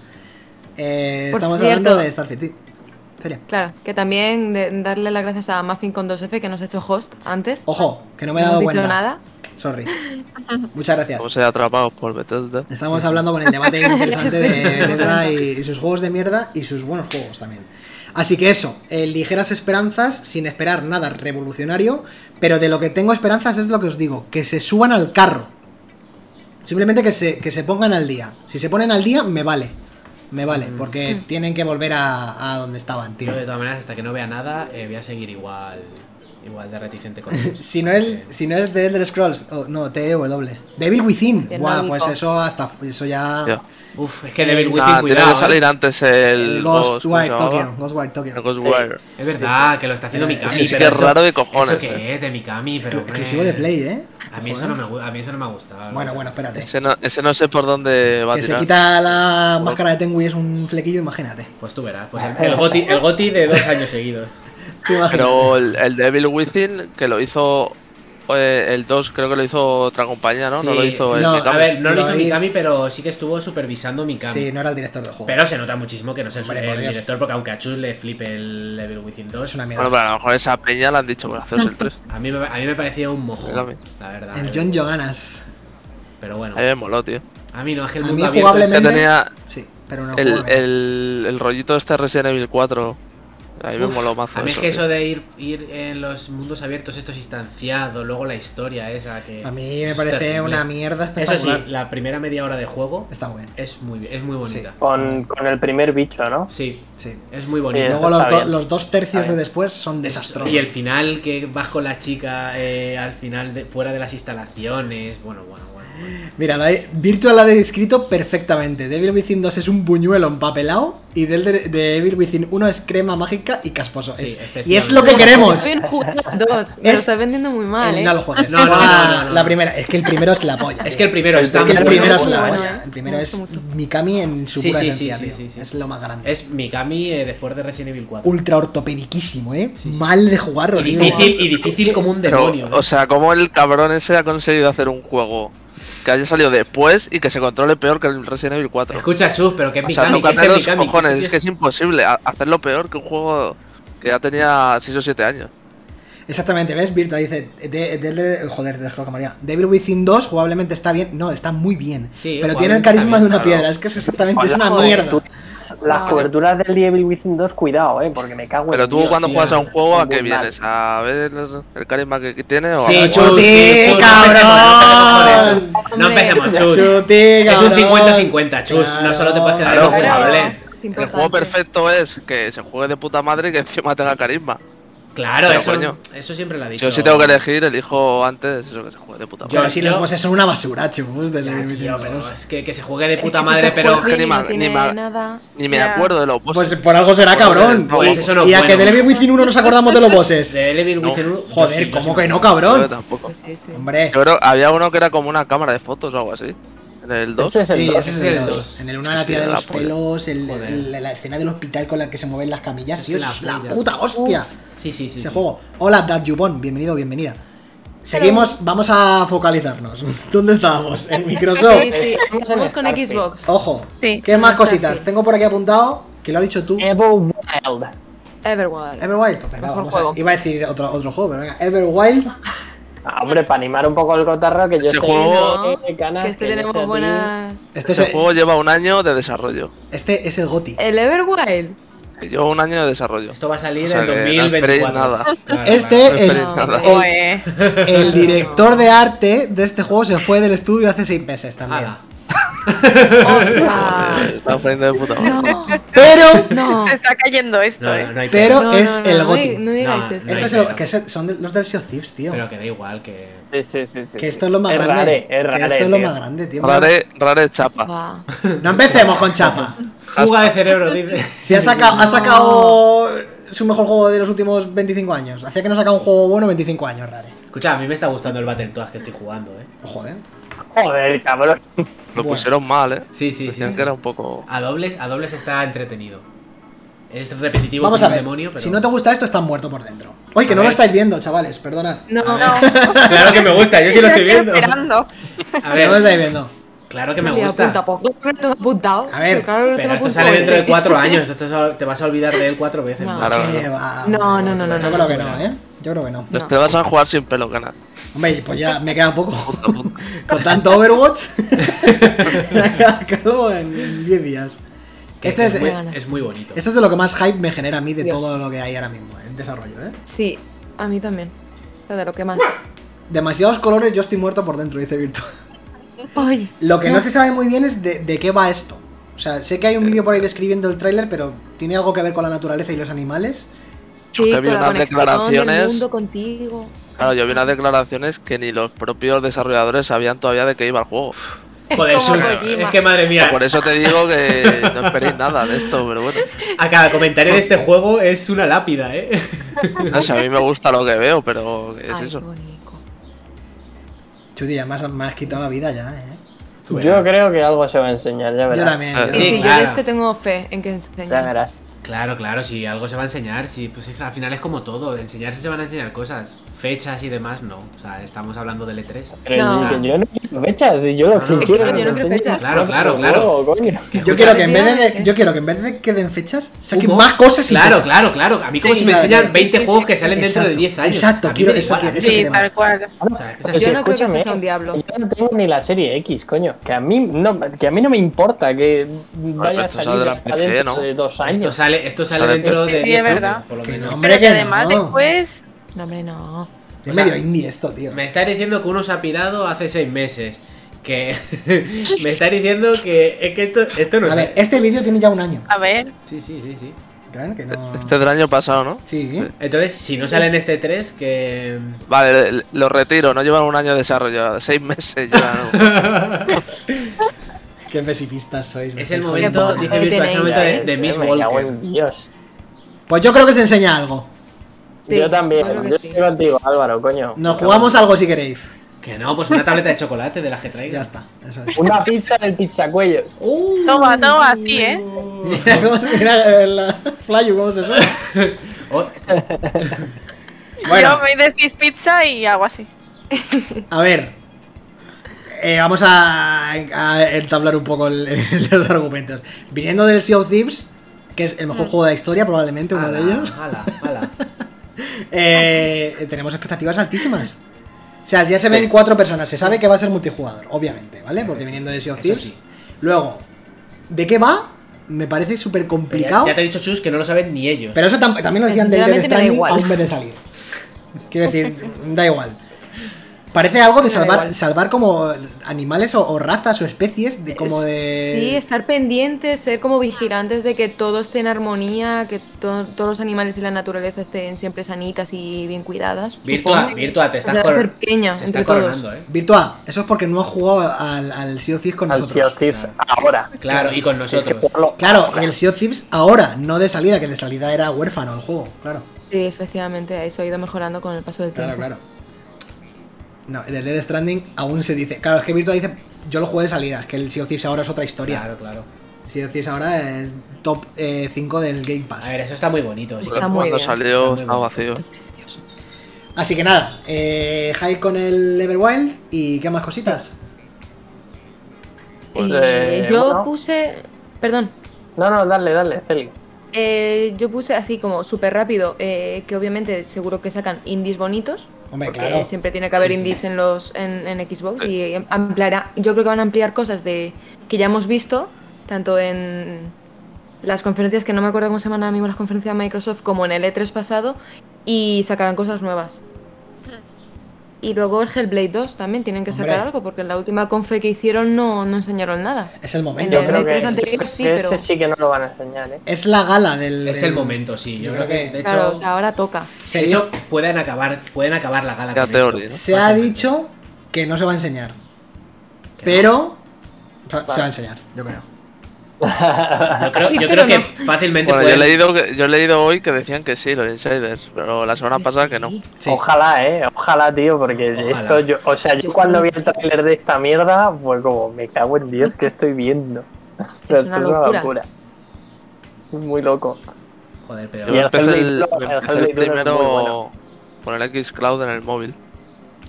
Eh,
Por
estamos
cierto.
hablando de Starfield. sí. Celia.
Claro, que también de- darle las gracias a Muffin con 2F que nos ha hecho host antes.
Ojo, que no me he
No
dado
hemos dicho
cuenta.
nada.
Sorry. Muchas gracias.
Vamos a ser atrapados por Bethesda.
Estamos hablando con el debate interesante de Bethesda y, y sus juegos de mierda y sus buenos juegos también. Así que eso, eh, ligeras esperanzas, sin esperar nada revolucionario, pero de lo que tengo esperanzas es lo que os digo, que se suban al carro. Simplemente que se, que se pongan al día. Si se ponen al día, me vale. Me vale, porque tienen que volver a, a donde estaban, tío.
Yo de todas maneras, hasta que no vea nada, eh, voy a seguir igual igual de reticente
(laughs)
con ellos.
Si no, el, si no es de Elder Scrolls, oh, no, TW. Devil Within.
Que no
Guau, pues
dijo.
eso hasta eso ya.
Tío.
Uf, es que Devil Within,
Nada, Ah, tiene
cuidado.
que salir
¿eh?
antes el,
El
Ghost- ¿cómo se
Ghostwire
llamaba?
Tokyo. Ghostwire Tokyo.
El Ghostwire.
Es verdad que lo está haciendo
Sí,
Mikami.
sí, sí,
pero
que es raro de cojones,
¿Eso qué
eh.
es de Mikami? Pero,
Exclu-
hombre,
exclusivo de Play, ¿eh?
A mí, eso no me, gu- a mí eso no me ha gustado.
Bueno, bueno, espérate.
Ese no, ese no sé por dónde va a
Que se
tirar.
quita la máscara de Tengu y es un flequillo, imagínate.
Pues tú verás. Pues el, el goti, el goti de dos años seguidos.
Ah, (laughs) Tú imagínate.
Pero el, el Devil Within, que lo hizo. eh, el 2 creo que lo hizo otra compañía, ¿no? no
Sí.
lo hizo el
No,
Mikami.
A ver, no lo,
Lo
hizo
vi.
Mikami, pero sí que estuvo supervisando Mikami.
Sí, no era el director del juego.
Pero se nota muchísimo que no es el,
Hombre, por
el
Dios.
director, porque aunque a Chus le flipe el Devil Within 2,
es una mierda.
Bueno, pero a lo mejor esa peña le han dicho, bueno, haceros el
(laughs)
3.
a, mí me, a mí me parecía un mojo,
Mikami. Eh,
la verdad.
el
Devil
John
Within.
Johannes.
Pero bueno,
A mí me moló, tío.
a mí no, es que el
a
mundo
mí
abierto es-
Ya
jugablemente- Depende.
Ah,
tenía
Sí, pero no
el,
jugable.
el, el rollito este Resident Evil 4 Ahí me
Uf,
moló mazo
A mí es
eso, tío.
que eso de ir, ir en los mundos abiertos, estos instanciados, luego la historia esa que.
A mí me
es
parece
terrible.
una mierda
Eso sí,
espectacular.
la primera media hora de juego
Está bueno.
es muy, es muy bonita.
Con, con el primer bicho, ¿no?
Sí,
Sí.
es muy bonita.
Eh,
Eso
Luego los,
está
do-
bien.
los dos tercios
Está
de
bien.
después son
Es-
desastrosos.
Y el final que vas con la chica eh, al final de, fuera de las instalaciones. Bueno, bueno, bueno. bueno.
Mira, la he- Virtual la he descrito perfectamente. Devil Within 2 es un buñuelo empapelado y del de, de Evil Within 1 es crema mágica y casposo.
Sí,
Es-
efectivamente.
y es lo que queremos.
Estoy en (laughs) Judas 2. Me
Es-
lo estás vendiendo muy mal,
Eh,
¿eh?
No lo juegues.
No, no,
Buah,
no, no, no.
La primera, es que el primero es la polla.
Es
tío.
que el primero está
Es que el
muy
primero es
bueno.
la
bueno,
polla.
eh.
El primero
Me
es
gusta mucho.
Mikami en su
Sí,
pura
sí, sí,
esencia,
sí,
tío.
sí, sí.
Es lo más grande.
Es Mikami eh, después de Resident Evil 4.
ultra ortopediquísimo, ¿eh? Mal de jugarlo,
Y
tío.
difícil, y difícil como un
Pero,
demonio. ¿eh?
o sea, como el cabrón ese ha conseguido hacer un juego que haya salido después y que se controle peor que el Resident Evil 4?
Escucha, Chus, pero que es
O sea,
Mikami, que es
tócate
de
los
Mikami, que
cojones,
ese
es que es
tío
imposible ha- hacerlo peor que un juego que ya tenía 6 o 7 años.
Exactamente, ¿ves? Virtua dice, de, de- de- joder, de que María. Devil Within 2 jugablemente está bien. No, está muy bien.
Sí,
pero tiene el
jugablemente está
carisma de
bien,
una
claro.
piedra. Es que es exactamente es
Hola,
una
joder,
mierda.
tú- Las coberturas del Evil Within 2, cuidado, eh, porque me cago
Pero
en
tú
Dios,
cuando
tío,
juegas a un juego, ¿a qué
muy mal.
vienes? ¿A ver el, el carisma que, que tiene? o a-
Sí,
o a-
Chus,
Chuti,
sí, Chus,
cabrón.
No empecemos, Chus.
Chuti,
Es un
cabrón.
50-50, Chus. No solo te puedes quedar
Claro,
en el
claro.
Belén.
Es
El
importante.
juego perfecto es que se juegue de puta madre y que encima tenga carisma.
Claro,
Pero,
eso,
coño,
eso siempre lo ha dicho.
Yo si tengo que elegir, elijo antes eso que se juegue de puta
Yo-
madre.
Pero si los
yo-
bosses son una basura, chus, del Devil
Ya,
Within
tío, pero
2.
es que, que se juegue de
Es que
puta
si
madre,
se
pero.
juega
Ni
bien y
ma-
no tiene
ni ma-
nada.
Ni me
Ya.
acuerdo de los
Pues
bosses.
por algo será cabrón.
Pues
tío.
eso no es
y a que
bueno.
Devil Within 1 nos acordamos de los bosses.
(laughs) De Evil
No.
Within uno- yo sí,
Joder,
yo
¿cómo
sí
que no,
Yo
cabrón?
tampoco.
Pues Sí, sí.
Hombre.
Yo creo que había uno que era como una cámara de fotos o algo así. En el 2.
Ese es el
Sí,
2.
ese es
ese
el
es el
2.
dos.
En el 1
Sí,
la
sí,
tía de
la
los
polla.
pelos, el-
Joder.
el- la, la escena del hospital con la que se mueven las camillas,
Esa
tío,
es la
es la
polla.
puta hostia.
Sí, sí, sí.
Ese
sí.
juego. Hola, Dad Jubon, bienvenido, bienvenida. Seguimos, vamos a focalizarnos. (laughs) ¿Dónde estábamos? En Microsoft.
Sí, sí,
Estamos Eh, en
estamos con
Starfield.
Xbox.
Ojo.
Sí.
¿Qué más
Está
cositas?
así.
Tengo por aquí apuntado, que lo has dicho tú.
Evo Wild.
Everwild.
Everwild. Pues venga,
Mejor
vamos
juego.
a, iba a decir otro, otro juego, pero venga. Everwild.
Ah, hombre, para animar un poco el cotarro que yo
Ese
sé
juego-
eh, eh, canas,
que este
yo sé a
tenemos
ti.
buenas.
Este es,
Ese
el,
juego lleva un año de desarrollo.
este es el GOTI.
(laughs)
El Everwild.
Lleva un año de desarrollo.
Esto va a salir
O sea
en
que no
2024.
esperéis nada.
Claro,
Este,
claro.
No
el,
esperéis nada.
el-
Joder.
el director de arte de este juego se fue del estudio hace seis meses también.
Ala.
¡Ostras!
Está poniendo de puta madre.
No,
Pero
no.
Se está cayendo esto,
No, no,
eh.
no hay
Pero-
pena.
No,
es
no, no,
el
no
Gothic.
di- No digáis
No,
eso.
no.
Este es el, que es- son de- los del Sea of Thieves, tío.
Pero que da igual que.
Sí, sí, sí, sí.
que esto es lo más
Es
grande.
rare, es
que
rare,
esto es lo
tío.
más grande, tío.
Rare, rare chapa.
Va.
No empecemos con
(laughs)
chapa.
Fuga de cerebro,
(laughs)
dice. (laughs)
Si ha sacado, ha sacado su mejor juego de los últimos 25 años. Hacía que no sacaba un juego bueno 25 años, Rare.
Escucha, a mí me está gustando el Battletoads que estoy jugando, eh.
Ojo, eh.
Joder, cabrón.
Lo
Bueno.
pusieron mal, eh.
Sí, sí, sí.
Decían
sí. Ah,
que era un poco.
A dobles, a dobles está entretenido. Es repetitivo
Vamos
como
a
un
ver.
demonio, pero.
Si no te gusta esto, estás muerto por dentro. Oye, que
A
no lo
ver.
estáis viendo, chavales, perdonad.
No,
A ver.
no.
(laughs) Claro que me gusta, yo sí lo estoy viendo.
esperando.
A
Si no lo estáis
ver,
viendo.
claro que me
Lía,
gusta.
apunta, po. Yo creo que lo tengo apuntado.
A ver,
Yo creo que lo
Pero
tengo
esto
apuntado.
sale dentro de cuatro años, esto so- te vas a olvidar de él cuatro veces.
No.
¿no?
Claro.
Eh, va,
No,
hombre,
no, no, no,
Yo
no,
creo
no,
que
no.
no, eh. Yo creo que no.
Te vas a jugar sin pelo, ganas.
Hombre, pues ya me queda poco. (laughs) Con tanto Overwatch. (laughs) me ha quedado en 10 días.
Que
Este es,
muy,
eh,
es muy bonito.
esto es de lo que más hype me genera a mí de
Dios.
todo lo que hay ahora mismo en desarrollo, ¿eh?
Sí, a mí también. O sea, De lo que más.
Demasiados colores, yo estoy muerto por dentro, dice Virtu.
Oye.
Lo que no se sabe muy bien es de, de qué va esto. O sea, sé que hay un vídeo por ahí describiendo el tráiler, pero tiene algo que ver con la naturaleza y los animales.
Yo
Sí,
que vi
con la
unas
conexión del
declaraciones.
mundo contigo.
Claro, yo vi unas declaraciones que ni los propios desarrolladores sabían todavía de qué iba el juego.
Joder,
como
Sune,
Kojima.
es que madre mía,
Por eso te digo que no esperéis nada de esto, pero bueno.
a cada comentario de este juego es una lápida, eh.
No sé, a mí me gusta lo que veo, pero ¿qué es
Ay,
eso?
qué bonito.
Chuti, ya me has, me has quitado la vida ya, ¿eh?
Tú
Yo
verás.
creo que algo se va a enseñar, ya verás.
Yo también. yo
Ah,
Sí,
también.
sí, yo
claro.
de este tengo fe en que
Ya
enseñen.
verás.
Claro, claro, si algo se va a enseñar, si pues es que al final es como todo, de enseñarse se van a enseñar cosas. fechas y demás, no. O sea, estamos hablando del E3.
Pero
No.
que yo no quiero fechas, y yo lo
No,
que
no,
quiero
claro,
es
yo no
que
quiero
me
fechas.
enseñes
Claro,
cosas
claro,
del
claro.
juego, coño.
Yo quiero que en vez de, yo quiero que en vez de que den fechas, saquen
Humo.
más cosas y
Claro,
fechas.
claro, claro. A mí como
Sí,
si me
claro,
enseñan
sí,
20
sí,
juegos
sí,
que salen dentro de
Exacto,
10 años.
exacto,
A mí
quiero-
me da
eso
igual, a mí
quiero,
me
Sí,
da
queremos.
tal cual.
igual. O sea, que esas-
Yo
Sí,
no creo que eso
escúchame,
sea un diablo.
Yo no tengo ni la serie X, coño. Que a mí no, que a mí no me importa que vaya a
esto
salir
sale de la
hasta
PC,
dentro
¿no?
de dos
Esto
años.
sale, esto sale
Sale
dentro
Sí,
de
es
10 años,
verdad.
por lo
Que
menos.
no,
Pero
hombre,
que
que
además
no.
después.
No, hombre, no.
Es
O sea,
medio indie esto, tío.
Me está diciendo que uno se ha pirado hace 6 meses. Que (laughs) me está diciendo que es que esto, esto no
A
es.
ver, este vídeo tiene ya un año.
A ver,
Sí, sí, sí, sí.
¿Ven? Que no-
Este del año pasado, ¿no?
Sí.
Entonces, si no sale en este 3, que.
Vale, le- lo retiro, no llevan un año desarrollado, seis meses ya.
Qué pesimistas sois. me
Es el
estáis
momento,
jodiendo.
dice Virtua, es el momento de, de
Ya
Miss
ves, me cago
Walker.
en Dios.
Pues yo creo que se enseña algo.
Sí,
yo también,
yo creo que
yo
sí.
estoy contigo, Álvaro, coño.
Nos jugamos algo si queréis.
Que no, pues una tableta de chocolate de las que
(laughs) Ya
traigas.
está. Eso es.
Una pizza del pizzacuellos.
Uh,
toma, toma, así, ¿eh?
Mira cómo se mira eh, la Flyu, cómo se suena.
Oh,
Bueno.
Yo me decís pizza y hago así.
A ver. Eh, vamos a, a entablar un poco el- el- los argumentos. Viniendo del Sea of Thieves, que es el mejor juego de la historia, probablemente uno
ala,
de ellos.
ala,
(laughs)
ala.
Eh, tenemos expectativas altísimas. O sea, ya se ven cuatro personas. Se sabe que va a ser multijugador, obviamente, ¿vale? Porque viniendo de Sea of
Eso
Thieves.
sí.
Luego, ¿de qué va? Me parece súper
Pero
complicado.
Ya, ya te he dicho, Chus, que no lo saben ni ellos.
Pero eso tam- también lo decían del Death
Sinceramente me da
Stranding
igual.
aún vez de
(laughs)
salir. Quiero decir, da igual. Parece algo de
Me da
salvar,
igual.
salvar como animales o, o razas o especies, de, como de...
Sí, estar pendientes, ser como vigilantes de que todo esté en armonía, que to- todos los animales y la naturaleza estén siempre sanitas y bien cuidadas.
Virtua,
supongo.
Virtua, te
O sea,
estás
hacer
coronando.
pequeña
Se
entre
está
todos.
coronando, ¿eh?
Virtua, eso es porque no has jugado al, al Sea of Thieves con
Al Sea
nosotros.
of Thieves ahora.
Claro, y con
Tienes que
nosotros.
jugarlo
Claro,
ahora.
y el Sea of Thieves ahora, no de salida, que de salida era huérfano el juego, claro.
Sí, efectivamente, eso ha ido mejorando con el paso del
(laughs)
tiempo.
Claro, claro. No, el Dead Stranding aún se dice. Claro, es que Virtua dice, yo lo jugué de salida, es que el Sea of Thieves ahora es otra historia.
Claro, claro.
Sea of Thieves ahora es top 5 del Game Pass.
A ver, eso está muy bonito. sí.
(laughs) Está muy
Cuando
bien.
salió
Está
estaba
muy
vacío.
Así que nada, eh, hype con el Everwild y qué más cositas.
Pues,
Y
eh,
yo
bueno.
puse, perdón,
No, no, dale, dale, Celi.
eh, yo puse así como súper rápido, eh, que obviamente seguro que sacan indies bonitos,
Hombre,
porque
claro.
Eh, siempre tiene que haber
Sí, sí.
indies en los en, en Xbox y eh, ampliará, yo creo que van a ampliar cosas de que ya hemos visto tanto en las conferencias que no me acuerdo cómo se llaman ahora mismo las conferencias de Microsoft como en el E3 pasado y sacarán cosas nuevas. Y luego el Hellblade 2 también tienen que sacar
Hombre.
algo porque en la última confe que hicieron no, no enseñaron nada.
Es el
en
momento.
Yo
el
creo
E3
que es-
anterior sí,
que
pero
ese sí que no lo van a enseñar, eh.
Es la gala del.
Es
del-
el momento, sí. Yo, creo, que, de hecho,
claro, o sea, ahora toca.
Se,
de
di-
hecho pueden acabar, pueden acabar la gala
Ya
con
te
esto.
odio, ¿no?
se ha dicho que no se va a enseñar.
Que
Pero. fa- Se
Vale.
va a enseñar, yo creo.
no. yo creo,
Sí,
yo
(laughs) pero
creo que fácilmente
Bueno, yo he,
pueden-
leído que- yo he leído hoy que decían que sí, los insiders, pero la semana pasada que no.
Sí.
Sí.
Ojalá, eh. Ojalá, tío, porque
Ojalá.
esto yo. O sea, yo
Yo
cuando vi el
estoy-
trailer de esta mierda, fue como, me cago en Dios, que estoy viendo?
Es una locura. (laughs)
Muy loco.
Joder, pero...
Yo
el
empecé
Hellblade
el,
Pro- el
empecé el
Hellblade Pro es muy
primero
bueno.
con el X Cloud en el móvil.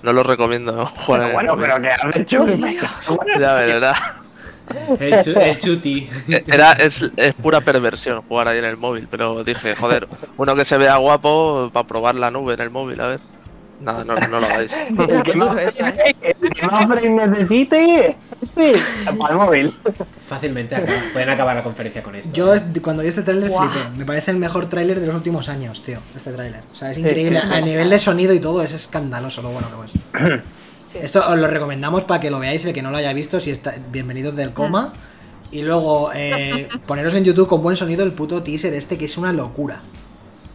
No (laughs) lo recomiendo jugar en
Pero
el
bueno,
móvil.
pero que has hecho. Me cago
(laughs)
en
Ya verás.
El, chu- el chuti.
Era, es, es pura perversión jugar ahí en el móvil, pero dije, joder, uno que se vea guapo para probar la nube en el móvil, a ver. Nada, no, no lo hagáis.
El que
Duro
más
eso, ¿eh?
el que más frame necesite, sí, para el móvil.
Fácilmente
(laughs)
acaba- pueden acabar la conferencia con esto. ¿eh?
Yo est- cuando vi este tráiler
Guau.
flipé. Me parece el mejor tráiler de los últimos años, tío. Este tráiler. O sea, es
Sí,
increíble.
sí, sí.
A nivel de sonido y todo es escandaloso lo bueno que es.
Sí.
Esto os lo recomendamos para que lo veáis, el que no lo haya visto, si está bienvenidos del coma. Y luego eh, poneros en YouTube con buen sonido el puto teaser este que es una locura.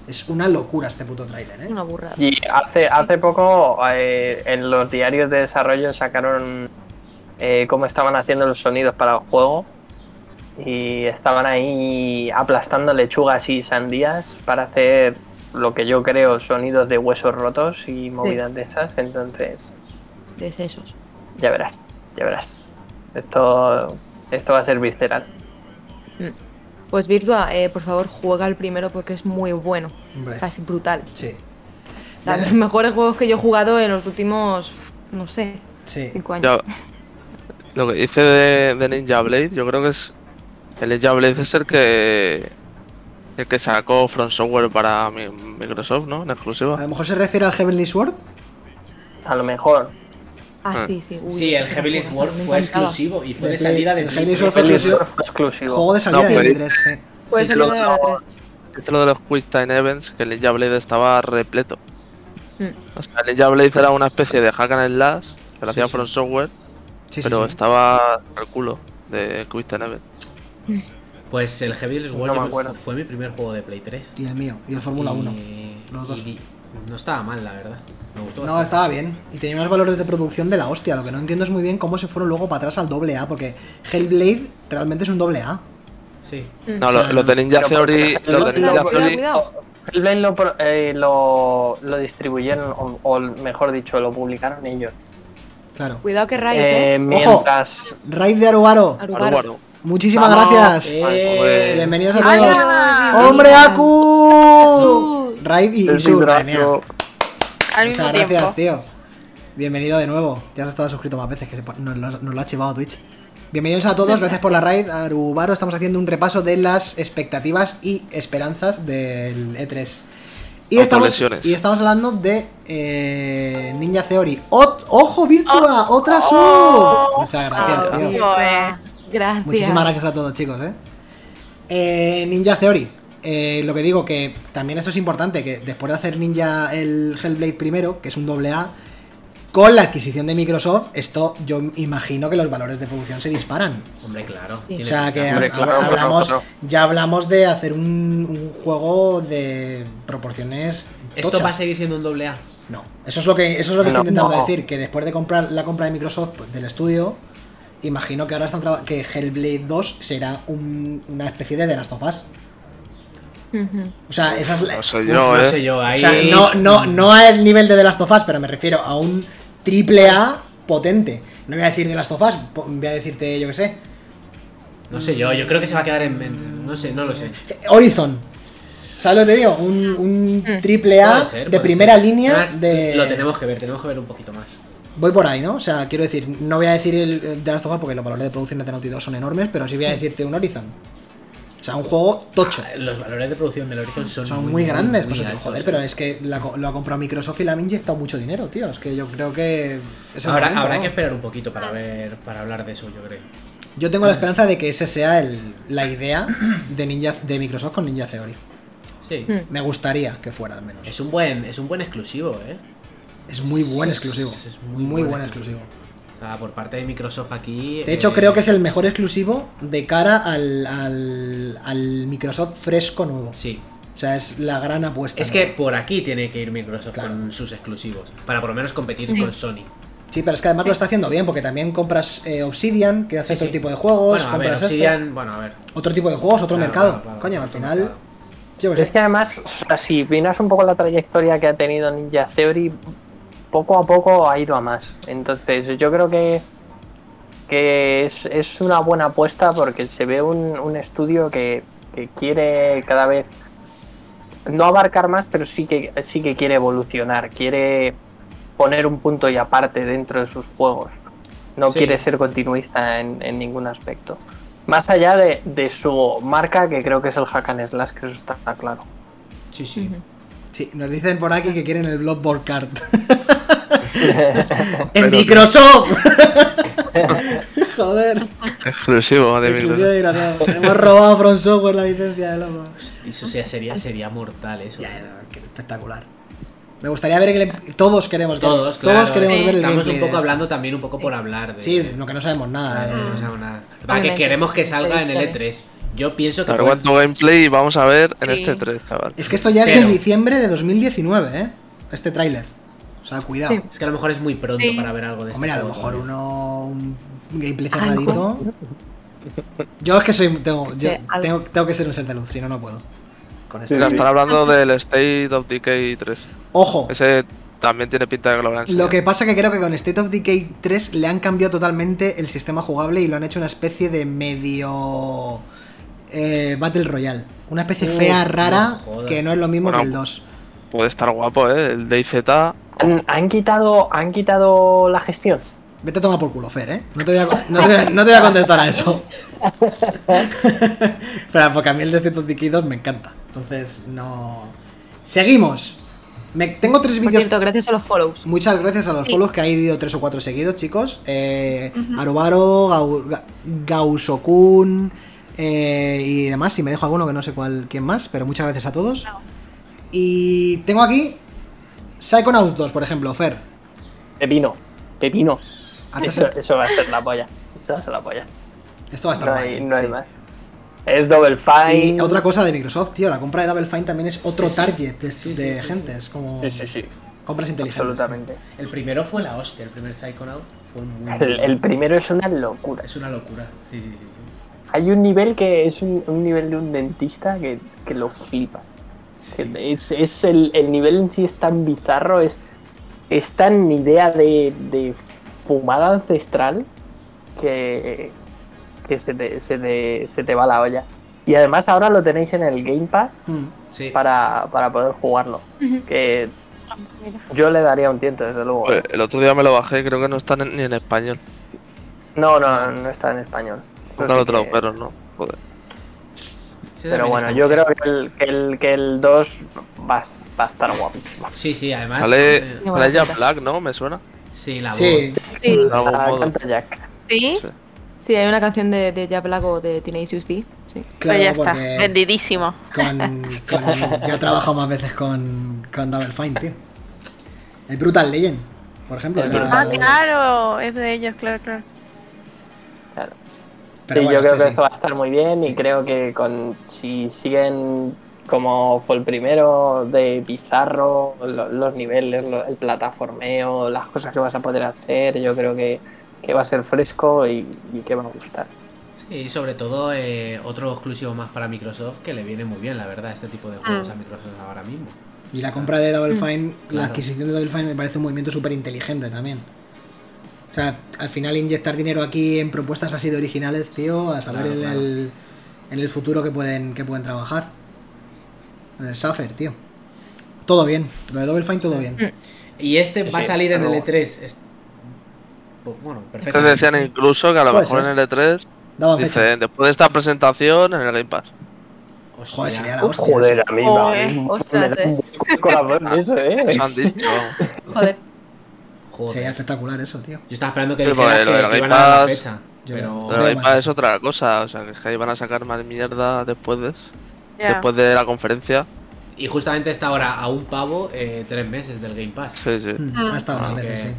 Es una locura este puto tráiler, ¿eh?
Una burrada.
Y hace, hace poco eh, en los diarios de desarrollo sacaron eh, cómo estaban haciendo los sonidos para el juego. Y estaban ahí aplastando lechugas y sandías para hacer lo que yo creo sonidos de huesos rotos y movidas de esas. Entonces,
de sesos.
ya verás, ya verás. Esto, esto va a ser visceral.
Pues Virtua, eh, por favor, juega el primero porque es muy bueno,
Hombre,
casi brutal.
sí.
de los mejores juegos que yo he jugado en los últimos, no sé,
Sí.
cinco años.
Yo- lo que hice de, de Ninja Blade, yo creo que es. El Ninja Blade es el que. El que sacó From Software para mi- Microsoft, ¿no? En
A
exclusiva.
lo mejor se refiere al Heavenly Sword.
A lo mejor.
Ah, sí, sí. uy,
Sí, el
ese
Heavenly
juego,
Sword
me
fue
encantaba.
exclusivo y fue
De
de salida de
Play- el
Play Pues,
Heavenly Sword
3.
fue exclusivo.
Heavenly Sword fue exclusivo.
Juego de salida
No,
de
pues-
Play 3, sí.
Fue
Sí, sí,
salido
lo-
de la 3.
Hice lo de los Quick Time Events, que el Ninja Blade estaba repleto.
Mm.
O sea, el Ninja Blade era una especie de hack and slash que lo
Sí,
hacía
sí.
From Software,
Sí, sí,
pero
sí.
estaba al culo de Quick Time Event.
Pues el Heavenly Sword
No me
yo-
acuerdo.
fue mi primer juego de Play 3.
Y el mío, y el Fórmula
Y-
1. los dos.
y di- no estaba mal, la verdad. Me gustó.
No,
bastante.
estaba bien. Y tenía unos valores de producción de la hostia. Lo que no entiendo es muy bien cómo se fueron luego para atrás al doble A, porque Hellblade realmente es un doble A.
Sí.
Mm.
No, lo-
sea,
los de Ninja
pero-
Theory.
pero-
Los de
pero-
Ninja
pero-
Theory.
Cuidado.
Hellblade lo, pro- eh, lo, lo distribuyeron, o, o mejor dicho, lo publicaron ellos.
Claro.
Cuidado que Riot,
Eh,
eh.
mientras.
Raid de Arubaro.
Arubaro.
Arúbaro.
Muchísimas
Vamos,
gracias.
eh.
Eh,
Bienvenidos a
Ay,
todos.
ay, ay,
¡Hombre
ay.
Aku!
Jesús.
Raid y, y
el
Sur, madre mía.
vibrazo-
Al mismo
Muchas
tiempo.
gracias, tío. Bienvenido de nuevo. Ya has estado suscrito más veces, que se po- nos, lo- nos lo ha chivado Twitch. Bienvenidos a todos, gracias por la raid. Arubaro, estamos haciendo un repaso de las expectativas y esperanzas del E3. Y
Auto
estamos,
lesiones.
y estamos hablando de eh, Ninja Theory. Ot- ¡Ojo, Virtua! ¡Otra sub!
Oh.
Muchas gracias,
Ah,
tío.
tío.
Gracias.
Muchísimas gracias a todos, chicos, ¿eh? Eh, Ninja Theory. Eh, lo que digo que también esto es importante, que después de hacer Ninja el Hellblade primero, que es un doble A, con la adquisición de Microsoft, esto yo imagino que los valores de producción se disparan.
Hombre, claro.
Sí.
O
tiene
sea que
pinta.
Hombre,
ha-
claro,
ha- hablamos,
claro,
ya hablamos de hacer un, un juego de proporciones.
Esto
tochas.
va a seguir siendo un doble A.
No, eso es lo que eso es lo que
No.
estoy intentando
No.
decir, que después de comprar la compra de Microsoft pues, del estudio, imagino que ahora están traba- que Hellblade 2 será un- una especie de The Last of Us.
Ujú.
O sea, esa es la-
No sé yo,
no
eh.
sé yo,
o
Pues ahí.
sea, no, no, no al nivel de The Last of Us, pero me refiero a un triple A potente. No voy a decir The Last of Us, po- voy a decirte, yo qué sé,
No sé yo, yo creo que se va a quedar en. en- no sé, no lo sé.
eh, Horizon. ¿Sabes lo que te digo? Un, un
Mm.
triple A
Puede ser,
de
puede
primera
ser.
línea
Además,
de...
Lo tenemos que ver, tenemos que ver un poquito más.
Voy por ahí, ¿no? O sea, quiero decir, no voy a decir el el The Last of Us porque los valores de producción de Naughty 2 son enormes, pero
Hmm.
sí voy a decirte un Horizon. O sea, un juego tocho.
Los valores de producción del Horizon son,
Son muy, grandes,
Ah, muy
pues,
altos,
joder,
eh.
pero es que la co- lo ha comprado Microsoft y le han inyectado mucho dinero, tío. Es que yo creo que. es el
Habrá,
momento,
habrá
¿no?
que esperar un poquito para ver, para hablar de eso, yo creo.
Yo tengo la esperanza de que ese sea el- la idea de, Ninja, de Microsoft con Ninja Theory.
Sí.
Mm.
Me gustaría que fuera, al menos.
Es un buen, es un buen exclusivo, eh.
Es muy buen exclusivo.
Es
muy,
muy
buen
buen
exclusivo.
O sea, por parte de Microsoft aquí.
De hecho,
eh,
creo que es el mejor exclusivo de cara al, al, al Microsoft fresco nuevo.
Sí.
O sea, es la gran apuesta.
Es
¿no?
que por aquí tiene que ir Microsoft
Claro.
con sus exclusivos. Para por lo menos competir
Sí.
con Sony.
Sí, pero es que además lo está haciendo bien, porque también compras eh, Obsidian, que hace
Sí,
otro
sí.
tipo de juegos,
Bueno, a ver,
compras este,
Obsidian. Bueno, a ver.
otro tipo de juegos, otro
Claro,
mercado.
claro, claro,
Coño, al
otro
final.
mercado.
Yo qué
Es que
sé.
además, o sea, si miras un poco la trayectoria que ha tenido Ninja Theory, poco a poco ha ido a más. Entonces, yo creo que, que es, es una buena apuesta porque se ve un, un estudio que, que quiere cada vez no abarcar más, pero sí que, sí que quiere evolucionar, quiere poner un punto y aparte dentro de sus juegos. No
Sí.
quiere ser continuista en, en ningún aspecto. Más allá de, de su marca, que creo que es el Hack and Slash, que eso está claro.
Sí, sí.
Ujú.
Sí, nos dicen por aquí que quieren el Bloodborne
(laughs)
Card. ¡En
(laughs)
Microsoft! Joder,
Exclusivo de
exclusivo
Microsoft.
de Microsoft. Hemos robado a From Software la licencia de loco.
Eso sea- sería, sería mortal eso.
Ya, ya, qué espectacular. Me gustaría ver el gameplay. Todos queremos, que-
Todos, claro.
queremos
sí.
ver el
Estamos
gameplay
un poco
de esto.
hablando también, un poco por hablar de.
Sí, no que no sabemos nada.
Claro,
eh.
no sabemos nada. Para que
Obviamente,
queremos que
sí,
salga en el
predicciones.
E3. Yo pienso que.
Claro,
puede-
cuánto gameplay vamos a ver en
Sí.
este 3, chaval.
Es que esto ya es
Cero.
de diciembre de 2019, ¿eh? Este tráiler. O sea, cuidado.
Sí.
Es que a lo mejor es muy pronto
Sí.
para ver algo de este
Hombre,
esto.
a lo mejor uno un gameplay
A lo mejor.
cerradito. Yo es que soy tengo,
Que
yo
sea algo.
tengo, tengo que ser un ser de luz, si no no puedo. Con esto.
Mira, están
Ah,
hablando del State of Decay 3.
Ojo,
Ese también tiene pinta de que lo habrán
lo
enseñado.
que pasa que creo que con State of Decay 3 le han cambiado totalmente el sistema jugable y lo han hecho una especie de medio eh, Battle Royale. Una especie
Uh,
fea,
no
rara,
jodas.
que no es lo mismo
Bueno,
que el 2.
Puede estar guapo, ¿eh? El DayZ.
Han, han quitado, han quitado la gestión.
Vete a tomar por culo, Fer, ¿eh? No te voy a, no te voy a- no te voy a contestar a eso. (laughs) Pero porque a mí el Destiny 2 me encanta. Entonces, no. Seguimos. Me, tengo tres
Por
vídeos.
cierto, gracias a los follows.
Muchas gracias a los
Sí.
follows que ha ido tres o cuatro seguidos, chicos. Eh, Arubaro, Gau- Ga- Gausokun eh, y demás. Si me dejo alguno que no sé cuál, quién más, pero muchas gracias a todos. Y tengo aquí Psychonauts 2, por ejemplo, Fer.
Pepino. Pepino.
A ti
Eso,
se-
eso va a ser la polla. Eso va a ser la polla.
Esto Ah, va a estar
No
guay,
hay, no hay
sí.
más. Es Double Fine.
Y otra cosa de Microsoft, tío, la compra de Double Fine también es otro target de,
sí,
de
sí, sí,
gente. Es como
Sí, sí, sí.
compras inteligentes.
Absolutamente.
El primero fue la hostia, el primer Psychonaut fue muy.
El, el primero es una locura.
Es una locura. Sí, sí, sí, sí.
Hay un nivel que es un, un nivel de un dentista que, que lo flipa. Que Es, es el, el nivel en sí es tan bizarro, es, es tan idea de, de fumada ancestral que, que se, te, se, te, se te va la olla. Y además ahora lo tenéis en el Game Pass
Mm.
Sí.
para, para poder jugarlo.
Ujú.
Que yo le daría un tiento, desde luego. ¿eh?
Pues, el otro día me lo bajé, creo que no está ni en español.
No, no, no está en español. Eso
Pues, Nunca lo
sí que-
tradujeron, ¿no? Joder.
Ese
Pero
también
bueno,
está
yo
muy-
creo que el, que el, que el 2 va, a- va a estar guapísimo.
Sí, sí,
Ah,
además.
Sale,
eh,
Igual,
sale Jack
quizás.
Black, ¿no? Me suena.
Sí, la voz.
Sí,
Sí,
algún
Ah,
modo.
canta Jack.
Sí,
Sí.
sí, hay una canción de, de Jack Black o de Teenage USD. Sí.
claro,
pues ya está,
porque
vendidísimo.
con, con- yo he trabajado más veces con, con Double Fine, tío. El Brutal Legend, por ejemplo.
El
era-
Brutal
Ah, claro, es de ellos, claro, claro.
Claro.
pero
sí,
bueno,
yo creo
este
que
sí.
esto va a estar muy bien y creo que con si siguen como fue el primero de Pizarro, lo- los niveles, lo- el plataformeo, las cosas que vas a poder hacer, yo creo que, que va a ser fresco y, y que va a gustar.
Sí, y sobre todo eh, otro exclusivo más para Microsoft que le viene muy bien, la verdad, este tipo de juegos
Mm.
a Microsoft ahora mismo.
Y la compra de Double Fine, la
Mm. Claro.
adquisición de Double Fine me parece un movimiento súper inteligente también. O sea, al final inyectar dinero aquí en propuestas así de originales, tío, a saber
Claro,
en,
claro.
El, en el futuro que pueden, que pueden trabajar. En el Suffer, tío. Todo bien. Lo de Double Fine, todo bien.
Y este
Sí,
va a
sí,
salir en el
luego.
E3. es- Pues bueno, perfecto.
Entonces decían incluso que a lo
Puede
mejor
ser.
en el E E3
Daban fecha.
dicen, después de esta presentación en el
(laughs)
Game Pass.
Hostia. uh,
Joder, sería la hostia.
Joder, a mí me-
Joder,
me da
ostras,
un
eh.
vuelco el corazón
(laughs)
Eso
eso, ¿eh?
han dicho. vamos.
Joder.
Joder.
Sería espectacular eso, tío.
Yo estaba esperando que
Sí,
dijeras
porque lo
que,
del
que iban a
Game
dar la
Pass-
fecha.
Yo
Pero.
Pero
Game
el Game
Pass.
Pass es otra cosa, o sea, que es que ahí van a sacar más mierda después de, eso,
Ya.
después de la conferencia.
Y justamente está ahora a un pavo eh, tres meses del Game Pass.
Sí, sí.
Mm, ha estado más
Así
veces,
que-
sí.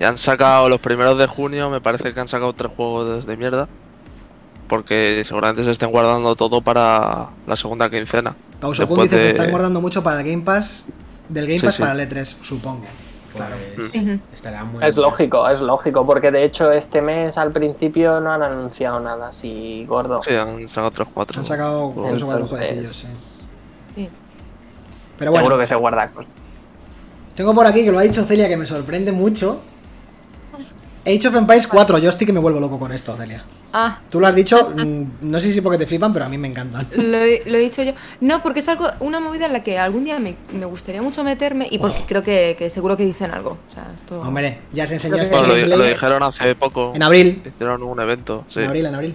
Y han sacado los primeros de junio, me parece que han sacado tres juegos de mierda. Porque seguramente se estén guardando todo para la segunda quincena.
Gausokun
Después
dice, se
de-
están guardando mucho para el Game Pass, del Game
Sí,
Pass
sí.
para el E3, supongo. Claro.
Pues,
Ujú.
Estará muy.
Es lógico, es lógico, porque de hecho este mes al principio no han anunciado nada así gordo.
Sí, han sacado tres, cuatro.
Han sacado
juegos.
tres o cuatro
Entonces-
jueguecillos, sí.
Sí.
Pero bueno,
Seguro que se guarda cosas.
Tengo por aquí que lo ha dicho Celia que me sorprende mucho. Age of Empires 4, yo estoy que me vuelvo loco con esto, Celia.
Ah,
Tú lo has dicho, mm, no sé si porque te flipan, pero a mí me encantan.
lo he, lo he dicho yo. No, porque es algo, una movida en la que algún día me, me gustaría mucho meterme y porque
Ojo.
creo que, que seguro que dicen algo. O sea, esto...
Hombre, ya se enseñó
Lo
este
Bueno, lo, di- lo
gameplay
dijeron hace poco.
en abril.
Hicieron un evento. Sí.
En abril, en abril.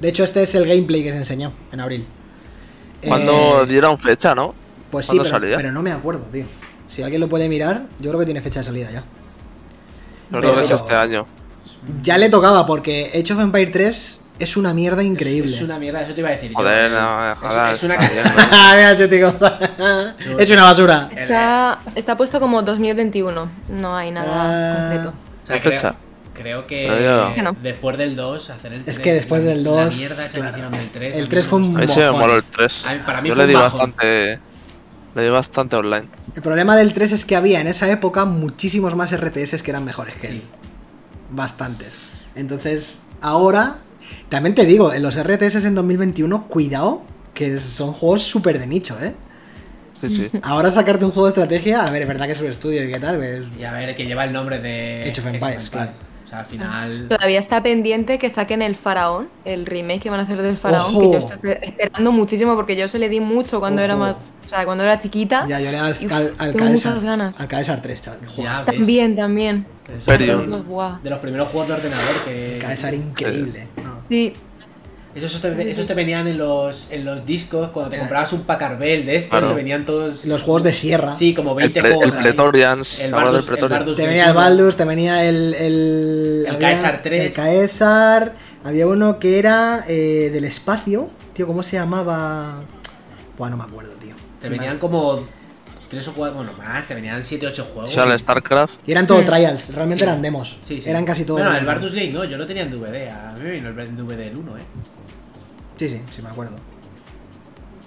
De hecho, este es el gameplay que se enseñó en abril.
Cuando
Eh,
dieron fecha, ¿no?
Pues sí,
¿Cuándo
pero,
salía?
pero no me acuerdo, tío. Si alguien lo puede mirar, yo creo que tiene fecha de salida ya.
No creo que es
pero-
este año.
Ya le tocaba porque Age of Empires 3 es una mierda increíble.
Es, es una mierda, eso te iba a decir. yo,
Joder,
eh.
no,
Es-
joder,
es, una
está
cagada.
(laughs) Mira, chicos. (laughs) es una basura.
El-
Está, está puesto como 2021, no hay nada
Ah,
concreto.
O sea,
¿Qué fecha?
creo, creo que
Pero yo-
Que no.
después del 2, hacer el 3.
Es que después del
La
2,
mierda esa que
claro.
hicieron del 3.
El
a mí
3
no
fue
me
un
A mí
gustó.
se me
Mojón.
moló el 3.
A mí- para mí
Yo
fue
le di
un bajón.
bastante. Le di bastante online.
El problema del 3 es que había en esa época muchísimos más RTS que eran mejores que él.
Sí.
Bastantes. Entonces, ahora. También te digo, en los RTS en 2021, cuidado, que son juegos súper de nicho,
(laughs)
¿eh?
Sí, sí.
Ahora sacarte un juego de estrategia, a ver, es verdad que es un estudio y qué tal, pues,
Y a ver, que lleva el nombre de.
Age of Empires, claro.
O sea, al final.
Todavía está pendiente que saquen el Faraón, el remake que van a hacer del Faraón,
¡Ojo!
que yo estoy esper- esperando muchísimo porque yo se le di mucho cuando era
¡Ojo!
más, o sea, cuando era chiquita.
Ya, yo le doy al,
Uf,
al, al
tengo
Caesar.
muchas ganas.
Al Caesar 3, chaval.
Ya
Joder,
ves.
También, también.
Esos
Pero-
Esos
son
dos, guau.
de los primeros juegos de ordenador que.
el Caesar increíble.
eh.
No.
Sí,
Esos te, esos te venían en los, en los discos cuando te comprabas un Pacarbel de estos,
Claro.
te venían todos.
Los juegos de sierra.
Sí, como
El,
20
pre-
juegos.
el
ahí.
Pretorians,
El
¿te acuerdas del
Baldur's- el
Pretorians?
Baldur's
Te venía el Baldus, te venía el. El,
El
había-
Caesar 3.
El Caesar. Había uno que era eh, del espacio. Tío, ¿cómo se llamaba? Bueno, no me acuerdo, tío.
Te
Sí,
venían
vale.
como 3 o 4, bueno, más, te venían 7 8
O
juegos.
sea, el StarCraft.
Y eran todos
Mm.
trials, realmente
Sí.
eran demos.
Sí, sí.
Eran casi todos.
Bueno, el Bardus Gate no, yo lo tenía en DVD. A mí me vino el DVD el 1, ¿eh?
Sí, sí, sí, me acuerdo.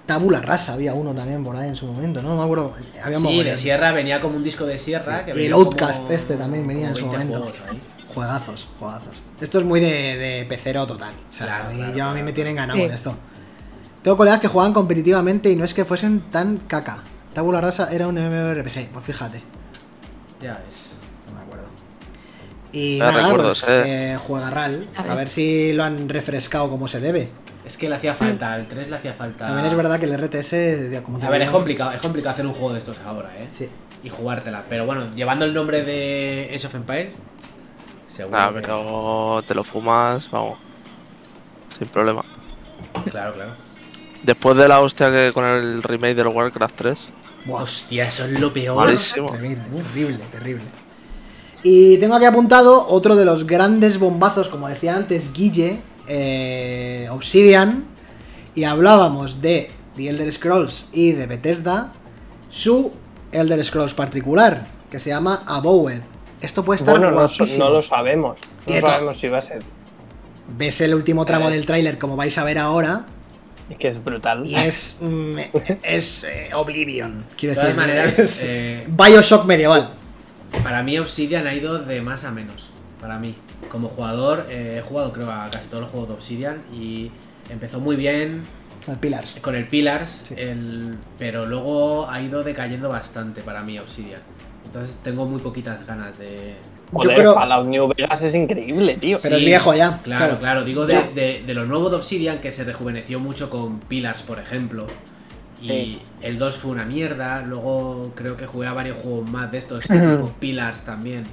Tabula rasa, había uno también por ahí en su momento, ¿no? No me acuerdo. Había
sí,
mogollón.
de Sierra venía como un disco de Sierra.
Sí,
que
y
venía
el Outcast
como-
este también venía
como
en su
20
momento.
juegos ahí.
Juegazos, juegazos. Esto es muy de, de pecero total. O sea,
Claro,
a mí,
claro,
yo a mí
claro.
me tienen ganado
Sí.
con esto. Tengo colegas que jugaban competitivamente y no es que fuesen tan caca. Tabula rasa era un MMORPG, pues fíjate.
Ya ves.
No me acuerdo. Y
Ah,
nada,
recuerdos,
pues
eh.
eh, juega RAL.
A
A
ver.
ver. si lo han refrescado como se debe.
Es que le hacía falta, el 3 le hacía falta.
También es verdad que el RTS, ya como te
Ah. A ver,
digo,
es complicado, es complicado hacer un juego de estos ahora, ¿eh?
Sí.
Y jugártela. Pero bueno, llevando el nombre de Age of Empires, seguro.
Nah,
que-
pero te lo fumas, vamos. Sin problema.
Claro, claro.
Después de la hostia que con el remake del Warcraft 3.
Buah,
Hostia, eso es lo peor.
Malísimo.
Terrible, terrible, terrible. Y tengo aquí apuntado otro de los grandes bombazos, como decía antes Guille, eh, Obsidian, y hablábamos de The Elder Scrolls y de Bethesda, su Elder Scrolls particular, que se llama Abowed. Esto puede estar
Bueno, no,
guapísimo.
no lo sabemos. No
Quieto.
sabemos si va a ser.
Ves el último tramo
Eh.
del tráiler, como vais a ver ahora,
Es que es brutal. (laughs)
y es... mm, es eh, Oblivion,
De
quiero
todas
decir.
maneras,
es
eh,
Bioshock medieval.
para mí Obsidian ha ido de más a menos. Para mí. Como jugador, eh, he jugado creo a casi todos los juegos de Obsidian y empezó muy bien
El Pillars.
con el Pillars,
Sí.
el- pero luego ha ido decayendo bastante para mí Obsidian. Entonces tengo muy poquitas ganas de...
Joder,
yo creo-
Fallout New Vegas es increíble, tío.
Pero es viejo ya,
Claro,
claro.
claro, Digo de,
Ya.
de- de lo nuevo de Obsidian que se rejuveneció mucho con Pillars, por ejemplo. Y
Sí.
el 2 fue una mierda. Luego creo que jugué a varios juegos más de estos, tipo Pillars también.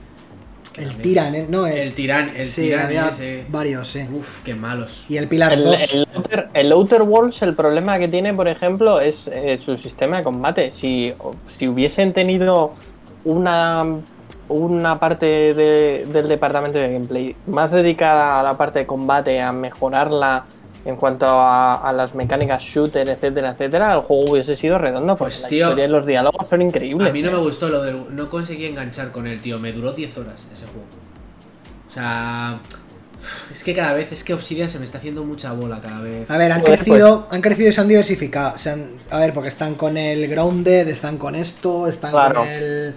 que
El
también-
Tiran, ¿eh? no es.
El Tiran, el
sí,
Tyranny
había
ese.
varios, sí.
Uf, qué malos.
Y el Pilar
El,
2.
el Outer, el Outer Worlds, el problema que tiene, por ejemplo, es eh, su sistema de combate. Si, o- si hubiesen tenido una, una parte de- del departamento de gameplay más dedicada a la parte de combate, a mejorarla en cuanto a, a las mecánicas shooter, etcétera, etcétera, el juego hubiese sido redondo. Pues,
Pues,
la
tío,
historia y los diálogos son increíbles.
A mí no me gustó lo del. No conseguí enganchar con él, tío. Me duró 10 horas ese juego. O sea. Es que cada vez, es que Obsidian se me está haciendo mucha bola cada vez.
A ver, han
Joder,
crecido, han crecido y se han diversificado. se han- a ver, porque están con el Grounded, están con esto, están
Claro.
con el.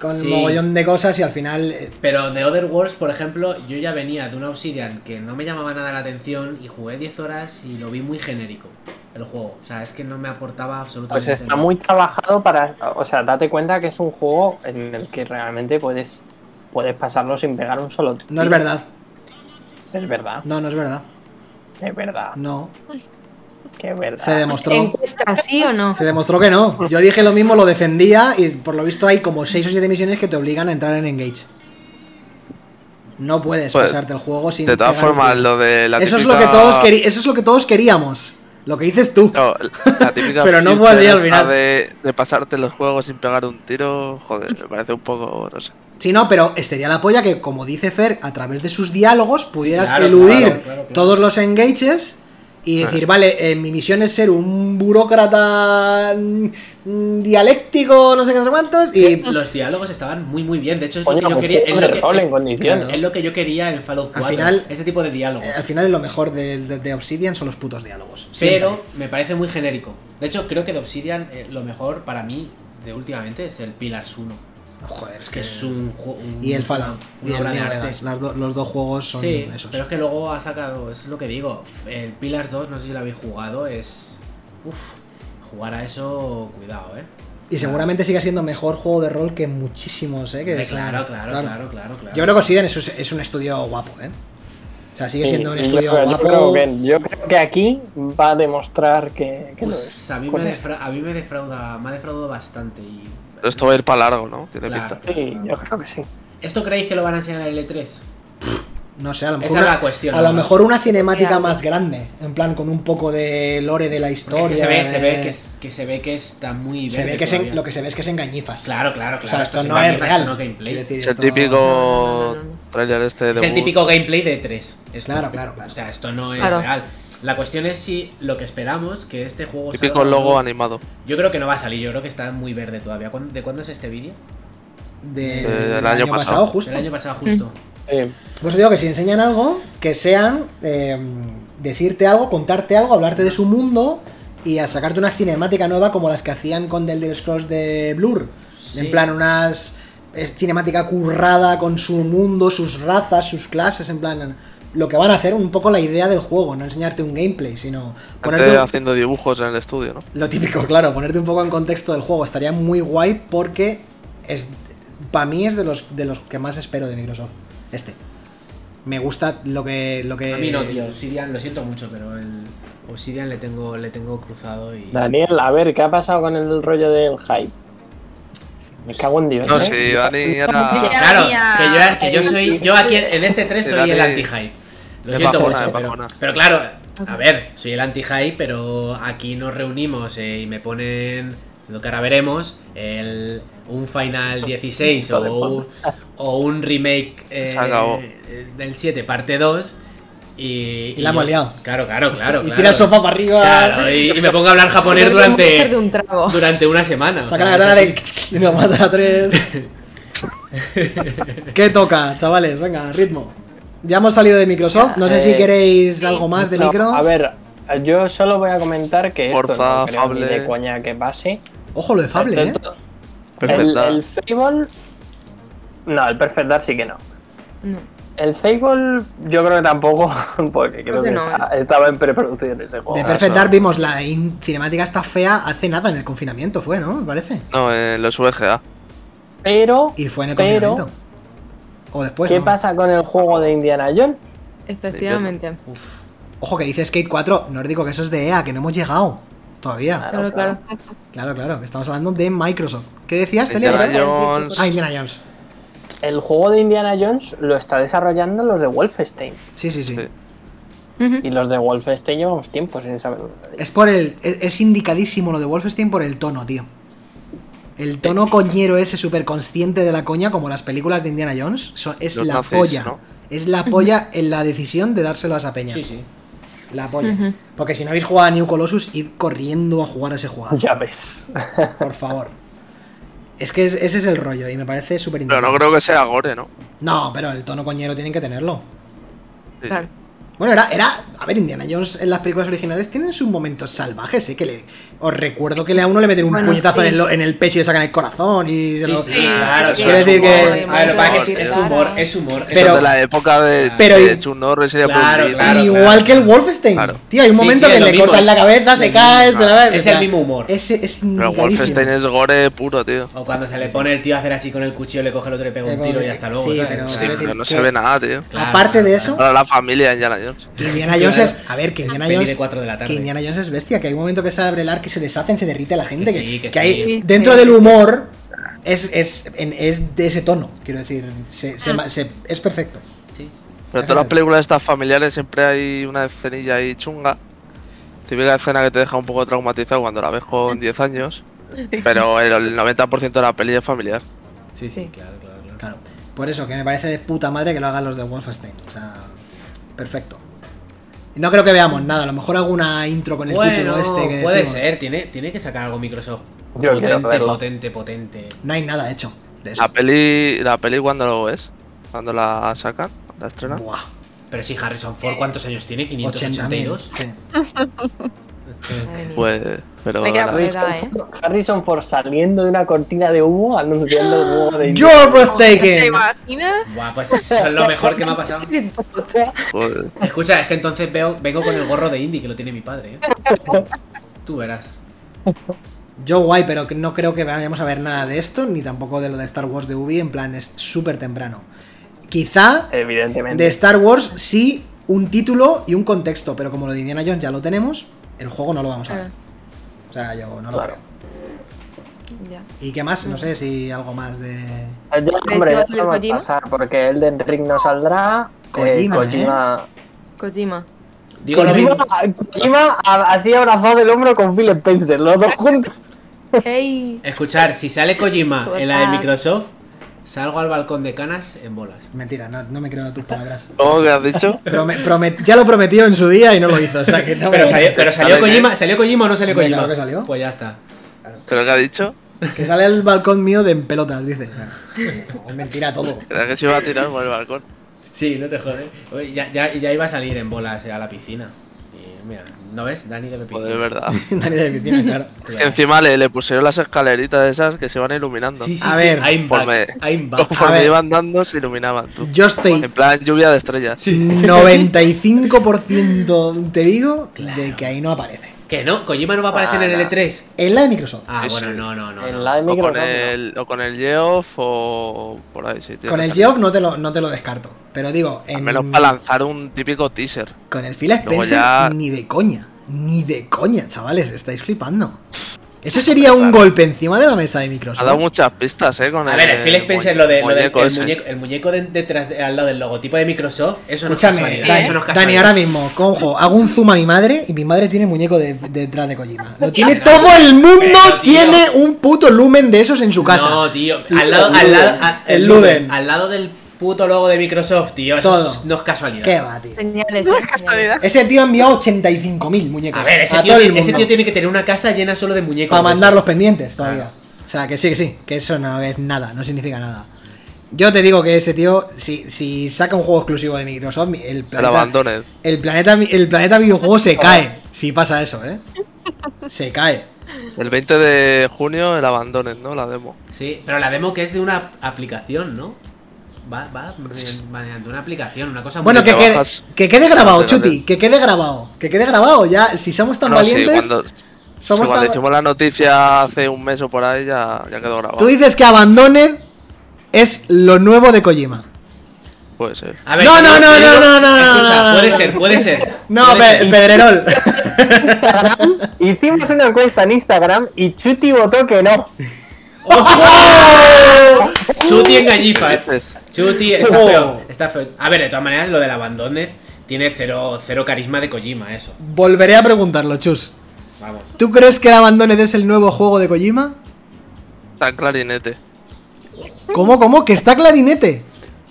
con
Sí.
mogollón de cosas y al final. eh,
Pero de Other Worlds, por ejemplo, yo ya venía de una Obsidian que no me llamaba nada la atención y jugué 10 horas y lo vi muy genérico el juego. O sea, es que no me aportaba absolutamente
Pues está
nada.
muy trabajado para. O sea, date cuenta que es un juego en el que realmente puedes, puedes pasarlo sin pegar un solo tiro.
No es verdad.
Es verdad,
No, no es verdad.
es verdad,
No.
que es verdad.
Se
Ah,
demostró.
encuesta, ¿sí o no?
Se demostró que no. Yo dije lo mismo, lo defendía y por lo visto hay como 6 o 7 misiones que te obligan a entrar en Engage. No puedes
Pues,
pasarte el juego sin.
De todas
pegar un
formas,
tiro.
lo de la
eso es lo
típica-
que todos queri- Eso es lo que todos queríamos. Lo que dices tú.
No, la típica
Pero no
fiesta
fue así al
esta
final.
De, de pasarte los juegos sin pegar un tiro, joder, me parece un poco, no sé.
Sí, no, pero sería la polla que, como dice Fer, a través de sus diálogos pudieras
claro,
eludir
claro, claro, claro.
todos los engages y decir, vale, eh, mi misión es ser un burócrata mm, dialéctico, no sé qué, no sé cuántos, y
Los diálogos estaban muy, muy bien. De hecho, es
Coño,
lo
pues
que yo
un
quería. Es
juego de
lo que,
rol en condiciones.
Claro.
es lo que yo quería en Fallout
Al
4.
final-
ese tipo de diálogos.
eh, al final lo mejor de, de- de Obsidian son los putos diálogos. siempre.
Pero me parece muy genérico. De hecho, creo que de Obsidian eh, lo mejor para mí de últimamente es el Pillars 1.
Oh, Joder, es
Que
que
es un juego.
Y el Fallout. Y
Una
el
obra de
New
arte.
Vegas, las do- los dos juegos son
sí,
esos.
pero es que luego ha sacado, es lo que digo, el Pillars 2, no sé si lo habéis jugado, es... Uf, jugar a eso, cuidado, ¿eh?
Y seguramente siga siendo mejor juego de rol que muchísimos, ¿eh? Que
Hombre,
son-
claro, claro, claro, claro, claro.
Yo creo que Siden es, es un estudio guapo, ¿eh? O sea, sigue
Sí,
siendo un
yo-
estudio
yo,
guapo.
creo que, yo creo que aquí va a demostrar que, que lo es.
Pues a mí,
Con
me
esto.
defra- a mí me defrauda, me ha defraudado bastante y...
Pero esto va a ir para largo, ¿no? Tiene
Claro.
pinta.
Sí, yo creo que sí.
¿Esto creéis que lo van a enseñar en el E3?
No sé, a lo
Esa
mejor.
es
una,
la cuestión,
a lo
¿no?
mejor una cinemática
Claro.
más grande. En plan, con un poco de lore de la
Porque
historia.
es que se ve, se ve
eh,
que, es- que se ve que está muy
se ve
verde
que se-
todavía.
lo que se ve es que se engañifas.
Claro, claro, claro.
O sea, esto
se
no
va a
es
empezar,
real.
no gameplay.
Quiero decir,
Es el
esto-
típico
No, no, no, no.
trailer este de
Es el
debut.
típico gameplay de E3. Esto.
Claro, claro, claro.
O sea, esto no es
Claro.
real. La cuestión es si lo que esperamos, que este juego
Típico
salga o no.
logo animado.
Yo creo que no va a salir, yo creo que está muy verde todavía. ¿Cuándo- ¿De cuándo es este vídeo?
Del,
del
año,
año
pasado,
pasado.
justo.
Del año pasado justo.
Sí.
Pues digo que si enseñan algo, que sean eh, decirte algo, contarte algo, hablarte de su mundo y a sacarte una cinemática nueva como las que hacían con The Elder Scrolls de Blur.
Sí.
En plan, unas es cinemática currada con su mundo, sus razas, sus clases, en plan lo que van a hacer, un poco la idea del juego, no enseñarte un gameplay, sino
Gente
ponerte un-
haciendo dibujos en el estudio, ¿no?
lo típico, claro, ponerte un poco en contexto del juego. Estaría muy guay porque es para mí es de los de los que más espero de Microsoft. Este. Me gusta lo que lo que
A mí no, tío. Obsidian, lo siento mucho, pero el Obsidian le tengo, le tengo cruzado y...
Daniel, a ver, ¿qué ha pasado con el rollo del hype? Me cago en Dios.
No,
¿eh?
sí, Dani era.
Claro,
Había-
que yo, era- que yo soy. Yo aquí en, en este 3
Sí,
soy
dale.
el anti-hype. Lo
Es
siento
bajona,
mucho.
es
Pero,
bajona.
pero claro, a ver, soy el anti-hype, pero aquí nos reunimos eh, y me ponen. Lo que ahora veremos, el, un
(laughs)
Final 16 o un, o un remake eh,
Se acabó.
eh, del 7, parte 2. Y,
Y la hemos
yo-
liado.
Claro, claro,
(laughs)
claro.
y
claro.
tira el sofá para arriba,
Claro, y, y me pongo a
(laughs)
hablar
Yo
japonés
creo que tengo que hacer de
durante,
un trago.
durante una semana. o
saca la
sea,
katana
es
de y nos mata a tres. ¿Qué toca, chavales? Venga, ritmo. Ya hemos salido de Microsoft, no sé si
Eh,
queréis algo más de
No,
micro.
A ver, yo solo voy a comentar que esto
Forza,
no creo ni
Fable.
de coña que pase.
Ojo lo de Fable, ¿eh?
Esto- El,
Perfecta.
el Fable. No, el Perfect Dark sí que no.
No.
El Fable, yo creo que tampoco, (laughs) porque creo
Creo que
que,
no, eh.
está- estaba en preproducción ese
De
juego.
Perfect
claro.
Dark vimos la in- cinemática está fea hace nada en el confinamiento, fue, ¿no? Me parece.
No, en los VGA.
Ah,
Pero,
Y fue en el
Pero-
confinamiento. O después.
¿qué
¿no?
pasa con el juego de Indiana Jones?
Efectivamente.
Ojo, que dice Skate 4 nórdico, que eso es de EA, que no hemos llegado
Ah.
todavía.
Claro, claro.
Claro, claro, que estamos hablando de Microsoft. ¿Qué decías, Celia?
Indiana
perdón?
Jones.
Ah, Indiana Jones.
El juego de Indiana Jones lo está desarrollando los de Wolfenstein.
Sí, sí, sí.
Sí.
Ujú.
Y los de Wolfenstein llevamos tiempo sin saber. nada de ellos.
Es por el. Es, es indicadísimo lo de Wolfenstein por el tono, tío. El tono
Eh.
coñero ese súper consciente de la coña, como las películas de Indiana Jones, son- es
Los
la
nazis,
polla.
¿no?
Es la polla en la decisión de dárselo a esa peña.
Sí, sí.
La polla.
Ujú.
Porque si no habéis jugado a New Colossus, id corriendo a jugar a ese juego.
(laughs) Ya ves.
Por favor. Es que es- ese es el rollo y me parece súper
Pero no
interesante.
creo que sea gore, ¿no?
No, pero el tono coñero tienen que tenerlo.
Sí,
Claro.
Bueno, era, era. A ver, Indiana Jones en las películas originales tienen sus momentos salvajes, ¿eh? Que le, os recuerdo que le, a uno le meten un
Bueno,
puñetazo
sí.
en, el, en el pecho y le sacan el corazón y. se
Sí,
lo-
sí, claro,
Quiero
claro.
decir que-
A ver, lo que pasa es que es, es
Claro.
humor, es humor. es
Eso
Pero-
es de la época de,
pero-
de Chuck Norris y de
Claro,
Bruce Lee.
claro.
Igual que el Wolfenstein.
Claro.
Tío, hay un
Sí,
momento
sí,
que
lo
le
mismo,
cortan la
es-
cabeza, se
es-
cae, se la
Es el mismo humor.
Ese es
Pero Wolfenstein
indicadísimo.
es gore puro, tío.
O cuando se le pone el tío a hacer así con el cuchillo, le coge el otro y le pega un tiro y hasta luego.
Sí,
¿sabes?
pero-
Sí,
quiero
pero
decir
no
que-
se ve nada, tío.
Claro,
Aparte de
claro,
eso,
Para la familia de Indiana Jones.
Indiana Jones
Claro.
es. A ver, que Indiana
Peli de
Jones.
cuatro de la tarde.
Que Indiana Jones es bestia, que hay un momento que se abre el arco y se deshacen, se derrite la gente.
Que
Que,
sí, que
que hay.
sí.
Dentro
Sí.
del humor. Es, es, en- es de ese tono, quiero decir. se-
Ah.
se ma- se- es perfecto.
Sí.
Pero en todas las películas estas familiares siempre hay una escenilla ahí chunga. Típica escena que te deja un poco traumatizado cuando la ves
(laughs)
con 10 años. Pero el el 90% de la peli es familiar.
Sí, sí,
Sí.
claro, claro, claro.
Claro. Por eso, que me parece de puta madre que lo hagan los de Wolfenstein. O sea, perfecto. No creo que veamos nada, a lo mejor alguna intro con el
Bueno,
título este que
puede
decimos.
ser, tiene, tiene que sacar algo Microsoft.
Yo quiero
potente,
verlo.
potente, potente.
No hay nada hecho de eso.
La peli, la peli cuando lo ves, cuando la sacan, la estrenan.
Buah,
Pero si Harrison Ford, ¿cuántos años tiene?
80.000.
582.
sí.
Ha venido.
Pues, pero
Venga,
nada.
pues.
Verdad, eh.
Harrison, Ford, Harrison Ford saliendo de una cortina de humo anunciando el juego de Indiana
You're
¿Te
breathtaking.
imaginas?
Guau, pues eso es lo mejor que me ha pasado.
pues-
Escucha, es que entonces veo, vengo con el gorro de Indy que lo tiene mi padre. ¿eh? Tú verás.
Yo guay, pero que no creo que vayamos a ver nada de esto, ni tampoco de lo de Star Wars de Ubi, en plan es súper temprano. Quizá
Evidentemente.
de Star Wars sí un título y un contexto, pero como lo de Indiana Jones ya lo tenemos, el juego no lo vamos a
Ah,
ver. O sea, yo no lo
Claro.
creo.
Ya.
¿Y qué más? No sé si algo más de...
Eh, yo,
¿Crees
hombre,
que va
ya
a salir
podemos
Kojima?
pasar porque Elden Ring no saldrá. eh,
Kojima, ¿eh?
Kojima,
Kojima.
Digo lo
Kojima-
mismo.
Kojima a- así abrazado del hombro con Philip Spencer, los dos juntos.
Hey.
Escuchar, si sale Kojima en la de
Cosa.
Microsoft, salgo al balcón de canas en bolas.
Mentira, no, no me creo tus palabras.
¿Cómo que has dicho?
Prome- promet- ya lo prometió en su día y no lo hizo, o sea que no
Pero
me-
salió, pero salió
¿Sale qué?
Kojima, ¿salió Kojima o no salió
Hombre,
Kojima?
claro que salió.
Pues ya está.
¿Pero que ha dicho?
Que sale al balcón mío de en pelotas, dice. No, mentira todo. (laughs)
Era que se iba a tirar por el balcón.
Sí, no te jodes. Oye, Ya, ya, ya iba a salir en bolas eh, a la piscina. Y mira, ¿no ves? Dani de la piscina.
Joder, es verdad.
Nadie de piscina, claro.
Claro.
Encima le, le pusieron las escaleritas esas que se van iluminando. (laughs)
Sí, sí,
A
sí,
ver,
I'm back,
Conforme-
I'm
(laughs)
back.
A ver.
Conforme iban dando, se iluminaban. Tú.
Yo estoy
En plan, lluvia de estrellas.
(laughs) 95% te digo de
Claro.
que ahí no aparece.
Que no, Kojima no va a aparecer en el
Ala.
E3.
En la de Microsoft.
Ah,
Ah, Sí,
bueno,
sí.
no, no, no. no.
En la de
O con,
Microsoft.
el, o con el Geoff o por ahí, sí. tiene
con el
que salir.
Geoff no te lo, no te lo descarto. Pero digo,
Al
en-
menos para lanzar un típico teaser.
con el Phil Spencer
ya-
ni de coña. Ni de coña, chavales. Estáis flipando. Eso sería un golpe encima de la mesa de
Ha dado
Microsoft.
muchas pistas, eh. Con
A ver, el Phil Spencer, lo, de, lo del
muñeco
el
ese.
muñeco, el muñeco de- detrás, de- al lado del logotipo de Microsoft, eso no es
Escúchame,
casualidad.
Dani,
eso no es
Dani,
casualidad.
ahora mismo, conjo, hago un zoom a mi madre y mi madre tiene muñeco de- detrás de Kojima. Lo tiene todo el mundo,
Pero, tío.
tiene un puto lumen de esos en su casa.
No, tío. Al lado, al lado, a-
El
el
Luden.
Luden, Al lado del puto logo de Microsoft, tío. Eso
Todo.
es- no es casualidad.
¿Qué va, tío?
Señales.
No
eh,
es casualidad.
Ese tío ha enviado 85.000 muñecos.
A ver, ese
a
tío,
todo
tiene-
el
ese
mundo.
tío tiene que tener una casa llena solo de muñecos.
Para
de
mandar
eso.
los pendientes todavía.
Claro.
O sea, que sí, que sí, que eso no es nada, no significa nada. Yo te digo que ese tío, si, si saca un juego exclusivo de Microsoft, mi- el
El
planeta,
Abandoned.
el planeta, el planeta videojuego
(laughs)
se cae. Si pasa eso, ¿eh? Se cae.
El 20 de junio, el Abandoned, ¿no? La demo.
Sí, pero la demo que es de una aplicación, ¿no? Va, va mediante- mediante una aplicación, una cosa muy
Bueno, que
te
quede,
bajas-
que quede grabado,
Adelante.
Chuti, que quede grabado. Que quede grabado, ya, si somos tan
No, sí,
valientes,
cuando,
somos
cuando
tan...
hicimos la noticia hace un mes o por ahí, ya, ya quedó grabado.
Tú dices que Abandoned es lo nuevo de Kojima.
Puede ser.
A
No,
te
no,
digo-
no,
te
no,
digo-
no, no, no,
escucha,
no, no,
Puede
no.
ser, puede ser.
(laughs) No,
puede
Pe-
ser.
(laughs) Pedrerol.
Hicimos una encuesta en Instagram y Chuti votó que no.
(laughs)
Chuti en gallifas.
dices?
Chuti está
Oh.
feo, está feo. A ver, de todas maneras, lo del Abandoned tiene cero, cero carisma de Kojima, eso.
Volveré a preguntarlo, Chus.
Vamos.
¿Tú crees que el Abandoned es el nuevo juego de Kojima?
Está en clarinete.
¿Cómo, cómo? Que está clarinete.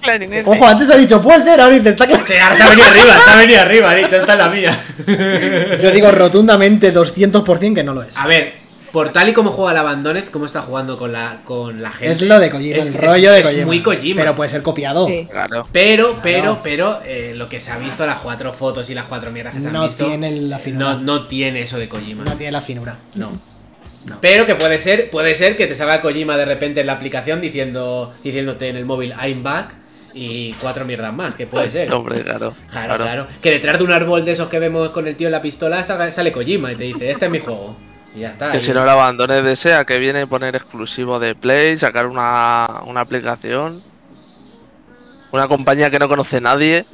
Clarinete.
Ojo, antes ha dicho, puede ser, ahora dice, está
Sí,
clarinete.
ahora se ha venido arriba, se ha venido arriba, ha dicho, esta es la mía.
Yo digo rotundamente 200% que no lo es.
A ver, por tal y como juega el Abandoned, ¿cómo está jugando con la, con la gente?
Es lo de Kojima,
Es-
el
es-
rollo de
es
Kojima.
muy Kojima.
Pero pues, puede ser copiado.
Sí.
Oh,
Claro.
Pero,
Claro.
pero, pero, eh, lo que se ha visto, las cuatro fotos y las cuatro mierdas que se han
No
visto.
tiene la finura.
no, no tiene eso de Kojima.
No tiene la finura.
No. Pero que puede ser, puede ser que te salga Kojima de repente en la aplicación diciendo, diciéndote en el móvil I'm back y cuatro mierdas más, que puede ser.
Hombre, claro.
Claro, claro, Que detrás de un árbol de esos que vemos con el tío en la pistola salga- sale Kojima y te dice, este es mi juego. Y ya está.
Que
Y-
si no lo abandones desea que viene E a poner exclusivo de Play, sacar una, una aplicación. Una compañía que no conoce nadie.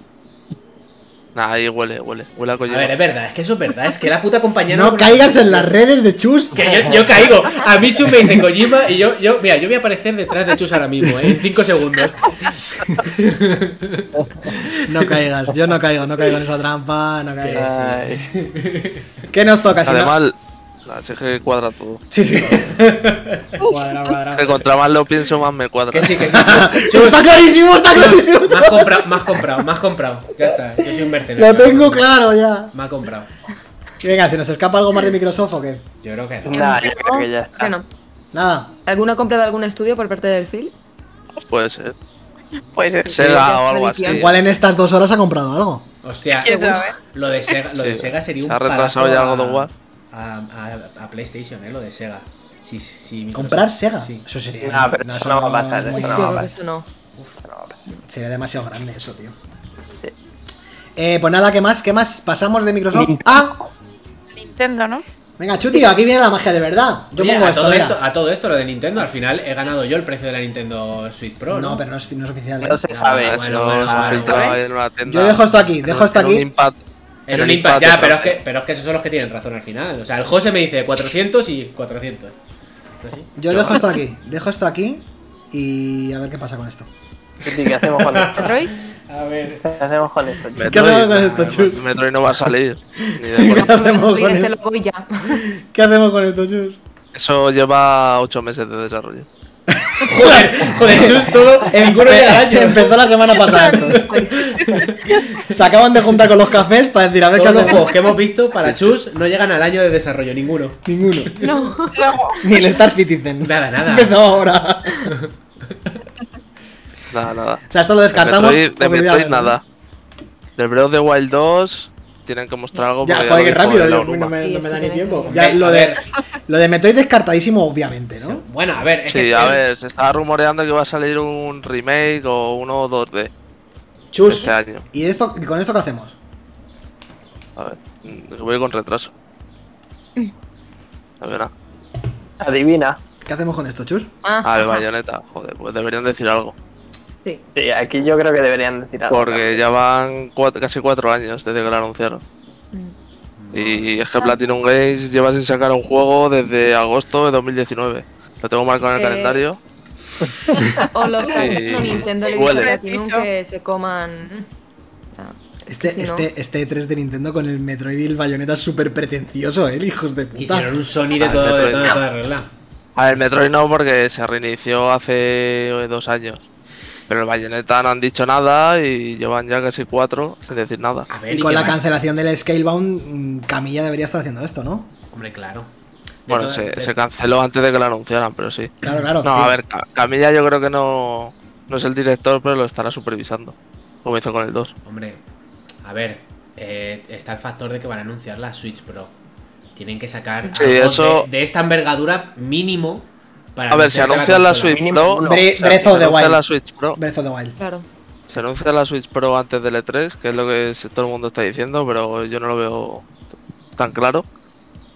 Nah, ahí huele, huele, huele a
A
Kojima.
ver, es verdad, es que eso es verdad, es que la puta compañía
No caigas en las redes de Chus.
(laughs) Que yo, yo caigo. A mí Chus me dice Kojima y yo, yo, mira, yo voy a aparecer detrás de Chus ahora mismo, ¿eh? en 5 segundos.
No caigas, yo no caigo, no caigo en esa trampa, no caigas.
Ay.
¿Qué nos toca? si no-
Además, así que cuadra todo.
Sí, sí. cuadra, cuadra.
Que contra más lo pienso, más me cuadra.
Que
(laughs)
sí, que sí. Chus, Chus,
Está clarísimo, está clarísimo.
Chus, me has comprado, me has comprado, me has comprado. Ya está, yo soy un mercenario.
Lo tengo claro ya.
Me ha comprado.
Venga, ¿se nos escapa algo más de Microsoft o qué?
Yo creo que no.
Nah, yo creo que ya
Que
está.
no.
Nada.
¿Alguna compra de algún estudio por parte del Phil?
Puede ser.
Pues es.
Sega o algo así.
tradición.
Igual en estas dos horas ha comprado algo.
Hostia,
¿Quién sabe?
lo de Sega, lo de
Sí.
Sega sería
Se
un
ha retrasado
palazo
ya
a-
God of War.
A, a- a PlayStation, eh, lo de Sega. Sí, sí, sí, Microsoft.
¿Comprar Sega?
Sí.
Eso sería.
No, pero eso no va a pasar,
es muy-
eso
Yo
no
creo
vale.
que eso no.
(laughs)
Sería demasiado grande eso, tío. Eh, pues nada, ¿qué más? ¿Qué más? Pasamos de Microsoft a
Nintendo, ¿no?
Venga, Chuti, aquí viene la magia de verdad. Yo
Oye,
pongo
a,
esto,
todo
mira.
esto, a todo esto, lo de Nintendo, al final he ganado yo el precio de la Nintendo Switch Pro. Ah, No,
No, pero no es, no es oficial. ¿eh?
No se
Ya,
sabe.
bueno,
Eso
bueno, bueno,
se
bueno,
filtraba
bueno.
ahí en una tienda.
Yo dejo esto aquí, dejo esto
En un
aquí.
impact-
En un impact, ya, pero es que, pero es que esos son los que tienen razón al final. O sea, el José me dice 400 y 400. Así.
Yo dejo esto aquí, dejo esto aquí y a ver qué pasa con esto.
Chuti, ¿Qué hacemos con esto?
Troy,
A ver.
(laughs) ¿Qué hacemos con esto? Chuti?
Metroid,
¿Qué hacemos con esto, Chus?
Metroid no va
(laughs)
a salir. ni de coña.
¿Qué hacemos con
te lo
esto?
voy ya.
¿Qué hacemos con esto, Chus?
Eso lleva 8 meses de desarrollo.
Joder, joder, Chus, todo. Ninguno llega al año.
Empezó la semana pasada esto.
(laughs)
Se acaban de juntar con los cafés para decir, a ver qué
Todos los
hacemos.
juegos que hemos visto para Chus no llegan al año de desarrollo, ninguno.
Ninguno.
(laughs) No.
(laughs) Ni el Star Citizen.
Nada, nada.
Empezó ahora.
Nada, nada.
O sea, esto Pues lo descartamos.
de Metroid, de
porque ya-
Metroid nada. Del Breath of the Wild 2 tienen que mostrar algo.
Ya,
porque
joder,
lo
qué
dijo
rápido.
el
Dios,
Aonuma.
no me, no me da ni tiempo.
A
Ya,
ver,
lo,
a
de,
ver.
lo de Metroid descartadísimo, obviamente, ¿no?
Bueno, a ver. es
Sí,
que-
a ver, se estaba rumoreando que iba a salir un remake o uno o dos de
Chus.
este año.
¿Y esto, y con esto qué hacemos?
A ver, mm, voy con retraso. A ver, ah.
Adivina.
¿Qué hacemos con esto, Chus?
Ah, el bayoneta, joder, pues deberían decir algo.
Sí.
Sí, aquí yo creo que deberían decir algo.
Porque ya van cuatro- casi cuatro años desde que lo anunciaron. Y es que Platinum Games lleva sin sacar un juego desde agosto de 2019. Lo tengo marcado en el
Eh,
calendario.
O los no, Nintendo le dice
Huele.
a Platinum que se coman. O sea,
Este,
Sí, ¿no?
este, este 3 de Nintendo con el Metroid y el Bayonetta es súper pretencioso, ¿eh? Hijos de puta.
Hicieron un Sony de
Ah,
todo, de
Metroid.
todo, de toda regla.
A ver, Metroid no, porque se reinició hace eh, dos años. Pero el Bayonetta no han dicho nada y llevan ya casi cuatro sin decir nada.
A ver,
Y con
qué
la
más?
cancelación del Scalebound, mm, Camilla debería estar haciendo esto, ¿no?
Hombre, claro. De
Bueno,
toda-
se,
de-
se canceló antes de que lo anunciaran, pero sí.
Claro, claro.
Mm. No, a
tío.
ver, Ca- Camilla yo creo que no, no es el director, pero lo estará supervisando. Como hizo con el 2.
Hombre, a ver. eh, está el factor de que van a anunciar la Switch Pro. Tienen que sacar
Sí,
algo
eso-
de, de esta envergadura mínimo para.
A ver, si
anunciarte
anuncian la
consola.
Switch
mínimo
Pro.
uno.
o sea, si
Breath of the
anuncian
Wild.
la Switch Pro.
Breath of the Wild.
claro.
Se anuncia la Switch Pro antes del E3, que es lo que se- todo el mundo está diciendo, pero yo no lo veo t- tan claro.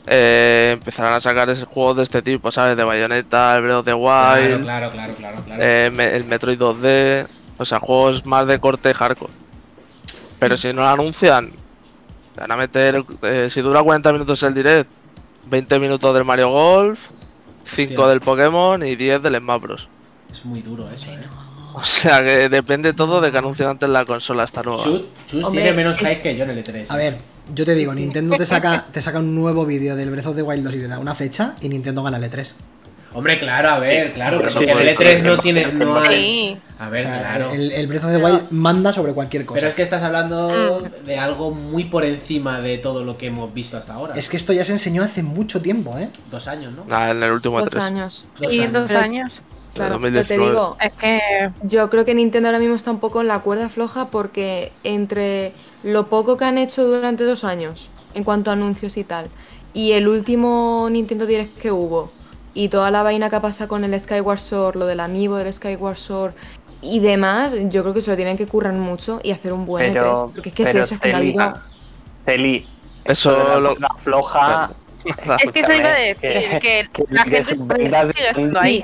Eh, empezarán a sacar ese- juegos de este tipo, ¿sabes? De Bayonetta, el Breath of the
Claro,
Wild,
claro, claro, claro. claro.
eh, me- el Metroid 2D, o sea, juegos más de corte hardcore. Pero si no lo anuncian, van a meter, eh, si dura 40 minutos el direct, 20 minutos del Mario Golf, 5
Hostia.
del Pokémon y 10 del Smash Bros. (laughs)
Es muy duro eso, eh.
O sea que depende todo de que anuncien antes la consola esta nueva.
Chus, Chus
Hombre,
tiene menos
es-
hype que yo en el E eh. E3.
A ver, yo te digo, Nintendo te saca, te saca un nuevo vídeo del Breath of the Wild 2 y te da una fecha y Nintendo gana el E E3.
Hombre, claro, a ver, claro, pero
Sí,
porque
sí,
el E3 no
sí.
tiene. No hay...
Sí.
A
O
ver,
sea,
claro.
el, el Breath of the Wild manda sobre cualquier cosa.
Pero es que estás hablando
Mm.
de algo muy por encima de todo lo que hemos visto hasta ahora.
Es que esto ya se enseñó hace mucho tiempo, ¿eh?
Dos años, ¿no?
Nah, Ah, en el último
Dos
3. (laughs)
años.
Dos
Y
años.
dos años.
Claro,
Pero
pero te
2019.
digo,
Es que.
yo creo que Nintendo ahora mismo está un poco en la cuerda floja porque entre lo poco que han hecho durante dos años en cuanto a anuncios y tal, y el último Nintendo Direct que hubo, y toda la vaina que pasa con el Skyward Sword, lo del amiibo del Skyward Sword y demás, yo creo que se lo tienen que currar mucho y hacer un buen
Pero,
E3, porque es que es
pero
eso, es que no ha
Celi,
habido-
Celi, de
Eso
la
lo.
cuerda floja.
Es que eso iba a
escúchame,
decir, que
que-
la
que
gente
se
sigue
venga de-
haciendo ahí.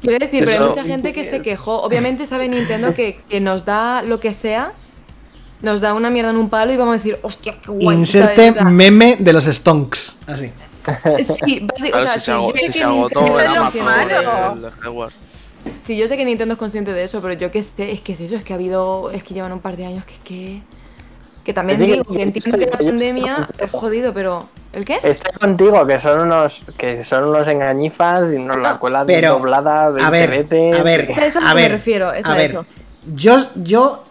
Quiero decir, pero hay
Eso-
mucha gente que se quejó. Obviamente sabe Nintendo que, que nos da lo que sea, nos da una mierda en un palo y vamos a decir, hostia, qué guay.
Inserte
¿sabes?
meme de los Stonks. Así.
O sea, sí, basi- o
Claro,
sea,
si se,
sí,
ago-
yo sé
si
que
se agotó
Nintendo
en
es
Amazon,
consciente de eso.
el Skyward.
Sí, yo sé que Nintendo es consciente de eso, pero yo que sé, es que es eso, es que ha habido, es que llevan un par de años que es que... Que también
Sí,
digo,
yo
que entiendo
estoy-
que la
yo estoy
pandemia
contento.
es jodido, pero... ¿El qué?
(laughs) Estoy contigo, que son unos, que son unos engañifas y nos la cuelan
Pero,
doblada.
A ver,
veinte
a ver,
Es a eso a lo
a
que me
ver,
refiero, es
a
a
ver.
eso.
Yo, yo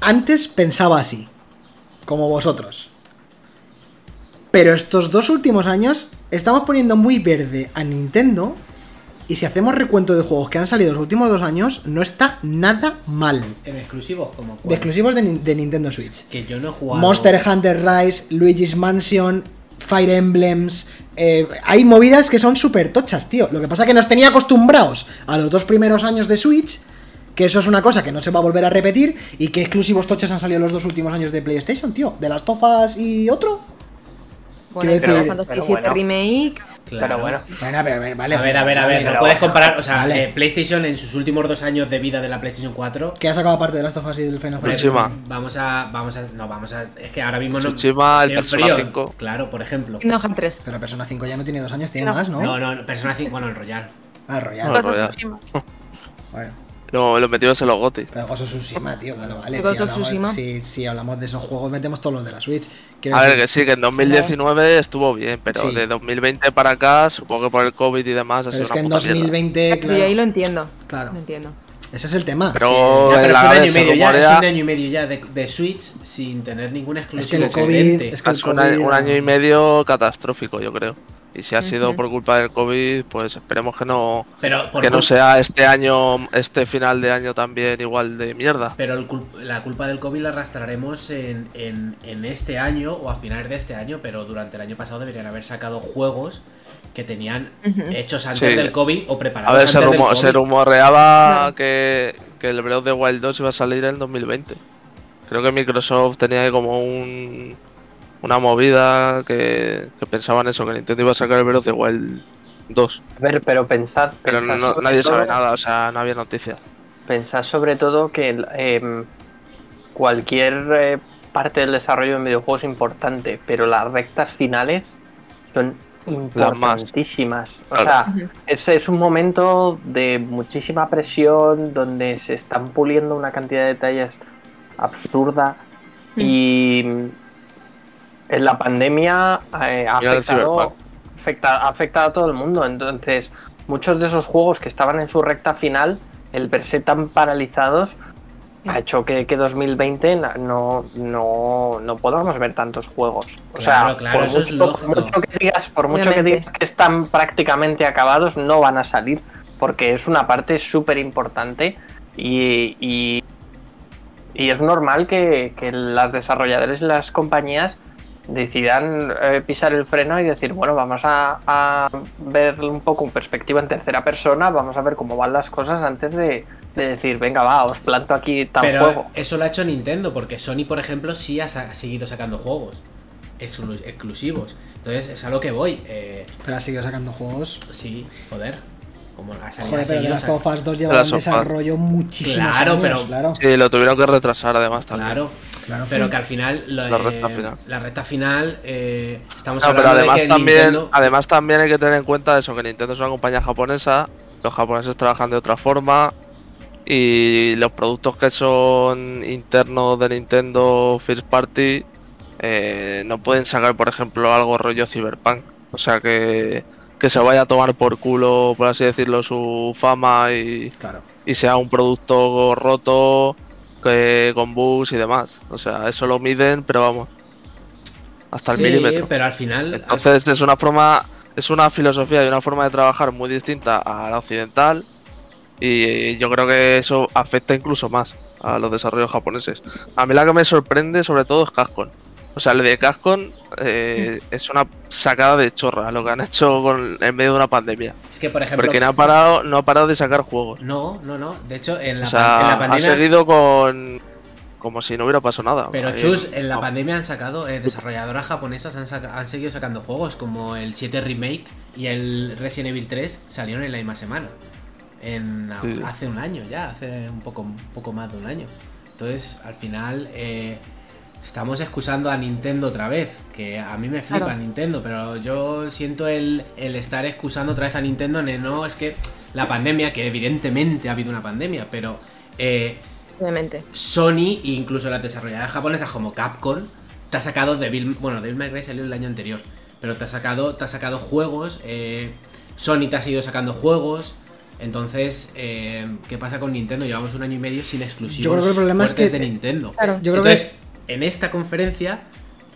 antes pensaba así, como vosotros. Pero estos dos últimos años estamos poniendo muy verde a Nintendo. Y si hacemos recuento de juegos que han salido los últimos dos años, no está nada mal.
En exclusivos, como cuál?
De exclusivos de, Nin- de Nintendo Switch.
Que yo no he jugado.
Monster Hunter Rise, Luigi's Mansion, Fire Emblems. eh, hay movidas que son súper tochas, tío. Lo que pasa que nos tenía acostumbrados a los dos primeros años de Switch. Que eso es una cosa que no se va a volver a repetir. Y que exclusivos tochas han salido los dos últimos años de PlayStation, tío. De las tofas y otro.
Bueno,
Quiero
Final
decir-
Fantasy
Pero
VII
bueno.
Remake.
Pero bueno,
Bueno, pero, pero, vale.
A ver, a ver, a
vale,
ver, no
pero
puedes
bueno.
comparar, o sea,
Vale.
eh, PlayStation en sus últimos dos años de vida de la PlayStation 4,
¿Qué ha sacado aparte de Last of Us y del Final
Hombre,
Fantasy?
Tsushima.
Vamos a. Vamos a. No, vamos a. Es que ahora mismo no.
Tsushima, el
estoy en
Persona 5.
Claro, por ejemplo.
No, Heart 3.
Pero Persona 5 ya no tiene dos años, tiene
No.
más, ¿no?
No, no, no, Persona 5. Bueno, el Royal.
Ah, Royal.
No.
Ghost of
Royal.
Tsushima.
Bueno.
Lo, lo metimos en los gotis.
Pero Ghost of Tsushima, tío, bueno, vale.
Ghost
si,
of
hablamos,
Tsushima.
si, si hablamos de esos juegos, metemos todos los de la Switch. Quiero
A ver,
decir-
que sí, que en 2019 estuvo bien, pero
Sí.
de 2020 para acá, supongo que por el COVID y demás, ha
Pero
sido
es
una
que en
puta mierda.
2020,
Yo ahí
claro,
lo entiendo.
Claro.
Lo entiendo.
ese es el tema.
Pero,
Ya, pero
en
es
la
un año
vez
y
se
medio ya, es
rumorea-
un año y medio ya de, de Switch sin tener ninguna
es
exclusiva
que el COVID,
coherente.
es que el
Hace un,
COVID,
año- un año y medio catastrófico, yo creo. Y si ha sido
Ujú.
por culpa del COVID, pues esperemos que no
Pero por
que no
cul-
sea este año, este final de año también igual de mierda.
Pero el cul- la culpa del COVID la arrastraremos en, en- en este año o a finales de este año, pero durante el año pasado deberían haber sacado juegos que tenían
Ujú.
Eh,
hechos antes
Sí.
del COVID o
A
preparados
ver,
antes
se,
del
rumo-
COVID.
se rumoreaba
Claro.
que, que el Breath of the Wild 2 iba a salir en 2020. Creo que Microsoft tenía ahí como un, una movida que, que pensaban eso, que Nintendo iba a sacar el Breath of the Wild 2.
a ver, pero pensad.
Pero
pensad
no-
sobre
nadie
todo-
sabe nada, o sea, no había noticias.
Pensad sobre todo que el, em, cualquier eh, parte del desarrollo de un videojuego es importante, pero las rectas finales son
Las más.
importantísimas. O
Claro.
sea, es, es un momento de muchísima presión donde se están puliendo una cantidad de detalles absurda
Mm.
y mm, en la pandemia eh, ha,
Mira el
afectado,
Cyberpunk.
afecta- ha afectado a todo el mundo. Entonces, muchos de esos juegos que estaban en su recta final, el per se tan paralizados, ha hecho que, que 2020 na- no, no, no podamos ver tantos juegos. O
Claro,
sea,
claro,
por
eso es
mucho-
lógico.
mucho que digas, por mucho que
Obviamente.
digas que están prácticamente acabados, no van a salir, porque es una parte súper importante y, y- y es normal que, que las desarrolladoras y las compañías decidan eh, pisar el freno y decir, bueno, vamos a, a ver un poco en perspectiva en tercera persona, vamos a ver cómo van las cosas antes de, de decir, venga, va, os planto aquí tan
Pero
juego.
eso lo ha hecho Nintendo, porque Sony, por ejemplo, sí ha, sa- seguido sacando juegos exclu- exclusivos. Entonces, es a lo que voy. eh,
Pero ha seguido sacando juegos.
sí, joder. Como ha salido, ha
Joder, pero de
seguido
las
sac-
of Us 2 llevan
Last of Us.
desarrollo muchísimos
Claro,
años.
pero-
Claro,
Sí, lo tuvieron que retrasar además también.
Claro,
claro.
pero que al final, lo-
La recta
eh,
final.
la recta final, eh, estamos
No, pero
hablando de
además
que
también,
Nintendo-
además también hay que tener en cuenta eso, que Nintendo es una compañía japonesa, los japoneses trabajan de otra forma y los productos que son internos de Nintendo First Party eh, no pueden sacar, por ejemplo, algo rollo Cyberpunk. O sea que, que se vaya a tomar por culo, por así decirlo, su fama y,
Claro.
y sea un producto roto que, con bugs y demás. O sea, eso lo miden, pero vamos, hasta el
Sí,
milímetro.
pero al final, al
Entonces es una forma, es una filosofía y una forma de trabajar muy distinta a la occidental y yo creo que eso afecta incluso más a los desarrollos japoneses. A mí la que me sorprende sobre todo es Cascon. O sea, lo de Cascon eh, es una sacada de chorra lo que han hecho con, en medio de una pandemia.
es que por ejemplo,
Porque no ha parado, no ha parado de sacar juegos.
No, no, no. De hecho, en la,
O sea,
pan- en la
ha
pandemia.
seguido con como si no hubiera pasado nada.
Pero
Ahí-
Chus, en la
no.
pandemia han sacado, eh, desarrolladoras japonesas han, saca- han seguido sacando juegos como el 7 Remake y el Resident Evil 3 salieron en la misma semana. En, a-
Sí.
Hace un año ya, hace un poco, un poco más de un año. Entonces, al final, eh, estamos excusando a Nintendo otra vez, que a mí me flipa
Claro.
Nintendo, pero yo siento el, el estar excusando otra vez a Nintendo en el, no, es que la pandemia, que evidentemente ha habido una pandemia, pero... eh,
Obviamente.
Sony e incluso las desarrolladoras japonesas como Capcom te ha sacado Devil, bueno, Devil May Cry salió el año anterior, pero te ha sacado, te ha sacado juegos, eh, Sony te ha seguido sacando juegos, entonces eh, ¿qué pasa con Nintendo? Llevamos un año y medio sin exclusivos
Yo creo que el problema es
fuertes
que-
de Nintendo.
Claro.
Yo creo
entonces, en esta conferencia,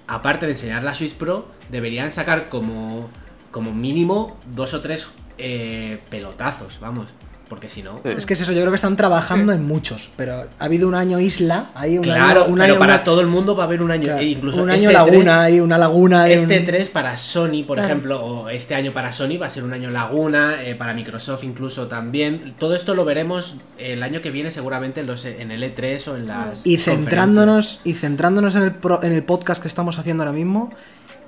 aparte de enseñar la Switch Pro, deberían sacar como como mínimo dos o tres eh, pelotazos, vamos, porque si no
Sí.
Es que es eso, yo creo que están trabajando en muchos, pero ha habido un año isla, hay un
Claro,
año, un
pero
año
para
una-
todo el mundo va a haber un año.
claro,
e incluso
un año
este
laguna,
3,
hay una laguna de
este
un-
3 para Sony, por
Claro.
ejemplo, o este año para Sony va a ser un año laguna, eh, para Microsoft incluso también. Todo esto lo veremos el año que viene seguramente en, los, en el E3 o en las...
y
conferencias.
centrándonos y centrándonos en el pro- en el podcast que estamos haciendo ahora mismo,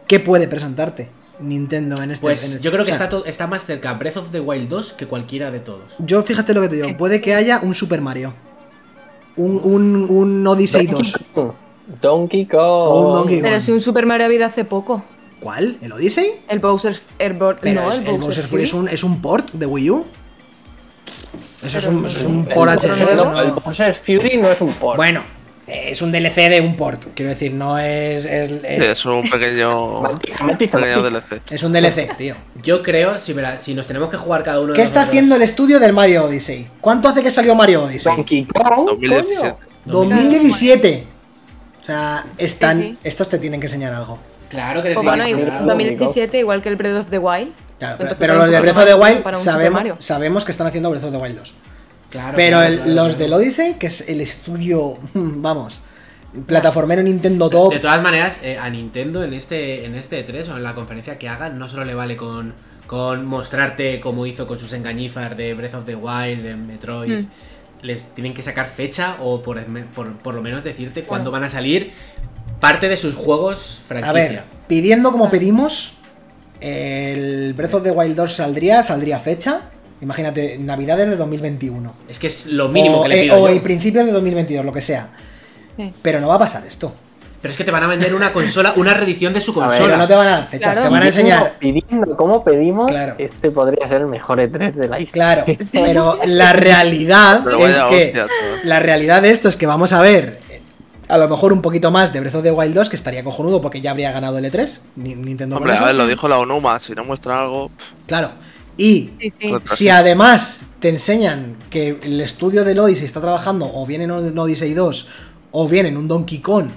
¿Qué puede presentarte Nintendo en este en
Pues
el-
yo creo que
o sea,
está, to- está más cerca Breath of the Wild 2 que cualquiera de todos.
Yo fíjate lo que te digo, puede que haya un Super Mario. Un, un, un Odyssey 2.
Donkey Kong.
O un Donkey
Pero
Kong.
si un Super Mario ha habido hace poco.
¿Cuál? ¿El Odyssey?
El Bowser. El Bo-
Pero
no,
es-
el, Bowser,
Fury es
Fury.
un, es un port de Wii U. Eso es un, eso es un
El
port
otro
HD.
no-
no-
El Bowser Fury no es un port.
Bueno, eh, es un DLC de un port. Quiero decir, no es. Es, es-
Es un pequeño,
Matiza, matiza,
pequeño
matiza.
(laughs)
DLC.
es un DLC, tío.
Yo creo, si, me la- si nos tenemos que jugar cada uno de
¿Qué está
nosotros-
haciendo el estudio del Mario Odyssey? ¿Cuánto hace que salió Mario Odyssey?
Donkey Kong.
2017.
coño.
2017. O sea, están,
Sí, sí.
estos te tienen que enseñar algo.
Claro que te
Pues
tiene
bueno,
que
Donkey
igual-
Kong.
enseñar.
2017, igual que el Breath of the Wild.
Claro, pero,
Entonces,
pero
para
los
un
de
Super
Breath of the
Mario,
Wild
para un
sabemos,
Super Mario.
sabemos que están haciendo Breath of the Wild 2.
Claro,
Pero
claro,
el-
claro,
los
claro.
del Odyssey, que es el estudio, (laughs) vamos, plataformero Nintendo Top,
De todas maneras, eh, a Nintendo en este, en este 3 o en la conferencia que hagan, no solo le vale con, con mostrarte como hizo con sus engañifas de Breath of the Wild, de Metroid.
Mm.
Les tienen que sacar fecha o por, por- por lo menos decirte cuándo van a salir parte de sus juegos franquicia.
A ver, pidiendo
Ah.
como pedimos, el Breath of the Wild 2 saldría, saldría fecha. Imagínate, Navidades de 2021.
Es que es lo mínimo
o
que le
eh,
pido
o
yo.
en principios de 2022, lo que sea.
Sí.
Pero no va a pasar esto.
Pero es que te van a vender una consola, una reedición de su
ver,
Pero
consola.
no te van a dar fecha,
Claro.
te van a enseñar.
Pidiendo, ¿Cómo pedimos?
Claro.
Este podría ser el mejor E3 de la
Claro,
historia.
pero la realidad
Pero
es
vaya
que
hostia, chaval.
la realidad de esto es que vamos a ver eh, a lo mejor un poquito más de Breath of the Wild 2 que estaría cojonudo porque ya habría ganado el E3, ni- Nintendo con
Hombre, a
eso.
ver, lo dijo la Onuma, si no muestra algo, pues, pff,
Claro. Y
Sí, sí.
retraso.
Si además te enseñan que el estudio del Odyssey está trabajando o bien en un Odyssey 2 o bien en un Donkey Kong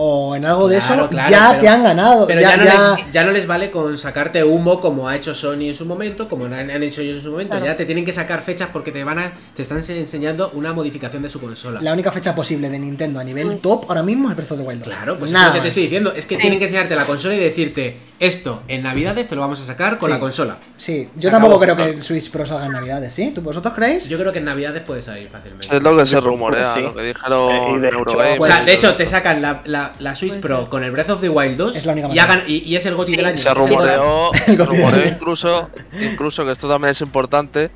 o en algo de
Claro,
eso,
claro,
ya
pero-
te han ganado.
Pero
Oh, ya,
ya, no
ya-
Les, ya no les vale con sacarte humo como ha hecho Sony en su momento, como han, han hecho ellos en su momento.
Claro.
Ya te tienen que sacar fechas porque te van a te están se- enseñando una modificación de su consola.
La única fecha posible de Nintendo a nivel top ahora mismo es Breath of the Wild.
Mm. Claro, pues
Nada
es lo que te
más.
estoy diciendo. Es que tienen que enseñarte la consola y decirte esto en Navidades te lo vamos a sacar con
Sí.
la consola.
Sí,
Se
yo tampoco
acabó.
creo que el Switch Pro salga en Navidades, ¿sí? ¿Tú, ¿Vosotros creéis?
Yo creo que en Navidades puede salir fácilmente.
es lo que se rumorea,
Sí.
lo que
Eh, y
dijeron
de hecho,
Eurogamer.
o sea,
pues-
de hecho, te sacan la, la- la Switch
Puede
Pro
ser.
con el Breath of the Wild 2
Es la única
y,
manera.
hagan- y- y es el GOTY del año.
Se rumoreó, se
El cotidiano.
rumoreó incluso, incluso que esto también es importante,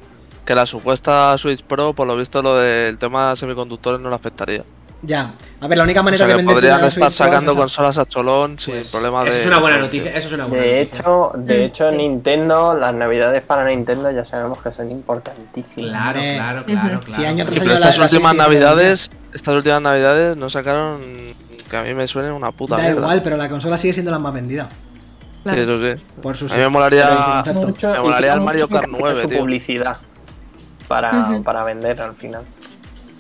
que la supuesta Switch Pro, por lo visto, lo del tema semiconductores no le afectaría.
Ya. A ver, la única
O
manera
sea,
de
que
venderte
podrían
una
estar
Switch Pro es
sacando
esa.
consolas a cholón sin
Pues,
problema de...
Eso es una buena noticia. Eso es una buena
De
noticia.
hecho, de
Mm,
hecho
sí.
Nintendo, las navidades para Nintendo ya sabemos que son importantísimas.
Claro,
Hombre.
claro, claro,
Ujú.
claro.
Sí, Eh, año
Sí,
tras
pero
año la-
estas
la Switch
últimas
sí,
navidades, estas últimas navidades no sacaron que a mí me suene una puta
Da
mierda.
igual, pero la consola sigue siendo la más vendida.
Sí,
Claro.
eso sí.
Por sus
A mí me molaría...
Exacto.
Me molaría
hicieron
el Mario
mucho
Kart
hincapié en
9,
su
tío.
publicidad para,
Ujú.
para vender al final.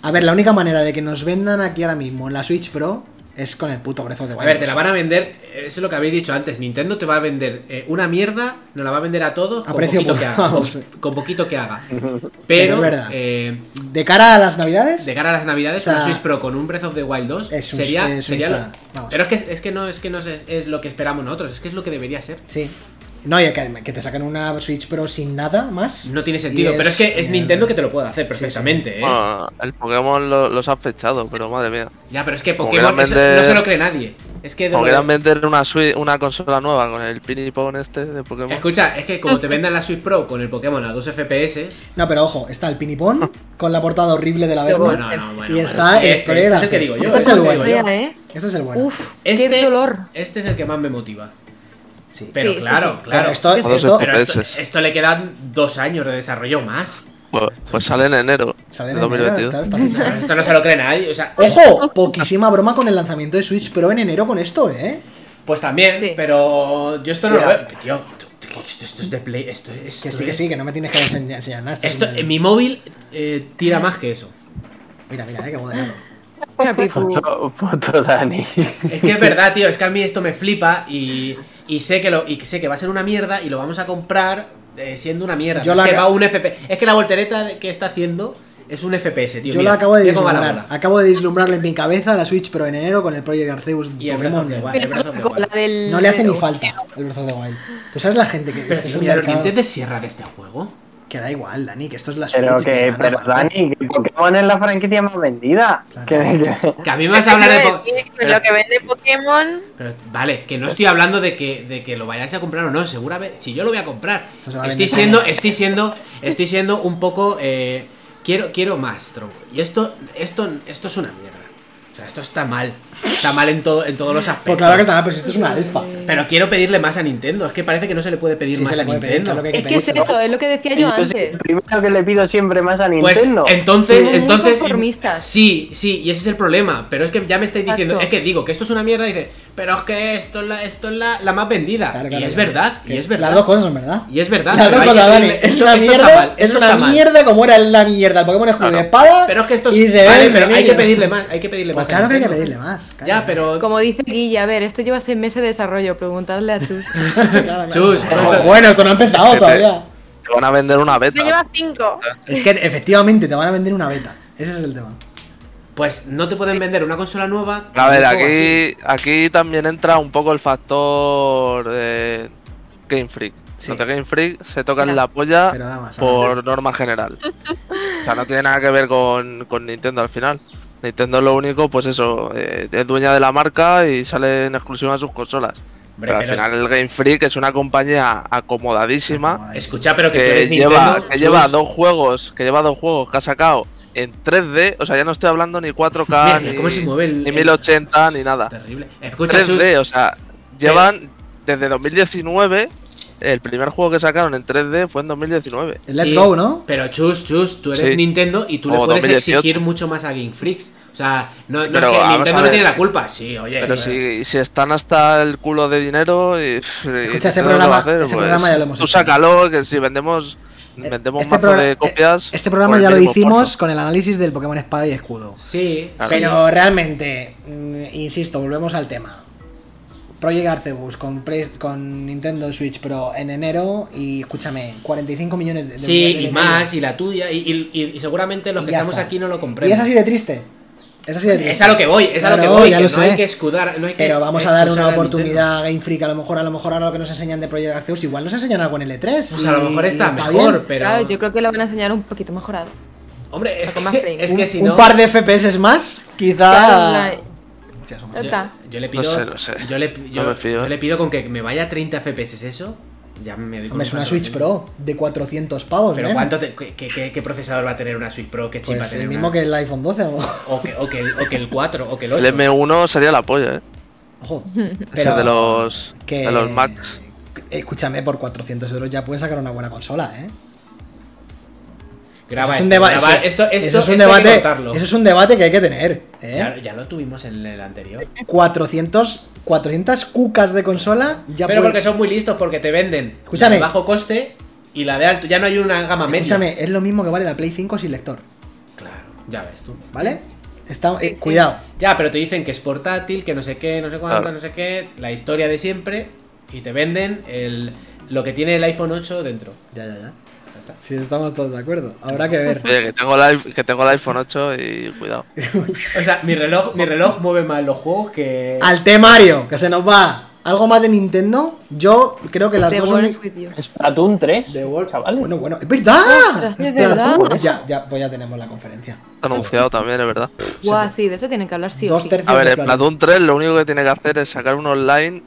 A ver, la única manera de que nos vendan aquí ahora mismo la Switch Pro es con el puto Breath of the
A
Wild.
ver, te la van a vender, eso es lo que habéis dicho antes, Nintendo te va a vender eh, una mierda, nos la va a vender a todos
A
con,
precio
poquito
(laughs)
que
puro,
haga, con,
vamos.
con poquito que haga.
Pero es
Pero,
verdad.
eh,
De cara a las navidades,
de cara a las navidades,
O sea,
una Switch Pro con un Breath of the Wild 2
es un-
sería...
es un
sería lo-
insta- vamos.
pero es que, es que no, es, que no es, es lo que esperamos nosotros, es que es lo que debería ser.
sí. No, y que, que te sacan una Switch Pro sin nada más.
No tiene
y
sentido, pero es que es
mierda.
Nintendo que te lo puede hacer
sí.
perfectamente, ¿eh?
Bueno, el Pokémon lo- los han fechado, pero madre mía.
Ya, pero es que
como
Pokémon
quieran
eso
vender-
no se lo cree nadie. Es que... de
Como
verdad-
quieran vender una, Switch- una consola nueva con el Pinipon este de Pokémon.
Escucha, es que como te vendan la Switch Pro con el Pokémon a 2 FPS...
No, pero ojo, está el
(laughs)
Pinipón con la portada horrible de la Verna.
Bueno, no, bueno,
y
bueno.
está el
este, este es el que
Predator.
digo yo.
Este es
este
el
digo
bueno.
yo.
Vaya, ¿eh?
Este es el bueno.
Uf,
Este,
(laughs)
qué dolor.
este es el que más me motiva.
Sí.
Pero
Sí, sí,
claro,
sí.
claro.
Pero esto,
Pero
esto-
esto-
pero esto,
Meses.
esto le quedan dos años de desarrollo más.
Pues, pues sale en enero
sale en
de
enero,
2022.
claro, está fichado.
Esto no se lo cree nadie. O sea,
(laughs)
(laughs)
Ojo, poquísima broma con el lanzamiento de Switch Pro en enero con esto, ¿eh?
pues también,
Sí.
pero yo esto no
Ya.
lo veo. Tío, tú- tú- que esto, esto es de Play. Esto, esto
Que sí, que
es-
sí, que no me tienes que enseñar, enseñar nada. es
Esto,
un-
en mi móvil eh, tira más que eso.
Mira, mira, eh, qué
(laughs)
moderado.
Una pipu.
Foto, foto Oh, Dani.
Es que es verdad, tío. Es que a mí esto me flipa y, y sé que lo, y sé que va a ser una mierda y lo vamos a comprar eh, siendo una mierda.
Yo
es
la
que
ca-
va un FPS. Es que la voltereta de- que está haciendo es un FPS, tío.
Yo
mira,
lo acabo de
mira cómo va la
vislumbrar.
bola.
Acabo de vislumbrarle en mi cabeza la Switch Pro en enero con el Project Arceus
Y el Breath of
Pokémon.
the Wild.
Pero
el brazo me
con la
vale.
del-
No le hace ni
del-
falta el Breath of the Wild. Tú sabes la gente que
Pero
este es
tío,
un
mira los
mercado-
dientes de sierra de este juego.
Que da igual, Dani, que esto es la
Pero
Switch,
que,
van a
pero
guardar.
Dani, que Pokémon es la franquicia más vendida.
Claro.
Que- que-
Que a mí me vas a hablar de. po-
Lo que vende Pokémon.
Pero, vale, que no estoy hablando de que, de que lo vayáis a comprar o no, seguramente. Si yo lo voy a comprar,
Esto se va a
estoy
vender
siendo,
también.
estoy siendo, estoy siendo un poco. eh, quiero, quiero más, tronco. Y esto, esto, esto es una mierda. O sea, esto está mal. Está mal en todo, en todos los aspectos.
Pues claro que está, pero si esto es una alfa.
Pero quiero pedirle más a Nintendo. Es que parece que no se le puede pedir
Sí,
más
se le
a
puede pedir,
Nintendo.
claro que hay
Es que es
pedírselo.
eso, es lo que decía yo
yo soy
antes.
el primero que le pido siempre más a
Pues
Nintendo.
entonces,
Son muy
entonces.
conformistas.
Sí, sí, y ese es el problema. Pero es que ya me estáis diciendo,
Exacto.
es que digo que esto es una mierda, y dice, pero es que esto es la, esto es la, la más vendida.
Claro,
y
Ah, claro,
es
claro.
verdad,
Que
y es verdad.
Las dos cosas son verdad.
Y es verdad,
Las
pero
dos
hay
cosas,
que
Dani.
pedirle-
Es
esto-
una
esto está mal,
mierda. Es
esto
una
está mal.
mierda como era la mierda. El Pokémon es escudo y
Claro.
espada.
Pero es que esto es.
Y se
vale,
ve el
pero hay que
veneno.
pedirle más, hay que pedirle
Pues
más. a
claro que hay que
Nintendo.
pedirle más. claro. (laughs)
Ya, pero.
Como dice Guille, a ver, esto lleva seis meses de desarrollo, preguntadle
(laughs)
a Chus.
Claro, claro.
Chus,
Pero bueno, esto no ha empezado
Pepe.
todavía.
Te van a vender una
Me
beta.
lleva 5.
Es que efectivamente te van a vender una beta. Ese es el tema.
pues no te pueden vender una consola nueva.
A ver,
un juego así.
aquí, aquí también entra un poco el factor eh, Game Freak.
Sí.
Los de Game Freak se tocan
Pero-
la polla
Pero nada más.
por norma general. O sea, no tiene nada que ver con, con Nintendo al final. Nintendo lo único, pues eso, eh, es dueña de la marca y sale en exclusiva en sus consolas.
Hombre,
Pero al
pero-
final el Game Freak es una compañía acomodadísima
Escucha, pero que, tú
que
eres
lleva,
Nintendo.
que lleva
Chus.
dos juegos, que lleva dos juegos que ha sacado en 3D, o sea, ya no estoy hablando ni 4K,
Mira,
ni,
cómo se mueve el-
ni
el-
1080, ni nada.
Terrible. Escucha, Chus.
3D, o sea,
Eh.
llevan desde 2019, el primer juego que sacaron en 3D fue en 2019.
Let's
Sí,
go, ¿no?
Pero chus, chus, tú eres
Sí.
Nintendo y tú le
O
puedes
2018.
exigir mucho más a Game Freaks. O sea, no, no
Pero
es que
vamos a
Nintendo no
ver.
tiene la culpa. Sí, oye.
Pero si,
sí,
si están hasta el culo de dinero y...
Escucha, ese
y no lo
programa-
va a hacer, pues
ese programa ya lo hemos
Tú
hecho.
sácalo, que si vendemos... Vendemos
Este
mazo
programa-
de copias. pues
Este programa
por el
ya lo
mínimo
hicimos
esfuerzo.
con el análisis del Pokémon Espada y Escudo.
Sí,
Claro.
sí.
Pero realmente, mm, insisto, volvemos al tema. Project Arceus con, Play- con Nintendo Switch Pro en enero y escúchame, 45 millones de, de-
Sí,
de-
y
de-
más, y la tuya, y, y- y- y seguramente los
Y
que
ya
estamos
está.
aquí no lo
Y
compremos.
es así de triste. Es así de triste.
Es a lo que voy, es a lo que
Claro,
voy,
ya
que
lo
no hay
sé.
que escudar, no hay que
Pero vamos a dar
excusar
una
Nintendo.
oportunidad a Game Freak. A lo mejor, a lo mejor ahora lo que nos enseñan de Project Arceus, igual nos enseñan algo en L3.
Pues a lo
y-
mejor
y
está, mejor,
bien.
pero.
Claro, yo creo que lo van a enseñar un poquito mejorado.
Hombre, es
Con más
que,
frames.
es que si
un,
no.
un par de FPS más, quizá.
Claro,
Hostia, somos-
Ya
Yo,
está.
yo le pido.
No sé, no sé.
Yo le, yo-
No me fío.
yo le pido con que me vaya a 30 FPS eso. Ya me doy
Hombre, es una
cuenta.
Switch Pro de 400 pavos,
Pero
nen.
¿cuánto te- qué, qué- qué- qué procesador va a tener una Switch Pro? ¿Qué chip va a
Pues
tener?
el
una-
mismo que el iPhone 12. a lo mejor.
o, que, o, que el, o que el 4 o que el
El
8.
M1 sería la polla, ¿eh? (laughs)
Ojo.
Ese de los,
que-
de los Macs.
Escúchame, por 400 euros ya puedes sacar una buena consola, ¿eh?
Graba
Eso es un
esto,
deba-
graba
eso-
esto, esto,
eso es un
esto hay que
debate,
cortarlo.
eso es un debate que hay que tener, ¿eh?
ya, ya lo tuvimos en el anterior.
400, 400 cucas de consola ya
Pero
puede-
porque son muy listos, porque te venden
Escúchame.
la de bajo coste y la de alto. Ya no hay una gama media.
Escúchame, es lo mismo que vale la Play 5 sin lector,
Claro, ya ves tú.
¿vale? Está, eh, cuidado.
Ya, pero te dicen que es portátil, que no sé qué, no sé cuánto,
Claro.
no sé qué, la historia de siempre, y te venden el, lo que tiene el iPhone 8 dentro.
Ya, ya, ya.
Ya está.
Si estamos todos de acuerdo, habrá que ver.
(laughs)
Oye, que tengo, el, i- que tengo el iPhone 8 y cuidado.
O sea, mi reloj, mi reloj mueve más los juegos que.
Al temario, que se nos va. ¿Algo más de Nintendo? Yo creo que las
The
dos
world
uni-
is with you.
Splatoon 3.
The World-
chavales.
Bueno, bueno, es verdad.
Ostras, es
Platoon.
verdad.
Ya, ya, pues ya tenemos la conferencia.
Está anunciado también, es verdad.
Guau, sí, de eso tienen que hablar sí o
Dos
sí.
tercios
A ver,
de
el Platoon 3 lo único que tiene que hacer es sacar un online.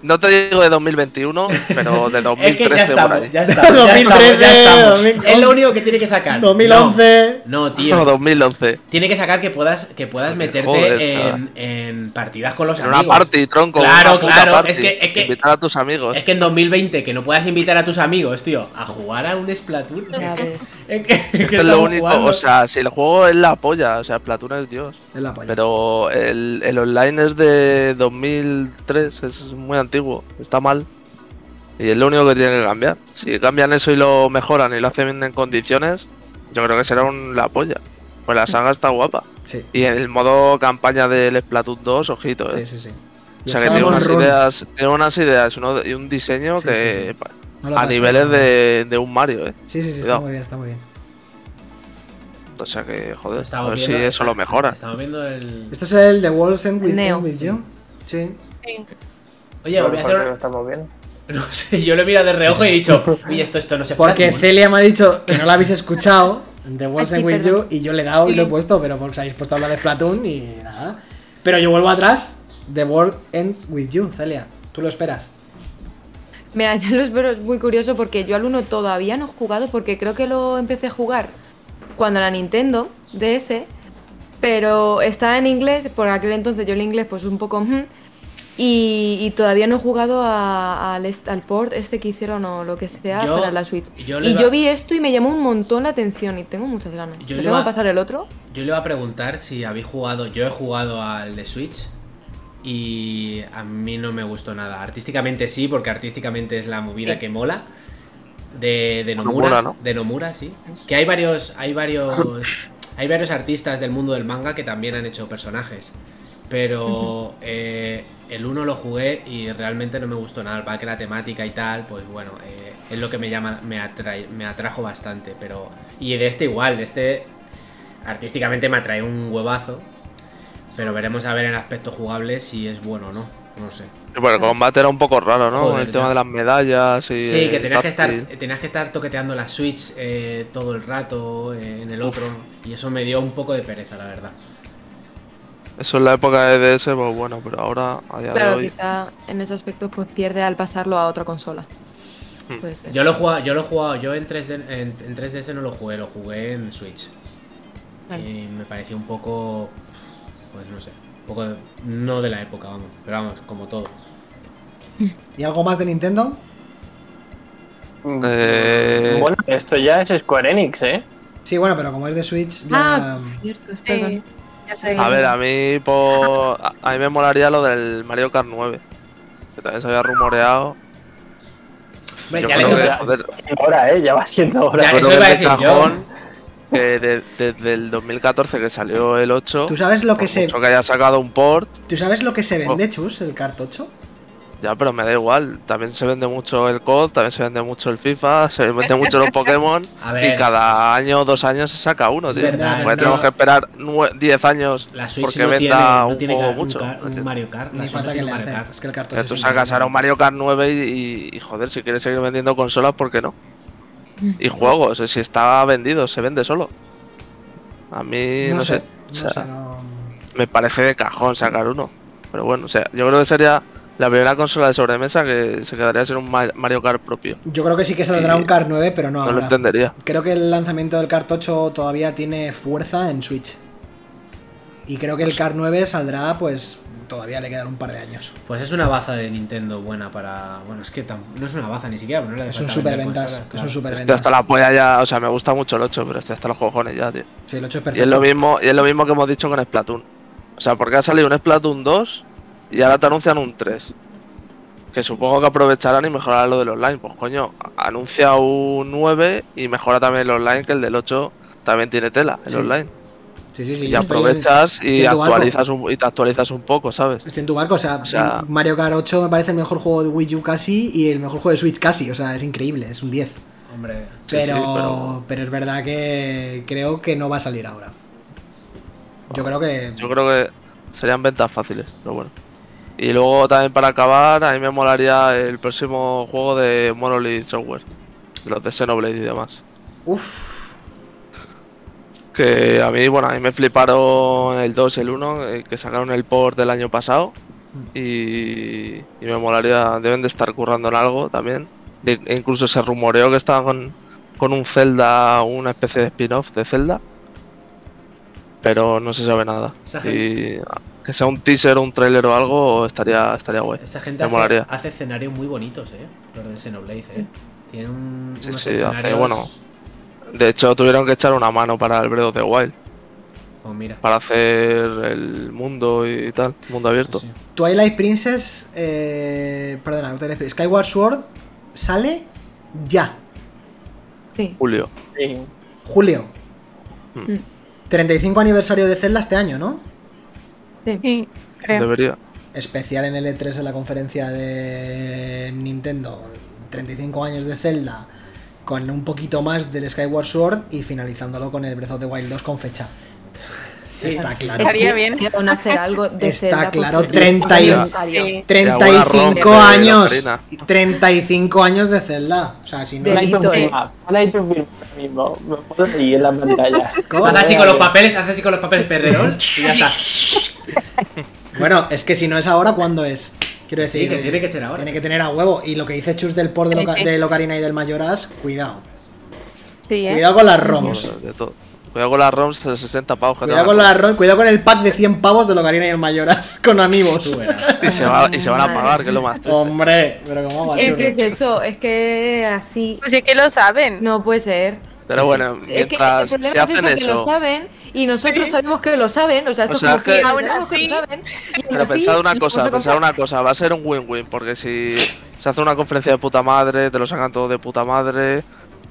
No te digo de 2021, pero de
(laughs) Es que
2013
ya
por
estamos,
ahí.
(laughs)
ya estamos. ya
2013,
estamos, ya estamos.
2011.
Es lo único que tiene que sacar.
2011.
No, no,
No, (laughs)
tío.
2011.
Tiene que sacar que puedas, que puedas
Joder,
meterte
chaval.
en, en partidas con los
En
amigos.
una party, tronco.
Claro,
una puta
claro,
party.
es que- es que-
Invitar a tus amigos.
(laughs) Es que en 2020 que no puedas invitar a tus amigos, tío, a jugar a un Splatoon. (laughs)
Ya ves.
Es que, es que
Esto es lo
estamos
único.
jugando.
O sea, si el juego es la polla, o sea, Platoon es Dios.
Es la polla.
Pero el, el online es de 2003, es muy antiguo, está mal. Y es lo único que tiene que cambiar. Si cambian eso y lo mejoran y lo hacen en condiciones, yo creo que será un, la polla. Pues la saga está guapa.
Sí,
Y el modo campaña del Splatoon 2, ojito, eh.
sí, sí. sí.
O sea que tiene
Salmon
unas,
Run.
ideas, tiene unas ideas uno- y un diseño
Sí, sí, sí.
que pa-
No lo
a
paso.
niveles de, de un Mario, eh.
Sí, sí, sí, está
Cuidado.
muy bien, está muy bien.
O sea que, joder,
Estamos
a ver si
viendo-
pues eso lo mejora.
Estamos viendo el.
Este es el The World's End With,
Neo.
End with You. Sí.
Oye, os voy a hacer
Porque
una-
lo estamos viendo.
(laughs) No sé, yo lo he mirado de reojo y he dicho, uy, esto, esto no se puede.
Porque Celia me ha dicho que no la habéis escuchado, The World's
Ay, Ah, sí,
End With You,
perdón.
y yo le he dado y lo he
Sí.
puesto, pero porque habéis puesto a hablar de Splatoon y nada. Pero yo vuelvo atrás, The World Ends With You, Celia. Tú lo esperas.
Mira, (laughs) yo lo espero, es muy curioso porque yo al 1 todavía no he jugado porque creo que lo empecé a jugar cuando la Nintendo DS, pero estaba en inglés, por aquel entonces yo el inglés pues un poco... ujú, y, y todavía no he jugado a- al, est- al port este que hicieron o lo que sea
Yo-
para la Switch.
yo le
y
iba-
yo vi esto y me llamó un montón la atención y tengo muchas ganas.
Yo
¿Me
le
tengo
iba-
que pasar el otro?
Yo le iba a preguntar si habéis jugado. Yo he jugado al de Switch y a mí no me gustó nada. Artísticamente sí, porque artísticamente es la movida
Sí.
que mola. De, de Nomura,
Nomura, ¿no?
de Nomura, sí. Que hay varios, hay varios, hay varios artistas del mundo del manga que también han hecho personajes. Pero eh, el 1 lo jugué y realmente no me gustó nada. Para que la temática y tal, pues bueno, eh, es lo que me llama, me, atrae, me atrajo bastante. Pero. Y de este igual, de este. Artísticamente me atrae un huevazo. Pero veremos a ver en aspecto jugable si es bueno o no. No sé.
Sí, Pero el combate era un poco raro, ¿no?
Joder,
el
ya.
tema de las medallas y.
Sí, que
el
tenías que estar,
táctil.
tenías que estar toqueteando la Switch eh, todo el rato eh, en el otro. Y eso me dio un poco de pereza, la verdad.
Eso en la época de DS, pues bueno, pero ahora, a día de
Claro,
hoy.
quizá en ese aspecto pues pierde al pasarlo a otra consola.
Hmm.
Puede ser.
Yo lo he jugado, yo lo he jugado, yo en 3D, en, en 3DS no lo jugué, lo jugué en Switch.
Vale.
Y me pareció un poco. Pues no sé. Un poco de- no de la época, vamos. Pero vamos, como todo.
¿Y algo más de Nintendo?
Eh,
Bueno, esto ya es Square Enix, ¿eh?
Sí, bueno, pero como es de Switch, ya.
Ah, cierto, es
Sí,
perdón.
ya sé.
A ver, a mí por... a- a mí me molaría lo del Mario Kart 9. Que también se había rumoreado.
Hombre,
Yo
ya le
creo que,
toca-
joder,
Ahora, ¿eh? Ya va siendo hora.
Ya,
yo
eso
creo
iba a
que de
decir yo.
cajón, que de- desde el 2014 que salió el 8,
¿Tú sabes lo
por
que se,
mucho que haya sacado un port,
¿tú sabes lo que se vende,
Oh.
Chus, el cartocho?
ya, pero me da igual. También se vende mucho el COD, también se vende mucho el FIFA, se vende mucho los Pokémon.
(laughs) A
Y
ver,
cada año o dos años se saca uno,
Es
tío.
verdad,
Porque
es verdad.
tenemos que esperar nue- 10 años.
la Switch
porque
no tiene,
venda
no
un
tiene
juego
ca- un,
mucho,
ca- un
¿entiendes?
Mario Kart. La
Ni
Switch
falta
no
que
tiene
le
Mario
hacen.
Kart.
Es que el cartocho.
Que tú
es
sacas ahora un
increíble.
Mario Kart 9 y, y, joder, si quieres seguir vendiendo consolas, ¿por qué no? Y juegos, si está vendido, se vende solo. A mí, no,
No
sé,
sé.
o
No sé,
sea,
no.
me parece de cajón sacar uno. Pero bueno, o sea, yo creo que sería la primera consola de sobremesa que se quedaría sin un Ma- Mario Kart propio.
Yo creo que sí que saldrá
Sí.
un Car 9, pero no
No lo
ahora.
entendería.
Creo que el lanzamiento del cartocho todavía tiene fuerza en Switch. Y creo que el Car 9 saldrá, pues todavía le quedan un par de años.
Pues es una baza de Nintendo buena para. Bueno, es que tam- no es una baza ni siquiera, pero no le hace
Es un
falta vender
superventas.
consolas,
Es
claro.
un
Estoy hasta
superventas.
la polla ya, o sea, me gusta mucho el 8, pero estoy hasta los cojones ya, tío.
Sí, el 8 es
Y es lo
perfecto.
mismo, y es lo mismo que hemos dicho con Splatoon. O sea, porque ha salido un Splatoon 2 y ahora te anuncian un 3. Que supongo que aprovecharán y mejorarán lo del online. Pues coño, anuncia un 9 y mejora también el online, que el del 8 también tiene tela, el
Sí,
online.
Sí, sí, sí.
Y
yo estoy en-
aprovechas
estoy
y
en tu barco.
actualizas un, y te actualizas un poco, ¿sabes?
Estoy en tu barco, o sea,
O sea-
Mario Kart 8 me parece el mejor juego de Wii U casi y el mejor juego de Switch casi, o sea, es increíble, es un 10.
Hombre,
Sí,
Pero,
sí,
pero...
pero-
es verdad que creo que no va a salir ahora. Yo creo que...
Yo creo que serían ventas fáciles, pero bueno. Y luego también para acabar, a mí me molaría el próximo juego de Monolith Software. Los de Xenoblade y demás.
Uf,
Que a mí, bueno, a mí me fliparon el 2 y el 1, eh, que sacaron el port del año pasado. Y, y me molaría, deben de estar currando en algo también. De- e incluso se rumoreó que estaban con, con un Zelda, una especie de spin-off de Zelda. Pero no se sabe nada.
Esa
Y ah, que sea un teaser o un trailer o algo, estaría, estaría guay.
esa gente
Me
hace,
molaría.
hace escenarios muy bonitos, eh. Los de Xenoblade, eh. Tienen un,
Sí,
unos
sí, hace-
escenarios.
bueno. De hecho, tuvieron que echar una mano para el Breath of the Wild,
Pues mira.
para hacer el mundo y tal, mundo abierto.
sí, sí.
Twilight Princess... Eh, perdona, Twilight Princess. Skyward Sword sale ya,
Sí.
Julio.
Sí.
julio.
Mm.
Mm.
35 aniversario de Zelda este año, ¿no?
Sí, creo.
Debería.
Especial en el E3 en la conferencia de Nintendo. 35 años de Zelda (laughs) con un poquito más del Skyward Sword y finalizándolo con el Breath of the Wild 2 con fecha.
Sí, está claro.
Estaría bien.
Con hacer algo de
Está
Zelda, pues,
claro,
sería
30
y-
necesario.
Sí.
Ya, buena
35
ronda,
años.
Karina.
35 años de Zelda. O sea, si no.
De-
Ahora
Delito,
hay
eh.
un map, ahora hay un map ahora mismo. Me puedo ir en la pantalla.
¿Cómo?
Haz así con los papeles, haz así con los papeles perderol y ya está.
Bueno, es que si no es ahora, ¿cuándo es? Quiero
Sí,
decir,
que tiene que ser ahora.
Tiene que tener a huevo. Y lo que dice Chus del port de,
Sí,
Loca-
sí.
de Locarina y del Mayoras, cuidado.
Sí, ¿eh?
Cuidado con las ROMs.
Bueno, de todo. Cuidado con las ROMs de 60 pavos que te
Cuidado con
van a
las ROMs. Cuidado con el pack de 100 pavos de Locarina y el Mayoras (laughs) con amigos.
Tú verás.
cobrar. y se, va- y se van a pagar, que es lo más triste.
Hombre, pero cómo va,
Es que es
churro.
eso, es que así
Pues es que lo saben.
no puede ser.
Pero bueno,
Es que
mientras
el
se
problema es
hacen
eso, que lo
eso.
saben y nosotros sabemos que lo saben, o sea, esto
O
es
sea,
como
que-
que
Aún
sabemos que
así-
lo saben. y aún
Pero
así
pensad una
no
cosa,
se
pensad
compra.
una cosa, va a ser un win-win, porque si se hace una conferencia de puta madre, te lo sacan todo de puta madre,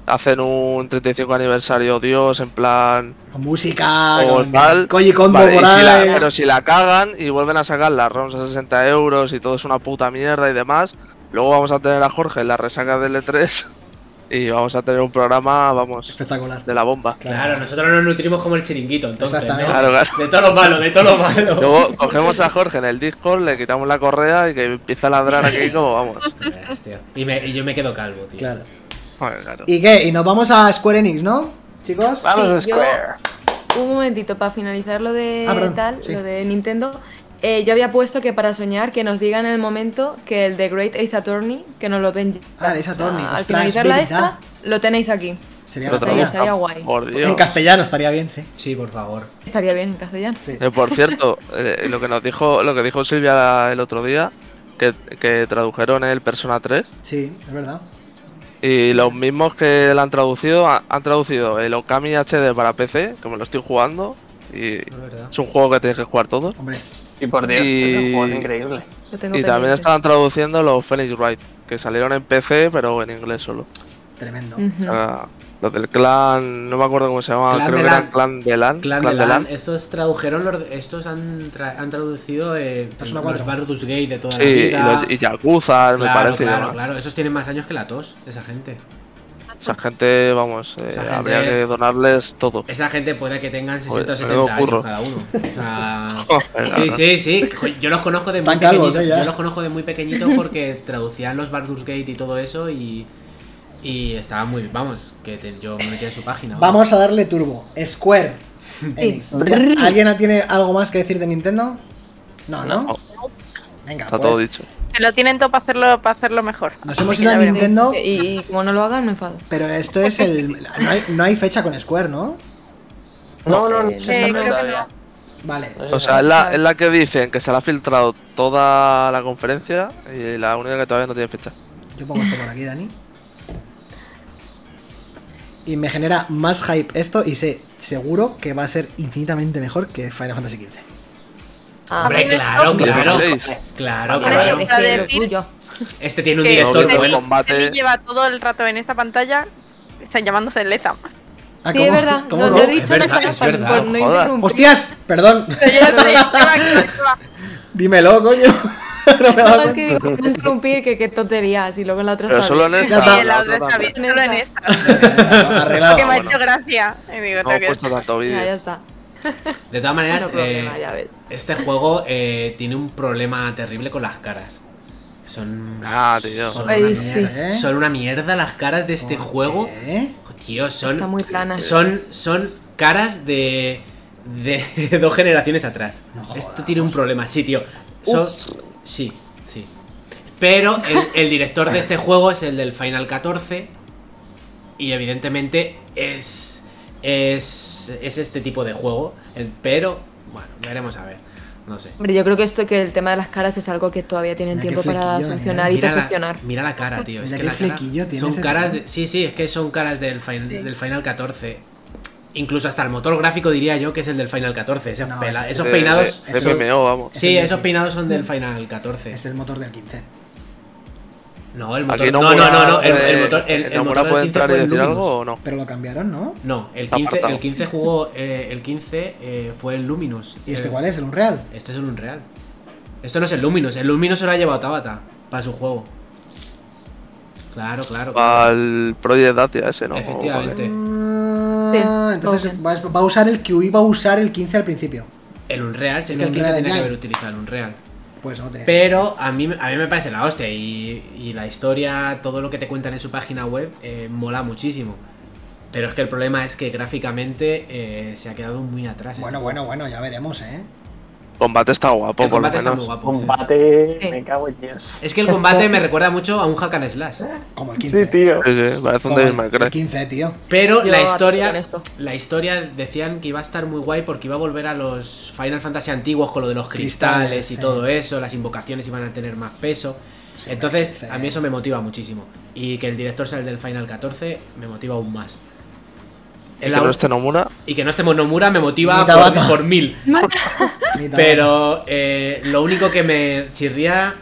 hacen un 35 aniversario Dios, en plan...
Con música,
O
con
tal.
Koji Kondo
Vale, y
por
si la-
ahí.
pero si la cagan y vuelven a sacar las ROMs a 60 euros y todo es una puta mierda y demás, luego vamos a tener a Jorge en la resaca del E3 (laughs) y vamos a tener un programa, vamos,
Espectacular.
de la bomba.
Claro, nosotros nos nutrimos como el chiringuito, entonces. ¿no?
Exactamente.
Claro, claro.
De todo lo malo, de
(laughs)
todo lo malo.
Luego cogemos a Jorge en el Discord, le quitamos la correa y que empieza a ladrar aquí como vamos.
Tú verás, tío. Y, me- y yo me quedo calvo, tío.
Claro.
Joder, claro.
¿Y qué? ¿Y nos vamos a Square Enix, no? Chicos.
Vamos,
Sí, yo-
Square.
Un momentito, para finalizar lo de
Ah, perdón,
tal,
sí.
lo de Nintendo. eh, yo había puesto que para soñar que nos digan en el momento que el de Great Ace Attorney, que nos lo den. ya.
Ah, de esa Torni.
al finalizar la esta, lo tenéis aquí.
Sería
Lo
la
traduzca,
polla.
estaría guay.
Por
En
Dios.
castellano estaría bien, sí.
Sí, por favor.
Estaría bien en castellano.
Eh, por cierto, eh, lo que nos dijo, lo que dijo Silvia el otro día, que, que tradujeron el Persona 3
Sí, es verdad.
y los mismos que la han traducido ha- han traducido el Okami HD para PC, como lo estoy jugando y
Es verdad.
es un juego que tienes que jugar todos.
Hombre,
Y por Dios,
Y-
es un juego increíble.
Lo tengo
Y también
pendiente.
estaban traduciendo los Phoenix Wright, que salieron en PC pero en inglés solo.
tremendo.
Ujú.
Ah, los del clan, no me acuerdo cómo se llamaba,
Clan
creo
de
que
Lan.
era Clan de Lan.
Clan
Clan
de
de
Lan, eh,
Lan.
estos tradujeron, los, estos han, tra- han traducido eh,
Persona
los
cuatro.
Baldur's Gate de toda
Sí,
la
y,
vida.
los, y Yakuza, me
claro,
parece. y
claro,
demás.
claro. Esos tienen más años que la tos, esa gente.
Esa gente, vamos, eh,
Esa gente-
habría que donarles todo. (laughs)
Esa gente puede que tengan 60 o
Joder, menudo
70 años
curro.
cada uno. O sea,
(laughs) Joder,
sí,
claro.
sí, sí. Jo, Yo los conozco de muy
Están calvos,
pequeñitos.
eh, ya.
Yo los conozco de muy pequeñitos porque traducían los Baldur's Gate y todo eso y, y estaba muy. Vamos, que te- yo me metía en su página.
Vamos a darle turbo. Square. Enix. ¿No tiene- ¿Alguien tiene algo más que decir de Nintendo? No, ¿no?
No.
Venga,
Está
pues,
todo dicho.
Se lo tienen todo para hacerlo, para hacerlo mejor.
Nos hemos
Así
ido
que
a
ya veremos.
Nintendo,
Y, y como no lo hagan, me enfado.
pero esto es el... No hay, no hay fecha con Square, ¿no?
No, no, no.
Sí, creo que no.
Vale.
O sea, es la, es la que dicen que se la ha filtrado toda la conferencia y la única que todavía no tiene fecha.
Yo pongo esto por aquí, Dani. Y me genera más hype esto y sé seguro que va a ser infinitamente mejor que Final Fantasy XV.
Ah,
Hombre,
Hombre,
claro,
no.
claro.
16.
Claro,
bueno,
claro.
es que
Iba a
lo
decir-
tuyo.
Este tiene un
Que
No,
director
que-
Feli-
bueno.
combate.
Feli lleva todo el rato en esta pantalla están llamándose
(laughs)
Lezam.
Ah,
Sí, es verdad.
¿Cómo
lo,
no?
lo he
Es
dicho
verdad,
no,
es
para-
verdad.
por no
Joder.
interrumpir.
¡Hostias! Perdón. (laughs) Dímelo, coño. no me he dado
No, es
cuenta.
que digo, no interrumpir, que qué tonterías. Y luego en la otra
Pero
está
solo en
bien.
esta. la
Y la
otra
otra está bien,
también.
solo en esta.
(laughs)
(laughs)
Arreglado.
Que me ha
bueno.
hecho gracia. Y digo,
No pues he
tengo que-
puesto tanto
Ya, ya
vídeo.
está.
De todas maneras,
No problema,
eh,
ya ves.
Este juego eh, tiene un problema terrible con las caras. Son.
Ah, tío.
Son,
Ay,
una,
sí.
mierda, ¿eh? son una mierda las caras de este juego.
¿Eh?
Tío, son.
Está muy plana.
Este, Son, son caras de. de (laughs) dos generaciones atrás. Esto tiene un problema, sí, tío. Son- sí, sí. Pero el, el director de este juego es el del Final 14. Y evidentemente es. Es, es este tipo de juego. eh, Pero, bueno, veremos a ver. No sé.
Hombre, yo creo que esto que el tema de las caras es algo que todavía tienen
Mira qué
tiempo para
flequillo,
sancionar
¿eh?
y
Mira
perfeccionar.
la, mira la cara, tío. Es
Mira
que
qué
la cara-
flequillo tiene
son
ese
caras.
tío.
de- sí, sí, es que son caras del, fin- del Final 14. Incluso hasta el motor gráfico diría yo que es el del Final 14. Esas
No,
pela-
es-
esos
De-
peinados.
de- de
son-
MMO, vamos.
Sí,
es el-
esos peinados son del Final 14.
Es el motor del 15.
No, el
Aquí
motor. No, no,
Nomura,
no, no. El, el
eh,
motor, el, el
Nomura
motor del
puede
15
entrar y
fue el
decir
Luminous.
algo o no.
Pero lo cambiaron, ¿no?
No, el
Está
15, el
apartado.
15 jugó. eh, el 15 eh, fue el Luminous.
¿Y este
Eh,
cuál es? ¿El Unreal?
Este es el Unreal. Esto no es el Luminous. El Luminous se lo ha llevado Tabata para su juego. Claro, claro. claro.
Al Project Datia ese, ¿no? O-
Efectivamente.
Mm, Ah,
Sí,
entonces
Pokémon.
va, va a usar el que iba a usar el 15 al principio.
El Unreal, sé
El
que el 15
Unreal
tenía que
Engine.
haber utilizado el Unreal.
Pues no tenía.
Pero a mí, a mí me parece la hostia y, y la historia, todo lo que te cuentan en su página web, eh, mola muchísimo. Pero es que el problema es que gráficamente eh, se ha quedado muy atrás.
bueno, bueno, bueno, ya veremos, ¿eh.
Combate está guapo,
el
por lo
combate está muy
menos.
guapo. sí.
Combate,
Sí.
me cago en Dios.
Es que el combate me recuerda mucho a un hack and slash.
Como el 15.
Sí, tío.
Sí, sí, parece un
Como
Devil
el,
May Cry.
el 15,
(laughs)
tío.
Pero
Yo
la
con
historia,
esto.
la historia decían que iba a estar muy guay porque iba a volver a los Final Fantasy antiguos con lo de los cristales,
Cristales,
y
sí.
todo eso, las invocaciones iban a tener más peso. Entonces,
quince.
a mí eso me motiva muchísimo. Y que el director sea el del Final 14 me motiva aún más. El
Pero
au-
este Nomura,
Y que no estemos Nomura me motiva
Ni Tabata.
por,
(laughs)
por mil.
Ni tan-
Pero eh, lo único que me chirría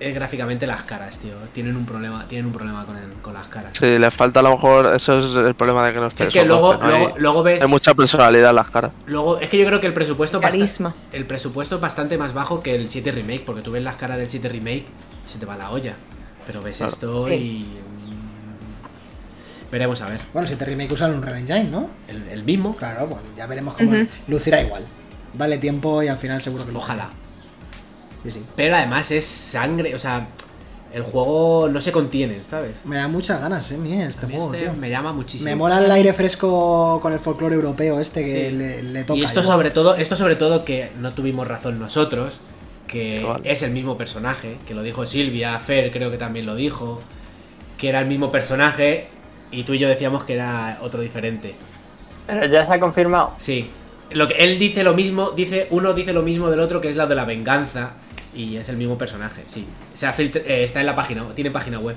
es gráficamente las caras, tío. Tienen un problema, tienen un problema con, el- con las caras.
si le falta a lo mejor, eso es el problema de que no esté.
Es que
solo,
luego,
no hay-
luego, luego ves.
hay mucha personalidad en las caras.
Luego, es que yo creo que el presupuesto basta-
Carisma.
el presupuesto es bastante más bajo que el 7 remake, porque tú ves las caras del 7 remake y se te va la olla. Pero ves
Claro.
esto
Sí.
y. mm, Veremos a ver.
Bueno, si te remake usan un Real Engine, ¿no?
El, el mismo.
Claro, pues ya veremos cómo
Ujú.
lucirá igual. Dale tiempo y al final seguro que lo
Ojalá.
Sí, sí.
Pero además es sangre. O sea, el juego no se contiene, ¿sabes?
Me da muchas ganas, eh, mía, este
A mí
juego,
este
tío.
me llama muchísimo.
Me mola el aire fresco con el folclore europeo este que
Sí.
le, le toca.
y esto
igual.
sobre todo, esto sobre todo que no tuvimos razón nosotros, que
Igual.
es el mismo personaje, que lo dijo Silvia, Fer creo que también lo dijo, que era el mismo personaje y tú y yo decíamos que era otro diferente.
Pero ya se ha confirmado.
Sí. Lo que él dice lo mismo, dice uno dice lo mismo del otro que es la de la venganza y es el mismo personaje, sí. Se ha filtr- eh, está en la página, tiene página web.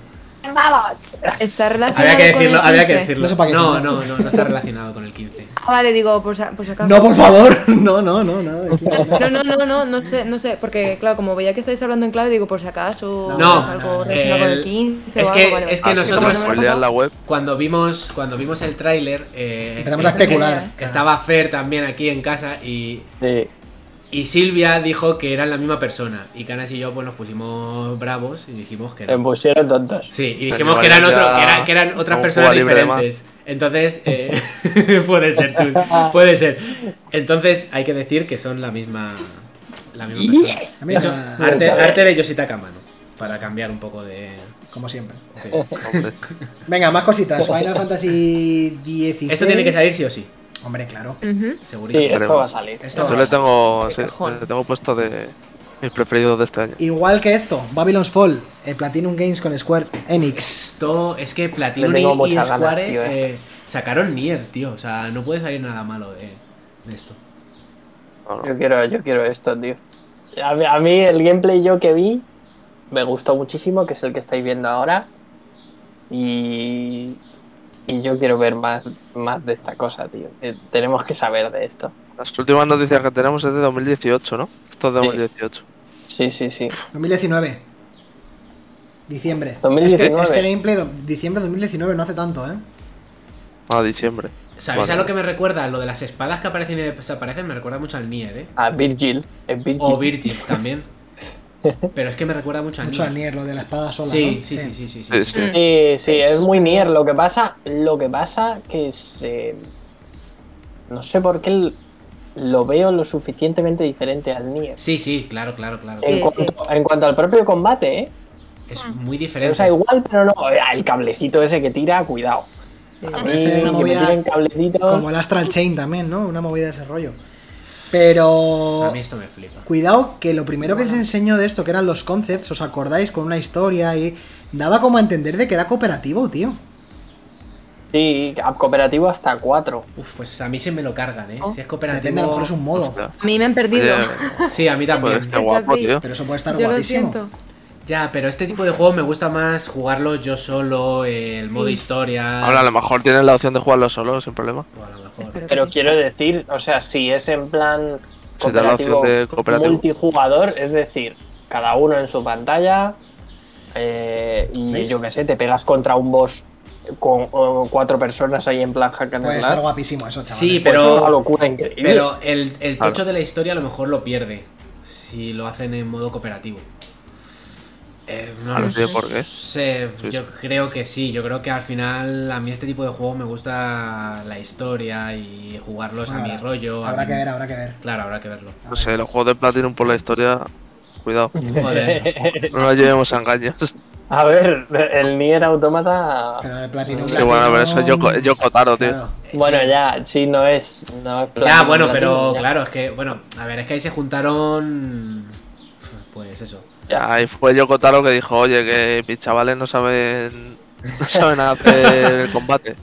Está relacionado
Había que
con el
decirlo, había que
15.
decirlo.
No sé para qué
no,
decirlo.
no, no, no está relacionado con el 15.
Ah, vale, digo, por si por si acaso.
No, por favor. (laughs) No, no, no, no. de aquí-
No, no, no, no, no sé, no sé, porque claro, como veía que estáis hablando en clave, digo, por si acaso,
No,
es algo
no,
relacionado con
el-
el 15
es
o
que-
algo, vale, vale.
es que
Ah, sí,
nosotros-
como spoilean la web.
Cuando vimos, cuando vimos el tráiler, eh,
Empezamos a
est- est-
especular.
Estaba Fer también aquí en casa y,
Sí.
y Silvia dijo que eran la misma persona. Y Canas y yo pues nos pusimos bravos y dijimos que
Se
no.
pusieron tontos.
Sí, y
Pero
dijimos
igual
que eran,
ya-
otro, que, era- que eran otras
un
personas
juego libre de
diferentes. Entonces, eh, (laughs) puede ser, Chus, puede ser. Entonces, hay que decir que son la misma, la misma persona. De
Mira,
hecho, arte, arte de Yoshitaka Mano, para cambiar un poco de...
Como siempre.
sí. (laughs)
Hombre.
Venga, más cositas. Final Fantasy 16.
Esto tiene que salir sí o sí,
Hombre, claro.
Ujú.
Sí,
segurísimo.
esto va a salir.
Esto
Yo le tengo,
Qué
sí,
cajón.
le tengo puesto de mis preferidos de este año.
Igual que esto, Babylon's Fall, eh, Platinum Games con Square Enix.
Esto es que Platinum
Le tengo
y, y
muchas ganas,
Square
tío, este.
eh, sacaron Nier, tío. O sea, no puede salir nada malo de, de esto.
No, no.
Yo quiero, yo quiero esto, tío. A mí, a mí el gameplay yo que vi me gustó muchísimo, que es el que estáis viendo ahora. Y, y yo quiero ver más, más de esta cosa, tío. Eh, tenemos que saber de esto.
Las últimas noticias que tenemos es de 2018, ¿no? Esto es de
Sí.
2018.
Sí, sí, sí.
2019. Diciembre.
2019.
Este, este gameplay, do- diciembre de 2019, no hace tanto, ¿eh?
Ah, diciembre.
¿Sabéis
Vale.
a lo que me recuerda? Lo de las espadas que aparecen y desaparecen me recuerda mucho al Nier, ¿eh?
A Virgil. Es Oh,
(laughs)
Virgil.
O Virgil también. Pero es que me recuerda mucho al
Mucho al
Nier.
Nier, lo de la espada sola.
Sí,
¿no?
sí, sí, sí, sí, sí,
Sí,
sí.
sí.
Mm.
Sí, sí, es muy Nier. Lo que pasa, lo que pasa que se. No sé por qué l- lo veo lo suficientemente diferente al Nier.
Sí, sí, claro, claro, claro.
En,
Sí,
cuanto, en cuanto al propio combate, ¿eh?
Es muy
O
diferente.
sea, igual, pero no. Ah, El cablecito ese que tira, cuidado. A mí,
Parece una
que me
movida
tiren cablecitos.
Como el Astral Chain también, ¿no? Una movida de ese rollo. Pero.
A mí esto me flipa.
Cuidado, que lo primero que se enseñó de esto, que eran los concepts, ¿os acordáis? Con una historia y. Daba como a entender de que era cooperativo, tío.
Sí, a- cooperativo hasta 4.
Uf, pues a mí se me lo cargan, ¿eh?
Oh.
Si
Depende, a
es
lo
cooperativo...
mejor es un modo.
Hostia.
A mí me han perdido.
Oye,
Sí, a mí
(laughs)
pues
también.
está
Mm. Es
guapo,
así.
tío.
Pero eso puede estar
Yo lo
guapísimo.
siento.
Ya, pero este tipo de juego me gusta más jugarlo yo solo, eh, el
Sí.
modo historia...
Ahora, a lo mejor tienes la opción de jugarlo solo, sin problema.
O Pues, a lo mejor.
Espero que
Pero
sí.
quiero decir, o sea, si es en plan
Se da la
cooperativo,
opción de cooperativo.
multijugador, es decir, cada uno en su pantalla eh, y
¿Veis?
yo qué sé, te pegas contra un boss con o, cuatro personas ahí en plan hack and
Puede
slash,
estar guapísimo eso, chaval.
Sí,
pues
pero-
es una locura increíble.
Pero el, el tocho
Claro.
de la historia a lo mejor lo pierde si lo hacen en modo cooperativo. Eh, no
Ah,
lo
no sé por qué.
sé,
Sí,
yo creo que sí, yo creo que al final a mí este tipo de juegos me gusta la historia y jugarlos a
Habrá-
mi rollo. a
Habrá
mi-
que ver, habrá que ver.
Claro, habrá
(laughs)
que verlo.
No sé, los juegos de Platinum por la historia, cuidado,
Joder.
no nos llevemos a engaños.
A ver, el Nier Automata.
Pero el platino.
Sí, bueno, pero eso es Yoko, es Yoko Taro, tío.
Bueno,
Sí.
ya, sí, no es. No es
Ya,
Platinum,
bueno, pero
Platinum, ya.
claro, es que, bueno, a ver, es que ahí se juntaron. Pues eso.
Ya.
Ahí fue Yoko Taro que dijo, oye, que mis chavales no saben, no saben hacer el combate.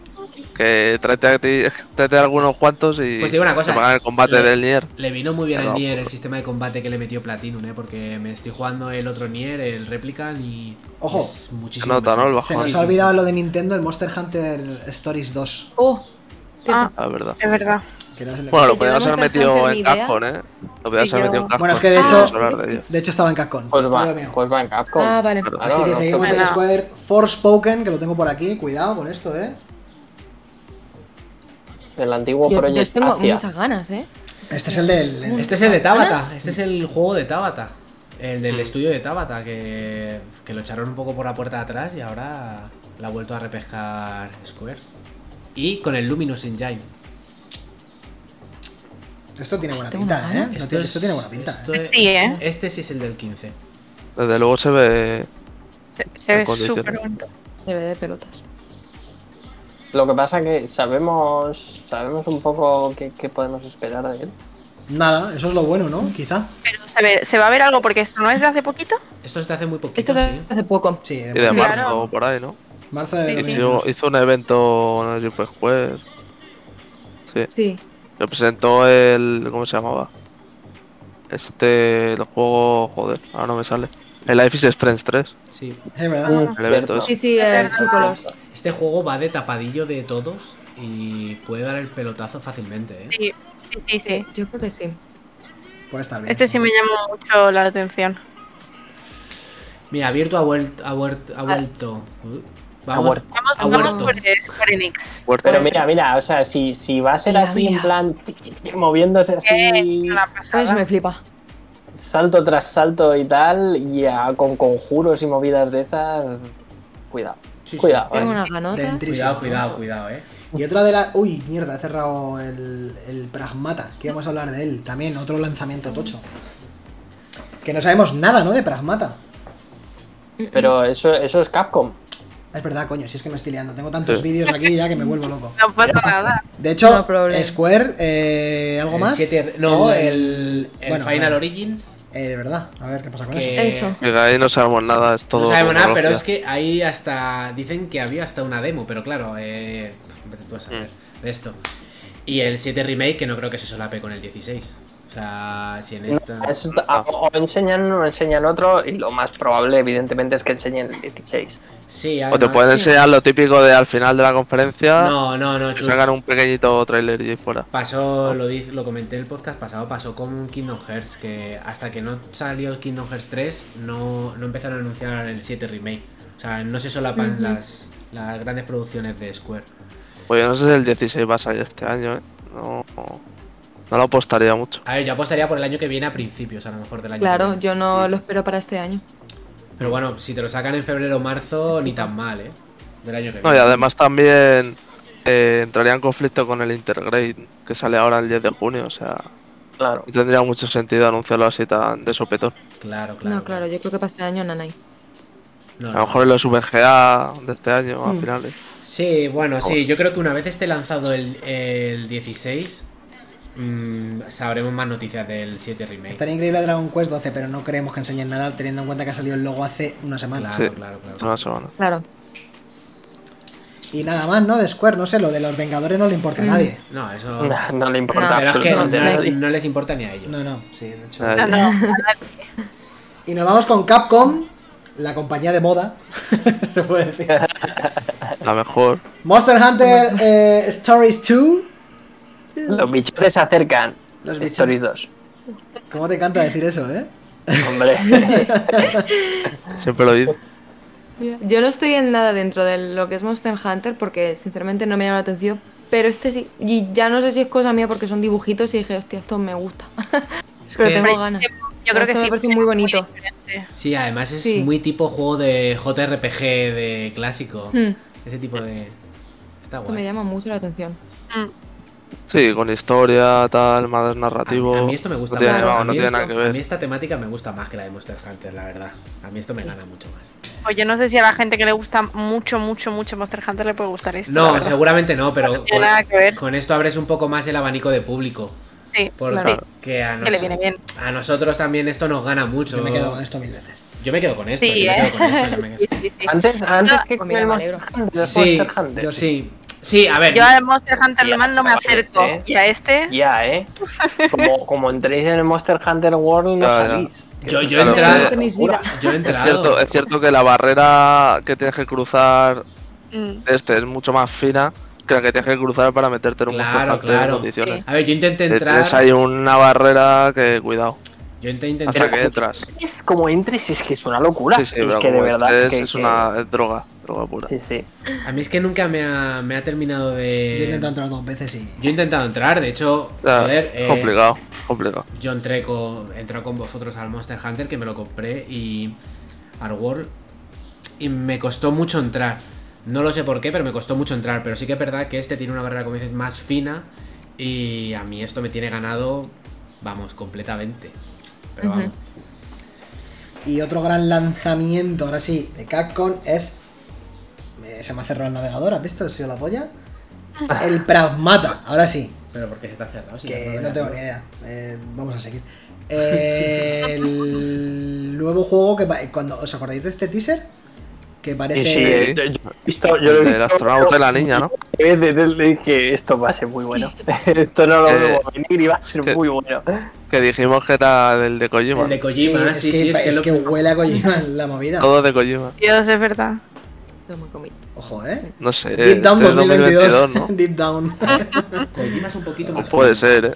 Que tráete, a ti- (laughs) tráete a algunos cuantos y
Pues digo una cosa,
que me hagan el combate
le-
del Nier.
Le vino muy bien al
Claro.
Nier el sistema de combate que le metió Platinum, ¿eh? Porque me estoy jugando el otro Nier, el Replicant, y.
Ojo.
es muchísimo.
Nota,
mejor.
¿no? El
Se
bajón.
nos
Sí,
ha
sí.
olvidado lo de Nintendo, el Monster Hunter Stories 2.
Oh,
Ah,
La verdad.
es verdad.
que no es el de-
Bueno, lo
yo
podíamos
no
haber
sé
metido
hacer
en
ni idea.
Capcom, ¿eh? Lo podíamos haber
Y yo-
metido en Capcom.
Bueno, es que de
no
hecho-
vamos a hablar de ello.
De hecho, estaba en Capcom.
Pues
Todo
va,
mío.
pues va en Capcom.
ah, vale.
Claro.
Claro,
Así que
no,
seguimos en
bueno.
Square Forspoken, que lo tengo por aquí. Cuidado con esto, eh.
El antiguo
Yo, yo
Project
tengo
Asia.
muchas ganas, ¿eh?
Este es el del. el-
Este es el de
¿Ganas?
Tabata, este es el juego de Tabata. El
Mm.
del estudio de Tabata, que, que lo echaron un poco por la puerta de atrás y ahora la ha vuelto a repescar Square. Y con el Luminous Engine.
Esto tiene buena
Tengo
pinta,
una
eh.
gana.
No tiene-
Esto
Esto,
es-
tiene buena pinta. eh.
esto es-
Sí, ¿eh?
Este sí es el del 15.
Desde luego se ve.
Se, se ve
condiciones.
súper bonito.
Debe de pelotas.
Lo que pasa que sabemos, sabemos un poco qué, qué podemos esperar de él.
Nada, eso es lo bueno, ¿no? Quizá.
Pero se, ve- se va a ver algo porque esto no es de hace poquito.
Esto es de hace muy poquito,
Esto de
sí.
hace poco.
Sí,
Y de
Claro.
marzo o por ahí, ¿no?
marzo de
Sí, sí.
2022.
Hizo, hizo un evento en el Super Square. Sí.
Sí.
Lo presentó el. ¿Cómo se llamaba? Este. El juego. Joder, ahora no me sale. El Life is Strange 3.
sí.
Es verdad.
El evento
Mm, Cierto.
ese.
Sí, sí, el True Colors.
Este juego va de tapadillo de todos y puede dar el pelotazo fácilmente, ¿eh?
Sí, sí, sí. sí.
Yo creo que sí.
Puede estar bien.
Este sí me llamó mucho la atención.
Mira, Virtu ha vuelto. Ha vuelto. Ha vuelto. Uh, Vamos,
vuelto.
Vamos,
Ah,
Ha
vamos
vuelto.
por eh, Square Enix.
Fuerte.
Pero mira, mira, o sea, si, si va a ser
Mira,
así en
mira.
plan moviéndose
Que
así,
Eh, la
Eso
pasada.
Pues me flipa.
salto tras salto y tal, y a- con conjuros y movidas de esas, cuidado,
Sí, sí.
cuidado.
Tengo
eh.
unas ganotas.
Dentrísimo.
Cuidado, cuidado, cuidado, ¿eh?
Y otra de las. Uy, mierda, he cerrado el, el Pragmata, que íbamos a hablar de él. También otro lanzamiento tocho. Que no sabemos nada, ¿no? De Pragmata.
Mm,
Pero eso, eso es Capcom.
Es verdad, coño, si es que me estoy liando. Tengo tantos
Sí.
vídeos aquí ya que me vuelvo loco.
No pasa nada.
De hecho,
(laughs) No problem.
Square, eh, ¿algo
El
más?
siete- no, el, el
bueno,
Final
bueno.
Origins.
Eh, de verdad, a ver qué pasa con eso.
Que
Eso.
Venga, ahí no sabemos nada, es todo.
no sabemos nada, pero
tecnología.
es que ahí hasta. Dicen que había hasta una demo, pero claro, eh, vete tú a saber
Mm.
de esto. Y el 7 Remake, que no creo que se solape con el 16. O sea, si en esta.
Eso t- a- o enseñan uno, enseñan otro, y lo más probable, evidentemente, es que enseñen el 16.
ah, Sí,
O te
además-
pueden enseñar lo típico de al final de la conferencia.
No, no, no,
que
chus.
sacan un pequeñito trailer y fuera.
Pasó, lo, dije, lo comenté en el podcast pasado, pasó con Kingdom Hearts, que hasta que no salió Kingdom Hearts 3 no, no empezaron a anunciar el 7 remake. O sea, no se solapan
Ujú.
las, las grandes producciones de Square.
Pues yo no sé si el 16 va a salir este año, ¿eh? No, no, no lo apostaría mucho.
A ver, yo apostaría por el año que viene a principios, a lo mejor del año que
Claro,
viene.
yo no lo espero para este año.
Pero bueno, si te lo sacan en febrero o marzo, ni tan mal, ¿eh? Del año que
No, y
viene.
además también eh, entraría en conflicto con el Intergrade, que sale ahora el 10 de junio, o sea,
Claro.
no tendría mucho sentido anunciarlo así tan de sopetón.
Claro, claro.
no, claro, yo creo que para este año Nanai.
No,
A
no.
lo mejor en los VGA de este año, a
Mm.
finales.
Sí, bueno, sí, yo creo que una vez esté lanzado el, el 16, mm, sabremos más noticias del 7 remake.
Estaría increíble Dragon Quest 12, pero no creemos que enseñen nada teniendo en cuenta que ha salido el logo hace una semana.
Claro,
Sí.
claro, claro.
Una semana.
Claro.
Y nada más, ¿no? De Square, no sé, lo de los Vengadores no le importa a
Mm.
nadie.
No, eso.
No, no le importa
Pero es que no,
absolutamente a nadie.
no les importa ni a ellos.
No, no, sí, de hecho.
Nada,
Ah, No, no.
Y nos vamos con Capcom, la compañía de moda, (laughs) se puede decir.
La Eh, mejor.
Monster Hunter eh, Stories 2.
Los bichos se acercan.
Los
Stories 2.
¿Cómo te encanta decir eso, eh?
(laughs) Hombre.
Siempre lo digo.
Yo no estoy en nada dentro de lo que es Monster Hunter porque sinceramente no me llama la atención. Pero este sí, y ya no sé si es cosa mía porque son dibujitos y dije, hostia, esto me gusta.
Es
Pero
que
tengo ganas.
Yo creo que
Esto me
sí.
parece
porque
muy
es
bonito.
diferente.
Sí, además es
Sí.
muy tipo juego de JRPG de clásico.
Hmm,
Ese tipo de. Está
esto me
guay.
llama mucho la atención.
Mm.
Sí, con historia, tal, más
A mí,
narrativo.
a mí esto me gusta
no tiene,
más.
vamos,
a,
no
mí
tiene
esto-
nada que
a mí
ver.
esta temática me gusta más que la de Monster Hunter, la verdad. A mí esto me gana mucho más.
Pues yo no sé si a la gente que le gusta mucho, mucho, mucho Monster Hunter le puede gustar esto. la
No,
verdad.
seguramente no, pero
No tiene nada que ver.
con, con esto abres un poco más el abanico de público.
Sí,
Porque
claro.
que a,
que le
nos-
viene bien.
a nosotros también esto nos gana mucho.
Yo me quedo con esto mil veces.
Yo me quedo con esto.
Sí,
yo me
¿eh?
quedo con esto, yo me quedo-
(laughs) Sí, sí, sí.
Antes, antes
Ah,
No,
que
pues
con
mira,
el
me
Monster
alegro.
Hunter, los
Sí,
Monster Hunter.
sí. Sí, a ver.
Yo al Monster Hunter
Ya,
Lumán no me
vale,
acerco.
¿eh?
Y a este.
Ya, ¿eh? Como, como entréis en el Monster Hunter World,
Ya,
no
ya.
salís.
Yo, yo he
Claro,
entrado.
eh,
tenéis vida.
Yo he
Es
entrado.
cierto, es cierto que la barrera que tienes que cruzar
mm,
de este es mucho más fina que la que tienes que cruzar para meterte en un
Claro,
Monster Hunter en
claro.
condiciones.
A ver, yo intenté
Te-
entrar.
Tienes ahí una barrera que cuidado.
Yo intenté
Hasta
entrar.
que entras.
Es como entres, es que es una locura.
Sí, sí,
es
pero
que de
como
verdad.
es,
que-
es
que-
una es droga, droga pura.
Sí, sí.
A mí es que nunca me ha, me ha terminado
Yo he intentado
de.
entrar dos veces y.
Yo he intentado entrar, de hecho,
O sea,
joder, eh,
Ah, complicado, complicado.
yo entré con, entré con vosotros al Monster Hunter, que me lo compré, y al World, y me costó mucho entrar. No lo sé por qué, pero me costó mucho entrar. Pero sí que es verdad que este tiene una barrera, como dices, más fina, y a mí esto me tiene ganado, vamos, completamente. Pero
Ujú.
vamos.
Y otro gran lanzamiento, ahora sí, de Capcom es. eh, se me ha cerrado el navegador, ¿has visto? ¿Ha sido la polla? El Pragmata, ahora sí,
Pero porque se está cerrado, Si
que
ya
no
era
tengo
todo.
ni idea. Eh, vamos a seguir. Eh, el (laughs) nuevo juego que. pa- Cuando, ¿Os acordáis de este teaser? Que parece.
Sí, sí, eh, yo- yo he visto- yo lo he
El
visto,
astronauta y la niña, ¿no?
Es de- de- de que esto va a ser muy bueno. (laughs) esto no lo
Eh,
veo venir y va a ser
que-
muy bueno.
Que dijimos que era el de Kojima.
El de
Sí,
Kojima,
es
sí,
que,
sí, es
pa-
que
es
lo-
que huele a Kojima la movida.
Todo de Kojima.
Dios, es verdad.
Todo muy comido.
Ojo, ¿eh?
No sé.
Deep Down
este es
2022.
2022,
(laughs)
¿no?
Deep Down.
Kojima es un
(laughs)
poquito
O
más
puede
fino.
ser, ¿eh?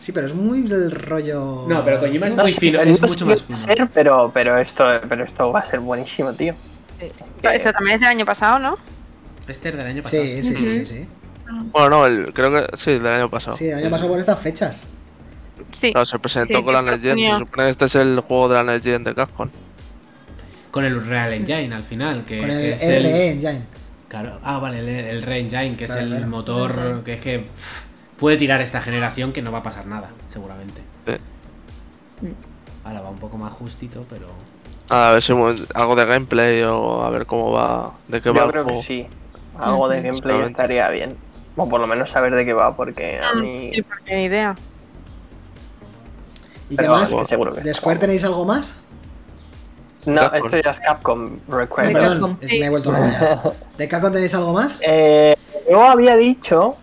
Sí, pero es muy del rollo.
No, pero Kojima es
No
muy
sé,
fino,
no
es
sé
mucho
qué
más
va a
fino.
ser, pero, pero, esto, pero esto va a ser buenísimo, tío.
Sí.
Que-
Eso también es del año pasado, ¿no?
Este es del año pasado.
Sí, sí, sí, sí, sí.
Bueno, no, el- creo que sí, el del año pasado.
Sí, el año pasado por estas fechas.
Sí.
Claro, se presentó
Sí,
con la
creo que
Next Gen.
tenía.
Se supone que este es el juego de la Next Gen de Capcom.
Con el Unreal Engine al final, que,
Con
que
el
es el.
eh,
RE Engine.
Claro, ah, vale, el, el Re Engine, que es
Claro,
el
claro.
motor que es que pff, puede tirar esta generación que no va a pasar nada, seguramente. Mm.
Sí.
Ahora va un poco más justito, pero.
A ver si mu- algo de gameplay o a ver cómo va, de qué va oh.
Yo
el
creo que
juego.
sí. Algo
Mm,
de gameplay
Seguramente.
estaría bien. O por lo menos saber de qué va, porque
Mm.
a mí.
Mm, Sí, porque ni idea.
¿Y qué
Pero
más?
vamos, que seguro que
¿De Square tenéis algo más?
No,
Capcom.
esto ya es Capcom
No,
Request.
Capcom,
perdón, es-
sí.
me he vuelto loco ya. ¿De Capcom tenéis algo
(laughs)
más?
Eh, yo había dicho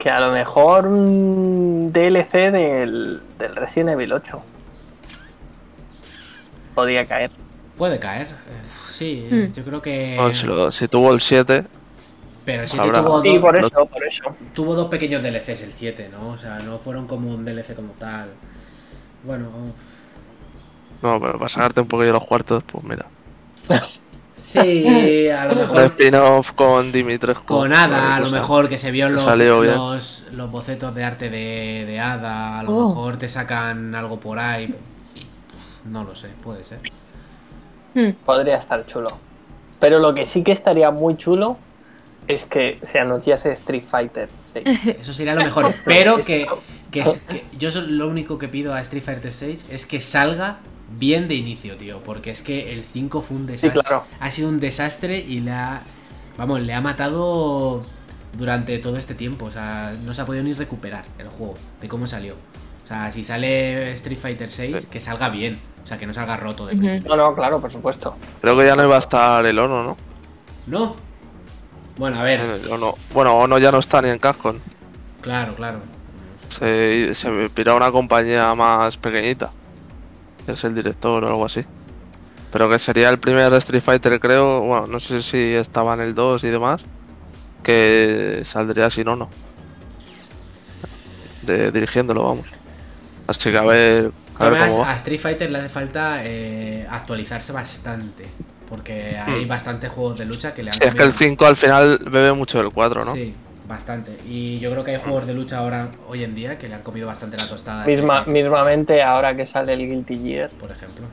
que a lo mejor un DLC del, del Resident Evil 8 podía caer.
Puede caer. eh, Sí,
Mm.
yo creo que.
Bueno, si, Ah, lo- si tuvo el 7,
Pero si
habrá.
tuvo,
Sí,
dos,
por
lo-
eso, por eso.
tuvo dos pequeños DLCs el 7, ¿no? O sea, no fueron como un DLC como tal. Bueno,
no, pero para sacarte un poquillo los cuartos, pues mira.
sí, a lo
Un
mejor.
spin-off con Dimitrescu.
Con Ada, a
cualquier
lo
cosa.
mejor que se vio los,
salió bien.
los, los bocetos de arte de, de Ada, a lo
Oh.
mejor te sacan algo por ahí. No lo sé, puede ser.
Hmm,
Podría estar chulo. Pero lo que sí que estaría muy chulo es que se anunciase Street Fighter
(laughs)
6.
Eso sería lo mejor. Pero
eso.
que, que, es- que yo so- lo único que pido a Street Fighter 6 es que salga bien de inicio, tío. Porque es que el 5 fue un desastre.
claro.
Ha sido un desastre y le ha. Vamos, le ha matado durante todo este tiempo. O sea, no se ha podido ni recuperar el juego de cómo salió. O sea, si sale Street Fighter 6, que salga bien. O sea, que no salga roto de
Ujú.
principio.
No, no, claro, por supuesto.
Creo que ya no iba a estar el Ono, ¿no? Eh,
¿No? Bueno, a ver.
El Ono- Bueno, Ono ya no está ni en Capcom.
Claro, claro.
Se, se piró a una compañía más pequeñita. que Es el director o algo así. Pero que sería el primer Street Fighter, creo. Bueno, no sé si estaba en el 2 y demás. Que saldría sin Ono. De, dirigiéndolo, vamos. Así que a ver, a ver
Además,
cómo
a
va.
Street Fighter le hace falta eh, actualizarse bastante. Porque hay
Hmm.
bastantes juegos de lucha que le han
Sí, es que el
cambiado.
5 al final bebe mucho del 4, ¿no?
Sí. Bastante. Y yo creo que hay juegos de lucha ahora, hoy en día, que le han comido bastante la tostada. a este
Misma,
juego,
mismamente ahora que sale el Guilty Gear.
Por ejemplo.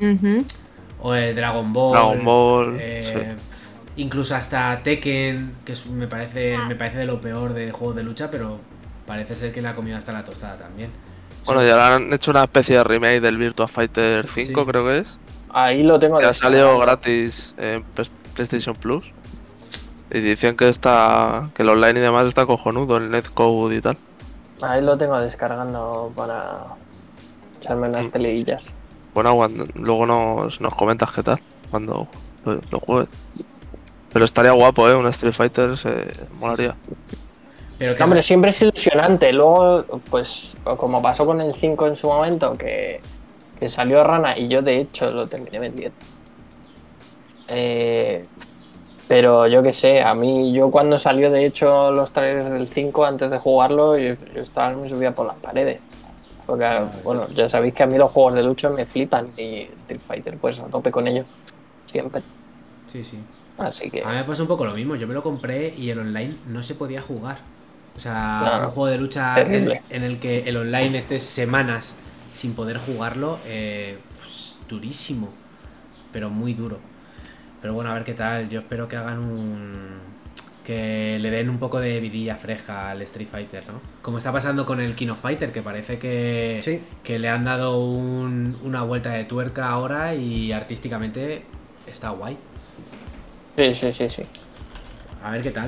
Ujú.
O eh, Dragon Ball.
Dragon Ball,
eh, Incluso hasta Tekken, que es- me, parece, me parece de lo peor de juegos de lucha, pero parece ser que le ha comido hasta la tostada también.
Bueno,
Son-
ya le han hecho una especie de remake del Virtua Fighter 5,
Sí.
creo que es.
Ahí lo tengo
Que ha
descargado.
salido gratis en Pes- PlayStation Plus. Y dicen que está. que el online y demás está cojonudo, el netcode y tal.
Ahí lo tengo descargando para echarme unas peleillas.
Bueno, cuando- luego nos, nos comentas qué tal cuando lo, lo juegues. Pero estaría guapo, ¿eh? Un Street Fighter se molaría.
Pero que-
No, hombre, siempre es ilusionante. Luego, pues, como pasó con el 5 en su momento, que, que salió Rana y yo, de hecho, lo terminé vendiendo. Eh, pero yo qué sé, a mí, yo cuando salió, de hecho, los trailers del 5, antes de jugarlo, yo, yo estaba, me subía por las paredes. Porque,
Ah,
bueno,
es-
ya sabéis que a mí los juegos de lucha me flipan y Street Fighter, pues, a tope con ellos. Siempre.
Sí, sí.
Así que...
A mí me pasó un poco lo mismo. Yo me lo compré y el online no se podía jugar. O sea,
Claro.
un juego de lucha en,
Terrible.
en el que el online estés semanas sin poder jugarlo, eh, pues, durísimo. Pero muy duro. Pero bueno, a ver qué tal. Yo espero que hagan un. Que le den un poco de vidilla fresca al Street Fighter, ¿no? Como está pasando con el Kino Fighter, que parece que
Sí.
que le han dado un- una vuelta de tuerca ahora y artísticamente está guay.
Sí, sí, sí, sí.
A ver qué tal.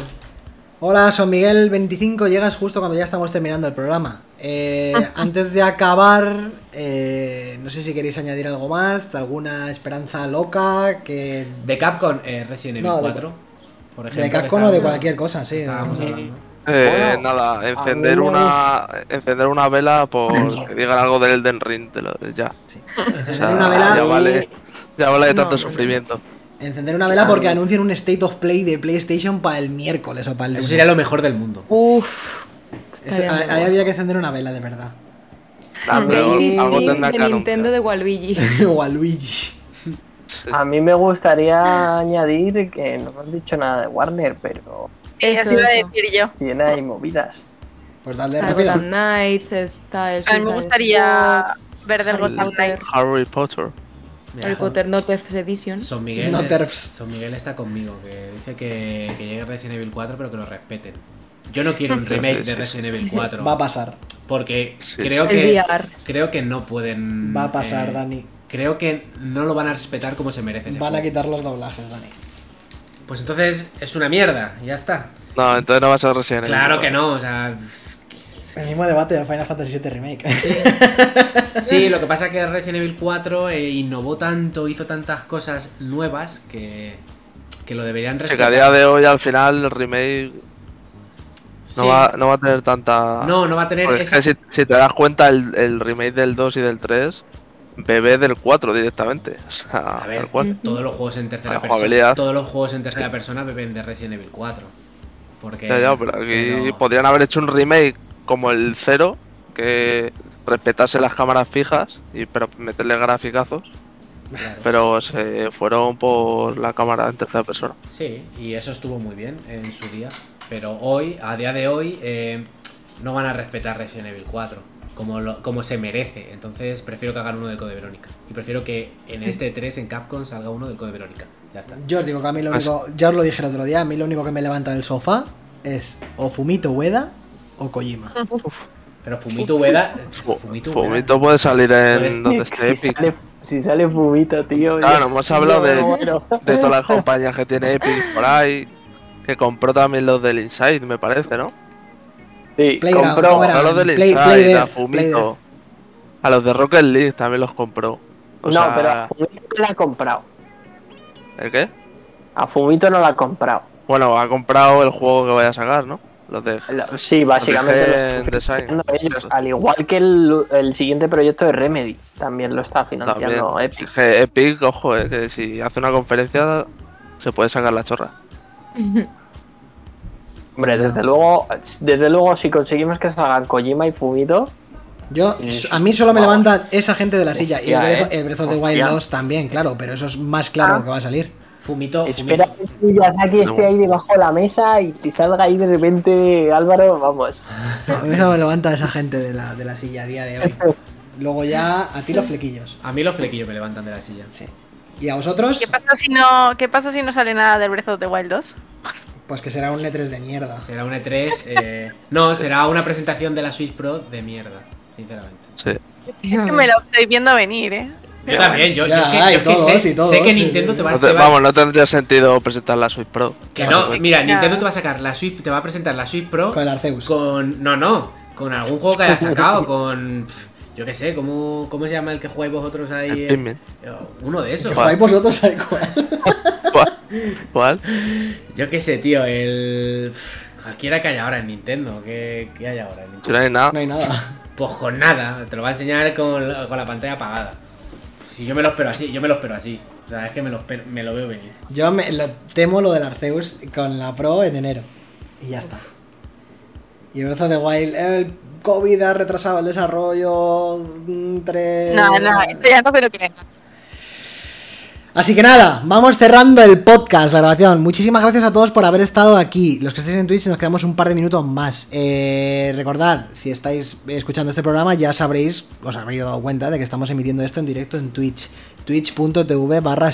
Hola, son Miguel 25, llegas justo cuando ya estamos terminando el programa. Eh, antes de acabar, eh, no sé si queréis añadir algo más, alguna esperanza loca que...
De Capcom, eh, Resident Evil
No, de-
4, por ejemplo.
De
que
Capcom o de
estábamos-
cualquier cosa, sí.
Estábamos
¿no?
hablando.
Eh,
Bueno,
nada, encender
mí me
una. encender una vela por que digan algo del Elden Ring, te lo- ya.
Encender
Ah,
una
Ya
vela,
vale, ya vale de
No,
tanto
no, no.
sufrimiento.
encender una vela porque anuncian un State of Play de PlayStation para el miércoles o para el
Eso
lunes.
sería lo mejor del mundo.
Uf.
Eso-
Estaría muy
ahí
guay.
había que encender una vela, de verdad. (laughs)
Nah, pero
Daily
algo
Sim
tendrán
de
que anunciar.
Nintendo de
(laughs)
Waluigi.
o a Luigi.
Este,
A mí me gustaría añadir que no hemos dicho nada de Warner, pero
Eso,
Eso iba a
eso.
decir yo.
tiene ahí movidas.
Pues dale
Está el
rápido.
Gotham Knights, está el
A mí me
Suicide
gustaría
Squad,
ver del
Harry
Gotham
Potter.
Knight.
Harry Potter.
Mira,
Harry Potter No Terf's Edition.
Son Miguel,
No
es-
terfs.
Son Miguel está conmigo, que dice que, que llegue Resident Evil 4 pero que lo respeten. Yo no quiero un
(laughs) Sí,
remake
sí,
de
sí,
Resident Evil 4
Va a pasar,
porque
Sí,
creo
El
que
VR.
creo que no pueden
va a pasar,
eh,
Dani.
Creo que no lo van a respetar como se merece. ese
Van a
juego.
quitar los doblajes, Dani.
Pues entonces es una mierda, y ya está.
No, entonces no va a ser Resident Evil.
Claro que no, o sea.
El mismo debate de Final Fantasy VII Remake.
Sí, lo que pasa es que Resident Evil 4 eh, innovó tanto, hizo tantas cosas nuevas que, que lo deberían
Sí, que a día
respetar.
de hoy al final el remake
Sí.
no, va, no va a tener tanta...
no, no va a tener
Porque es
esa.
que si, si te das cuenta el, el remake del 2 y del 3, bebé del 4 directamente. O sea,
A ver,
tal cual.
mm.
todos los juegos en tercera
La
persona.
jugabilidad.
Todos los juegos en tercera persona beben de Resident Evil 4. Porque.
Ya, ya, pero aquí
pero-
podrían haber hecho un remake como el 0, que respetase las cámaras fijas, y pero meterle graficazos,
claro.
pero se fueron por la cámara en tercera persona.
Sí, y eso estuvo muy bien en su día. Pero hoy, a día de hoy, eh, no van a respetar Resident Evil 4 como, lo- como se merece. Entonces prefiero que hagan uno del Code Verónica. Y prefiero que
Mm.
en este 3 en Capcom salga uno del Code Verónica. Ya está.
(laughs) Yo os digo que a mí lo
Pues-
Así.
único, ya os lo dije el otro día, a mí lo único que me levanta del sofá es o Fumito Ueda o Kojima.
Pero Fumito Ueda. eh,
Fu-
Fumito Ueda.
Fumito puede salir en
Pues,
donde esté
(laughs) si,
Epic.
sale, si sale Fumito, tío.
Claro,
yo-
no hemos hablado
yo me
(laughs)
de-
muero.
de todas las compañías que tiene Epic por ahí. Que compró también los del Inside, me parece, ¿no?
Sí,
Playground, ¿cómo
compró.
era?
Compró los del
Play-
Inside,
Playdead,
a Fumito. A los de Rocket League también los compró. O
no,
sea,
pero a Fumito no la ha comprado.
¿El qué?
A Fumito no la ha comprado.
Bueno, ha comprado el juego que vaya a sacar, ¿no? Los de.
Lo- Sí, básicamente lo
Gen
están
Design.
financiando ellos. Al igual que el, el siguiente proyecto de Remedy. También lo está
También.
financiando Epic.
Que Epic, ojo, eh, que si hace una conferencia se puede sacar la chorra.
Hombre, desde luego, desde luego, si conseguimos que salgan Kojima y Fumito,
Yo,
Sí.
a mí solo me
Vamos.
levanta esa gente de la silla. Y el
Hostia,
Breath,
eh.
el Breath of the Wild
Hostia.
2 también, claro, pero eso es más claro
Ah.
que va a salir. (laughs)
Fumito,
Espera
Fumito.
que Miyazaki esté ahí debajo de la mesa y te salga ahí de repente Álvaro, vamos.
No, a mí no me levanta esa gente de la, de la silla a día de hoy. Luego ya a ti los flequillos.
A mí los flequillos me levantan de la silla.
Sí. Y a vosotros,
¿Qué pasa si no, qué pasa si no sale nada del Breath of the Wild 2?
pues que será un E3 de mierda.
Será un E3. eh, no, será una presentación de la Switch Pro de mierda, sinceramente.
Sí.
Que
Mm. (laughs)
me lo estoy viendo venir, ¿eh?
Yo también, yo,
Ya,
yo es que-
hay
yo es que
todos
sé,
y todos,
sé que
sí,
Nintendo
sí.
te va a
No te-
llevar-
vamos, no tendría sentido presentar la Switch Pro.
Que no, mira,
Claro.
Nintendo te va a sacar la Switch, te va a presentar la Switch Pro
Con el Arceus.
con- no, no, con algún juego que haya sacado, con pf, yo qué sé, ¿cómo, ¿cómo se llama el que jugáis vosotros ahí?
El
eh?
Pikmin.
Uno de esos.
Que juega-
Jugáis vosotros al cual.
¿Cuál? (laughs)
(laughs)
¿Cuál?
Yo qué sé, tío, el pf, cualquiera que haya ahora en Nintendo, ¿qué, qué hay ahora en
Si no
Nintendo?
hay nada.
No hay nada.
Pues con nada, te lo va a enseñar con, la- con la pantalla apagada. Si yo me lo espero así, yo me lo espero así. O sea, es que me lo, espero- me lo veo venir.
Yo me, lo- temo lo del Arceus con la Pro en enero. Y ya está. Y Breath of the Wild, el COVID ha retrasado el desarrollo. mm,
Eh.
Tres...
No, no, esto ya no se lo creen.
Así que nada, vamos cerrando el podcast, la grabación. Muchísimas gracias a todos por haber estado aquí. Los que estáis en Twitch nos quedamos un par de minutos más. Eh, recordad, si estáis escuchando este programa ya sabréis, os habréis dado cuenta de que estamos emitiendo esto en directo en Twitch. Twitch.tv barra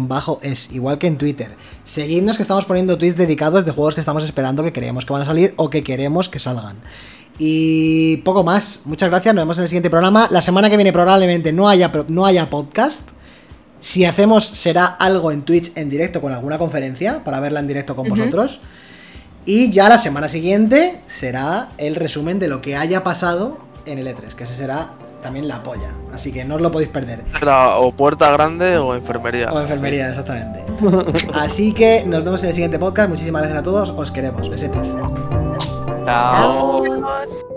bajo es igual que en Twitter. Seguidnos que estamos poniendo tweets dedicados de juegos que estamos esperando que creemos que van a salir o que queremos que salgan. Y poco más. Muchas gracias. Nos vemos en el siguiente programa. La semana que viene probablemente no haya, pro- no haya podcast. Si hacemos, será algo en Twitch en directo con alguna conferencia para verla en directo con
Ujú.
vosotros. Y ya la semana siguiente será el resumen de lo que haya pasado en el E3, que ese será también la polla. Así que no os lo podéis perder.
Era o puerta grande o enfermería.
O enfermería, exactamente. Así que nos vemos en el siguiente podcast. Muchísimas gracias a todos. Os queremos. Besetes.
Chao.
Adiós.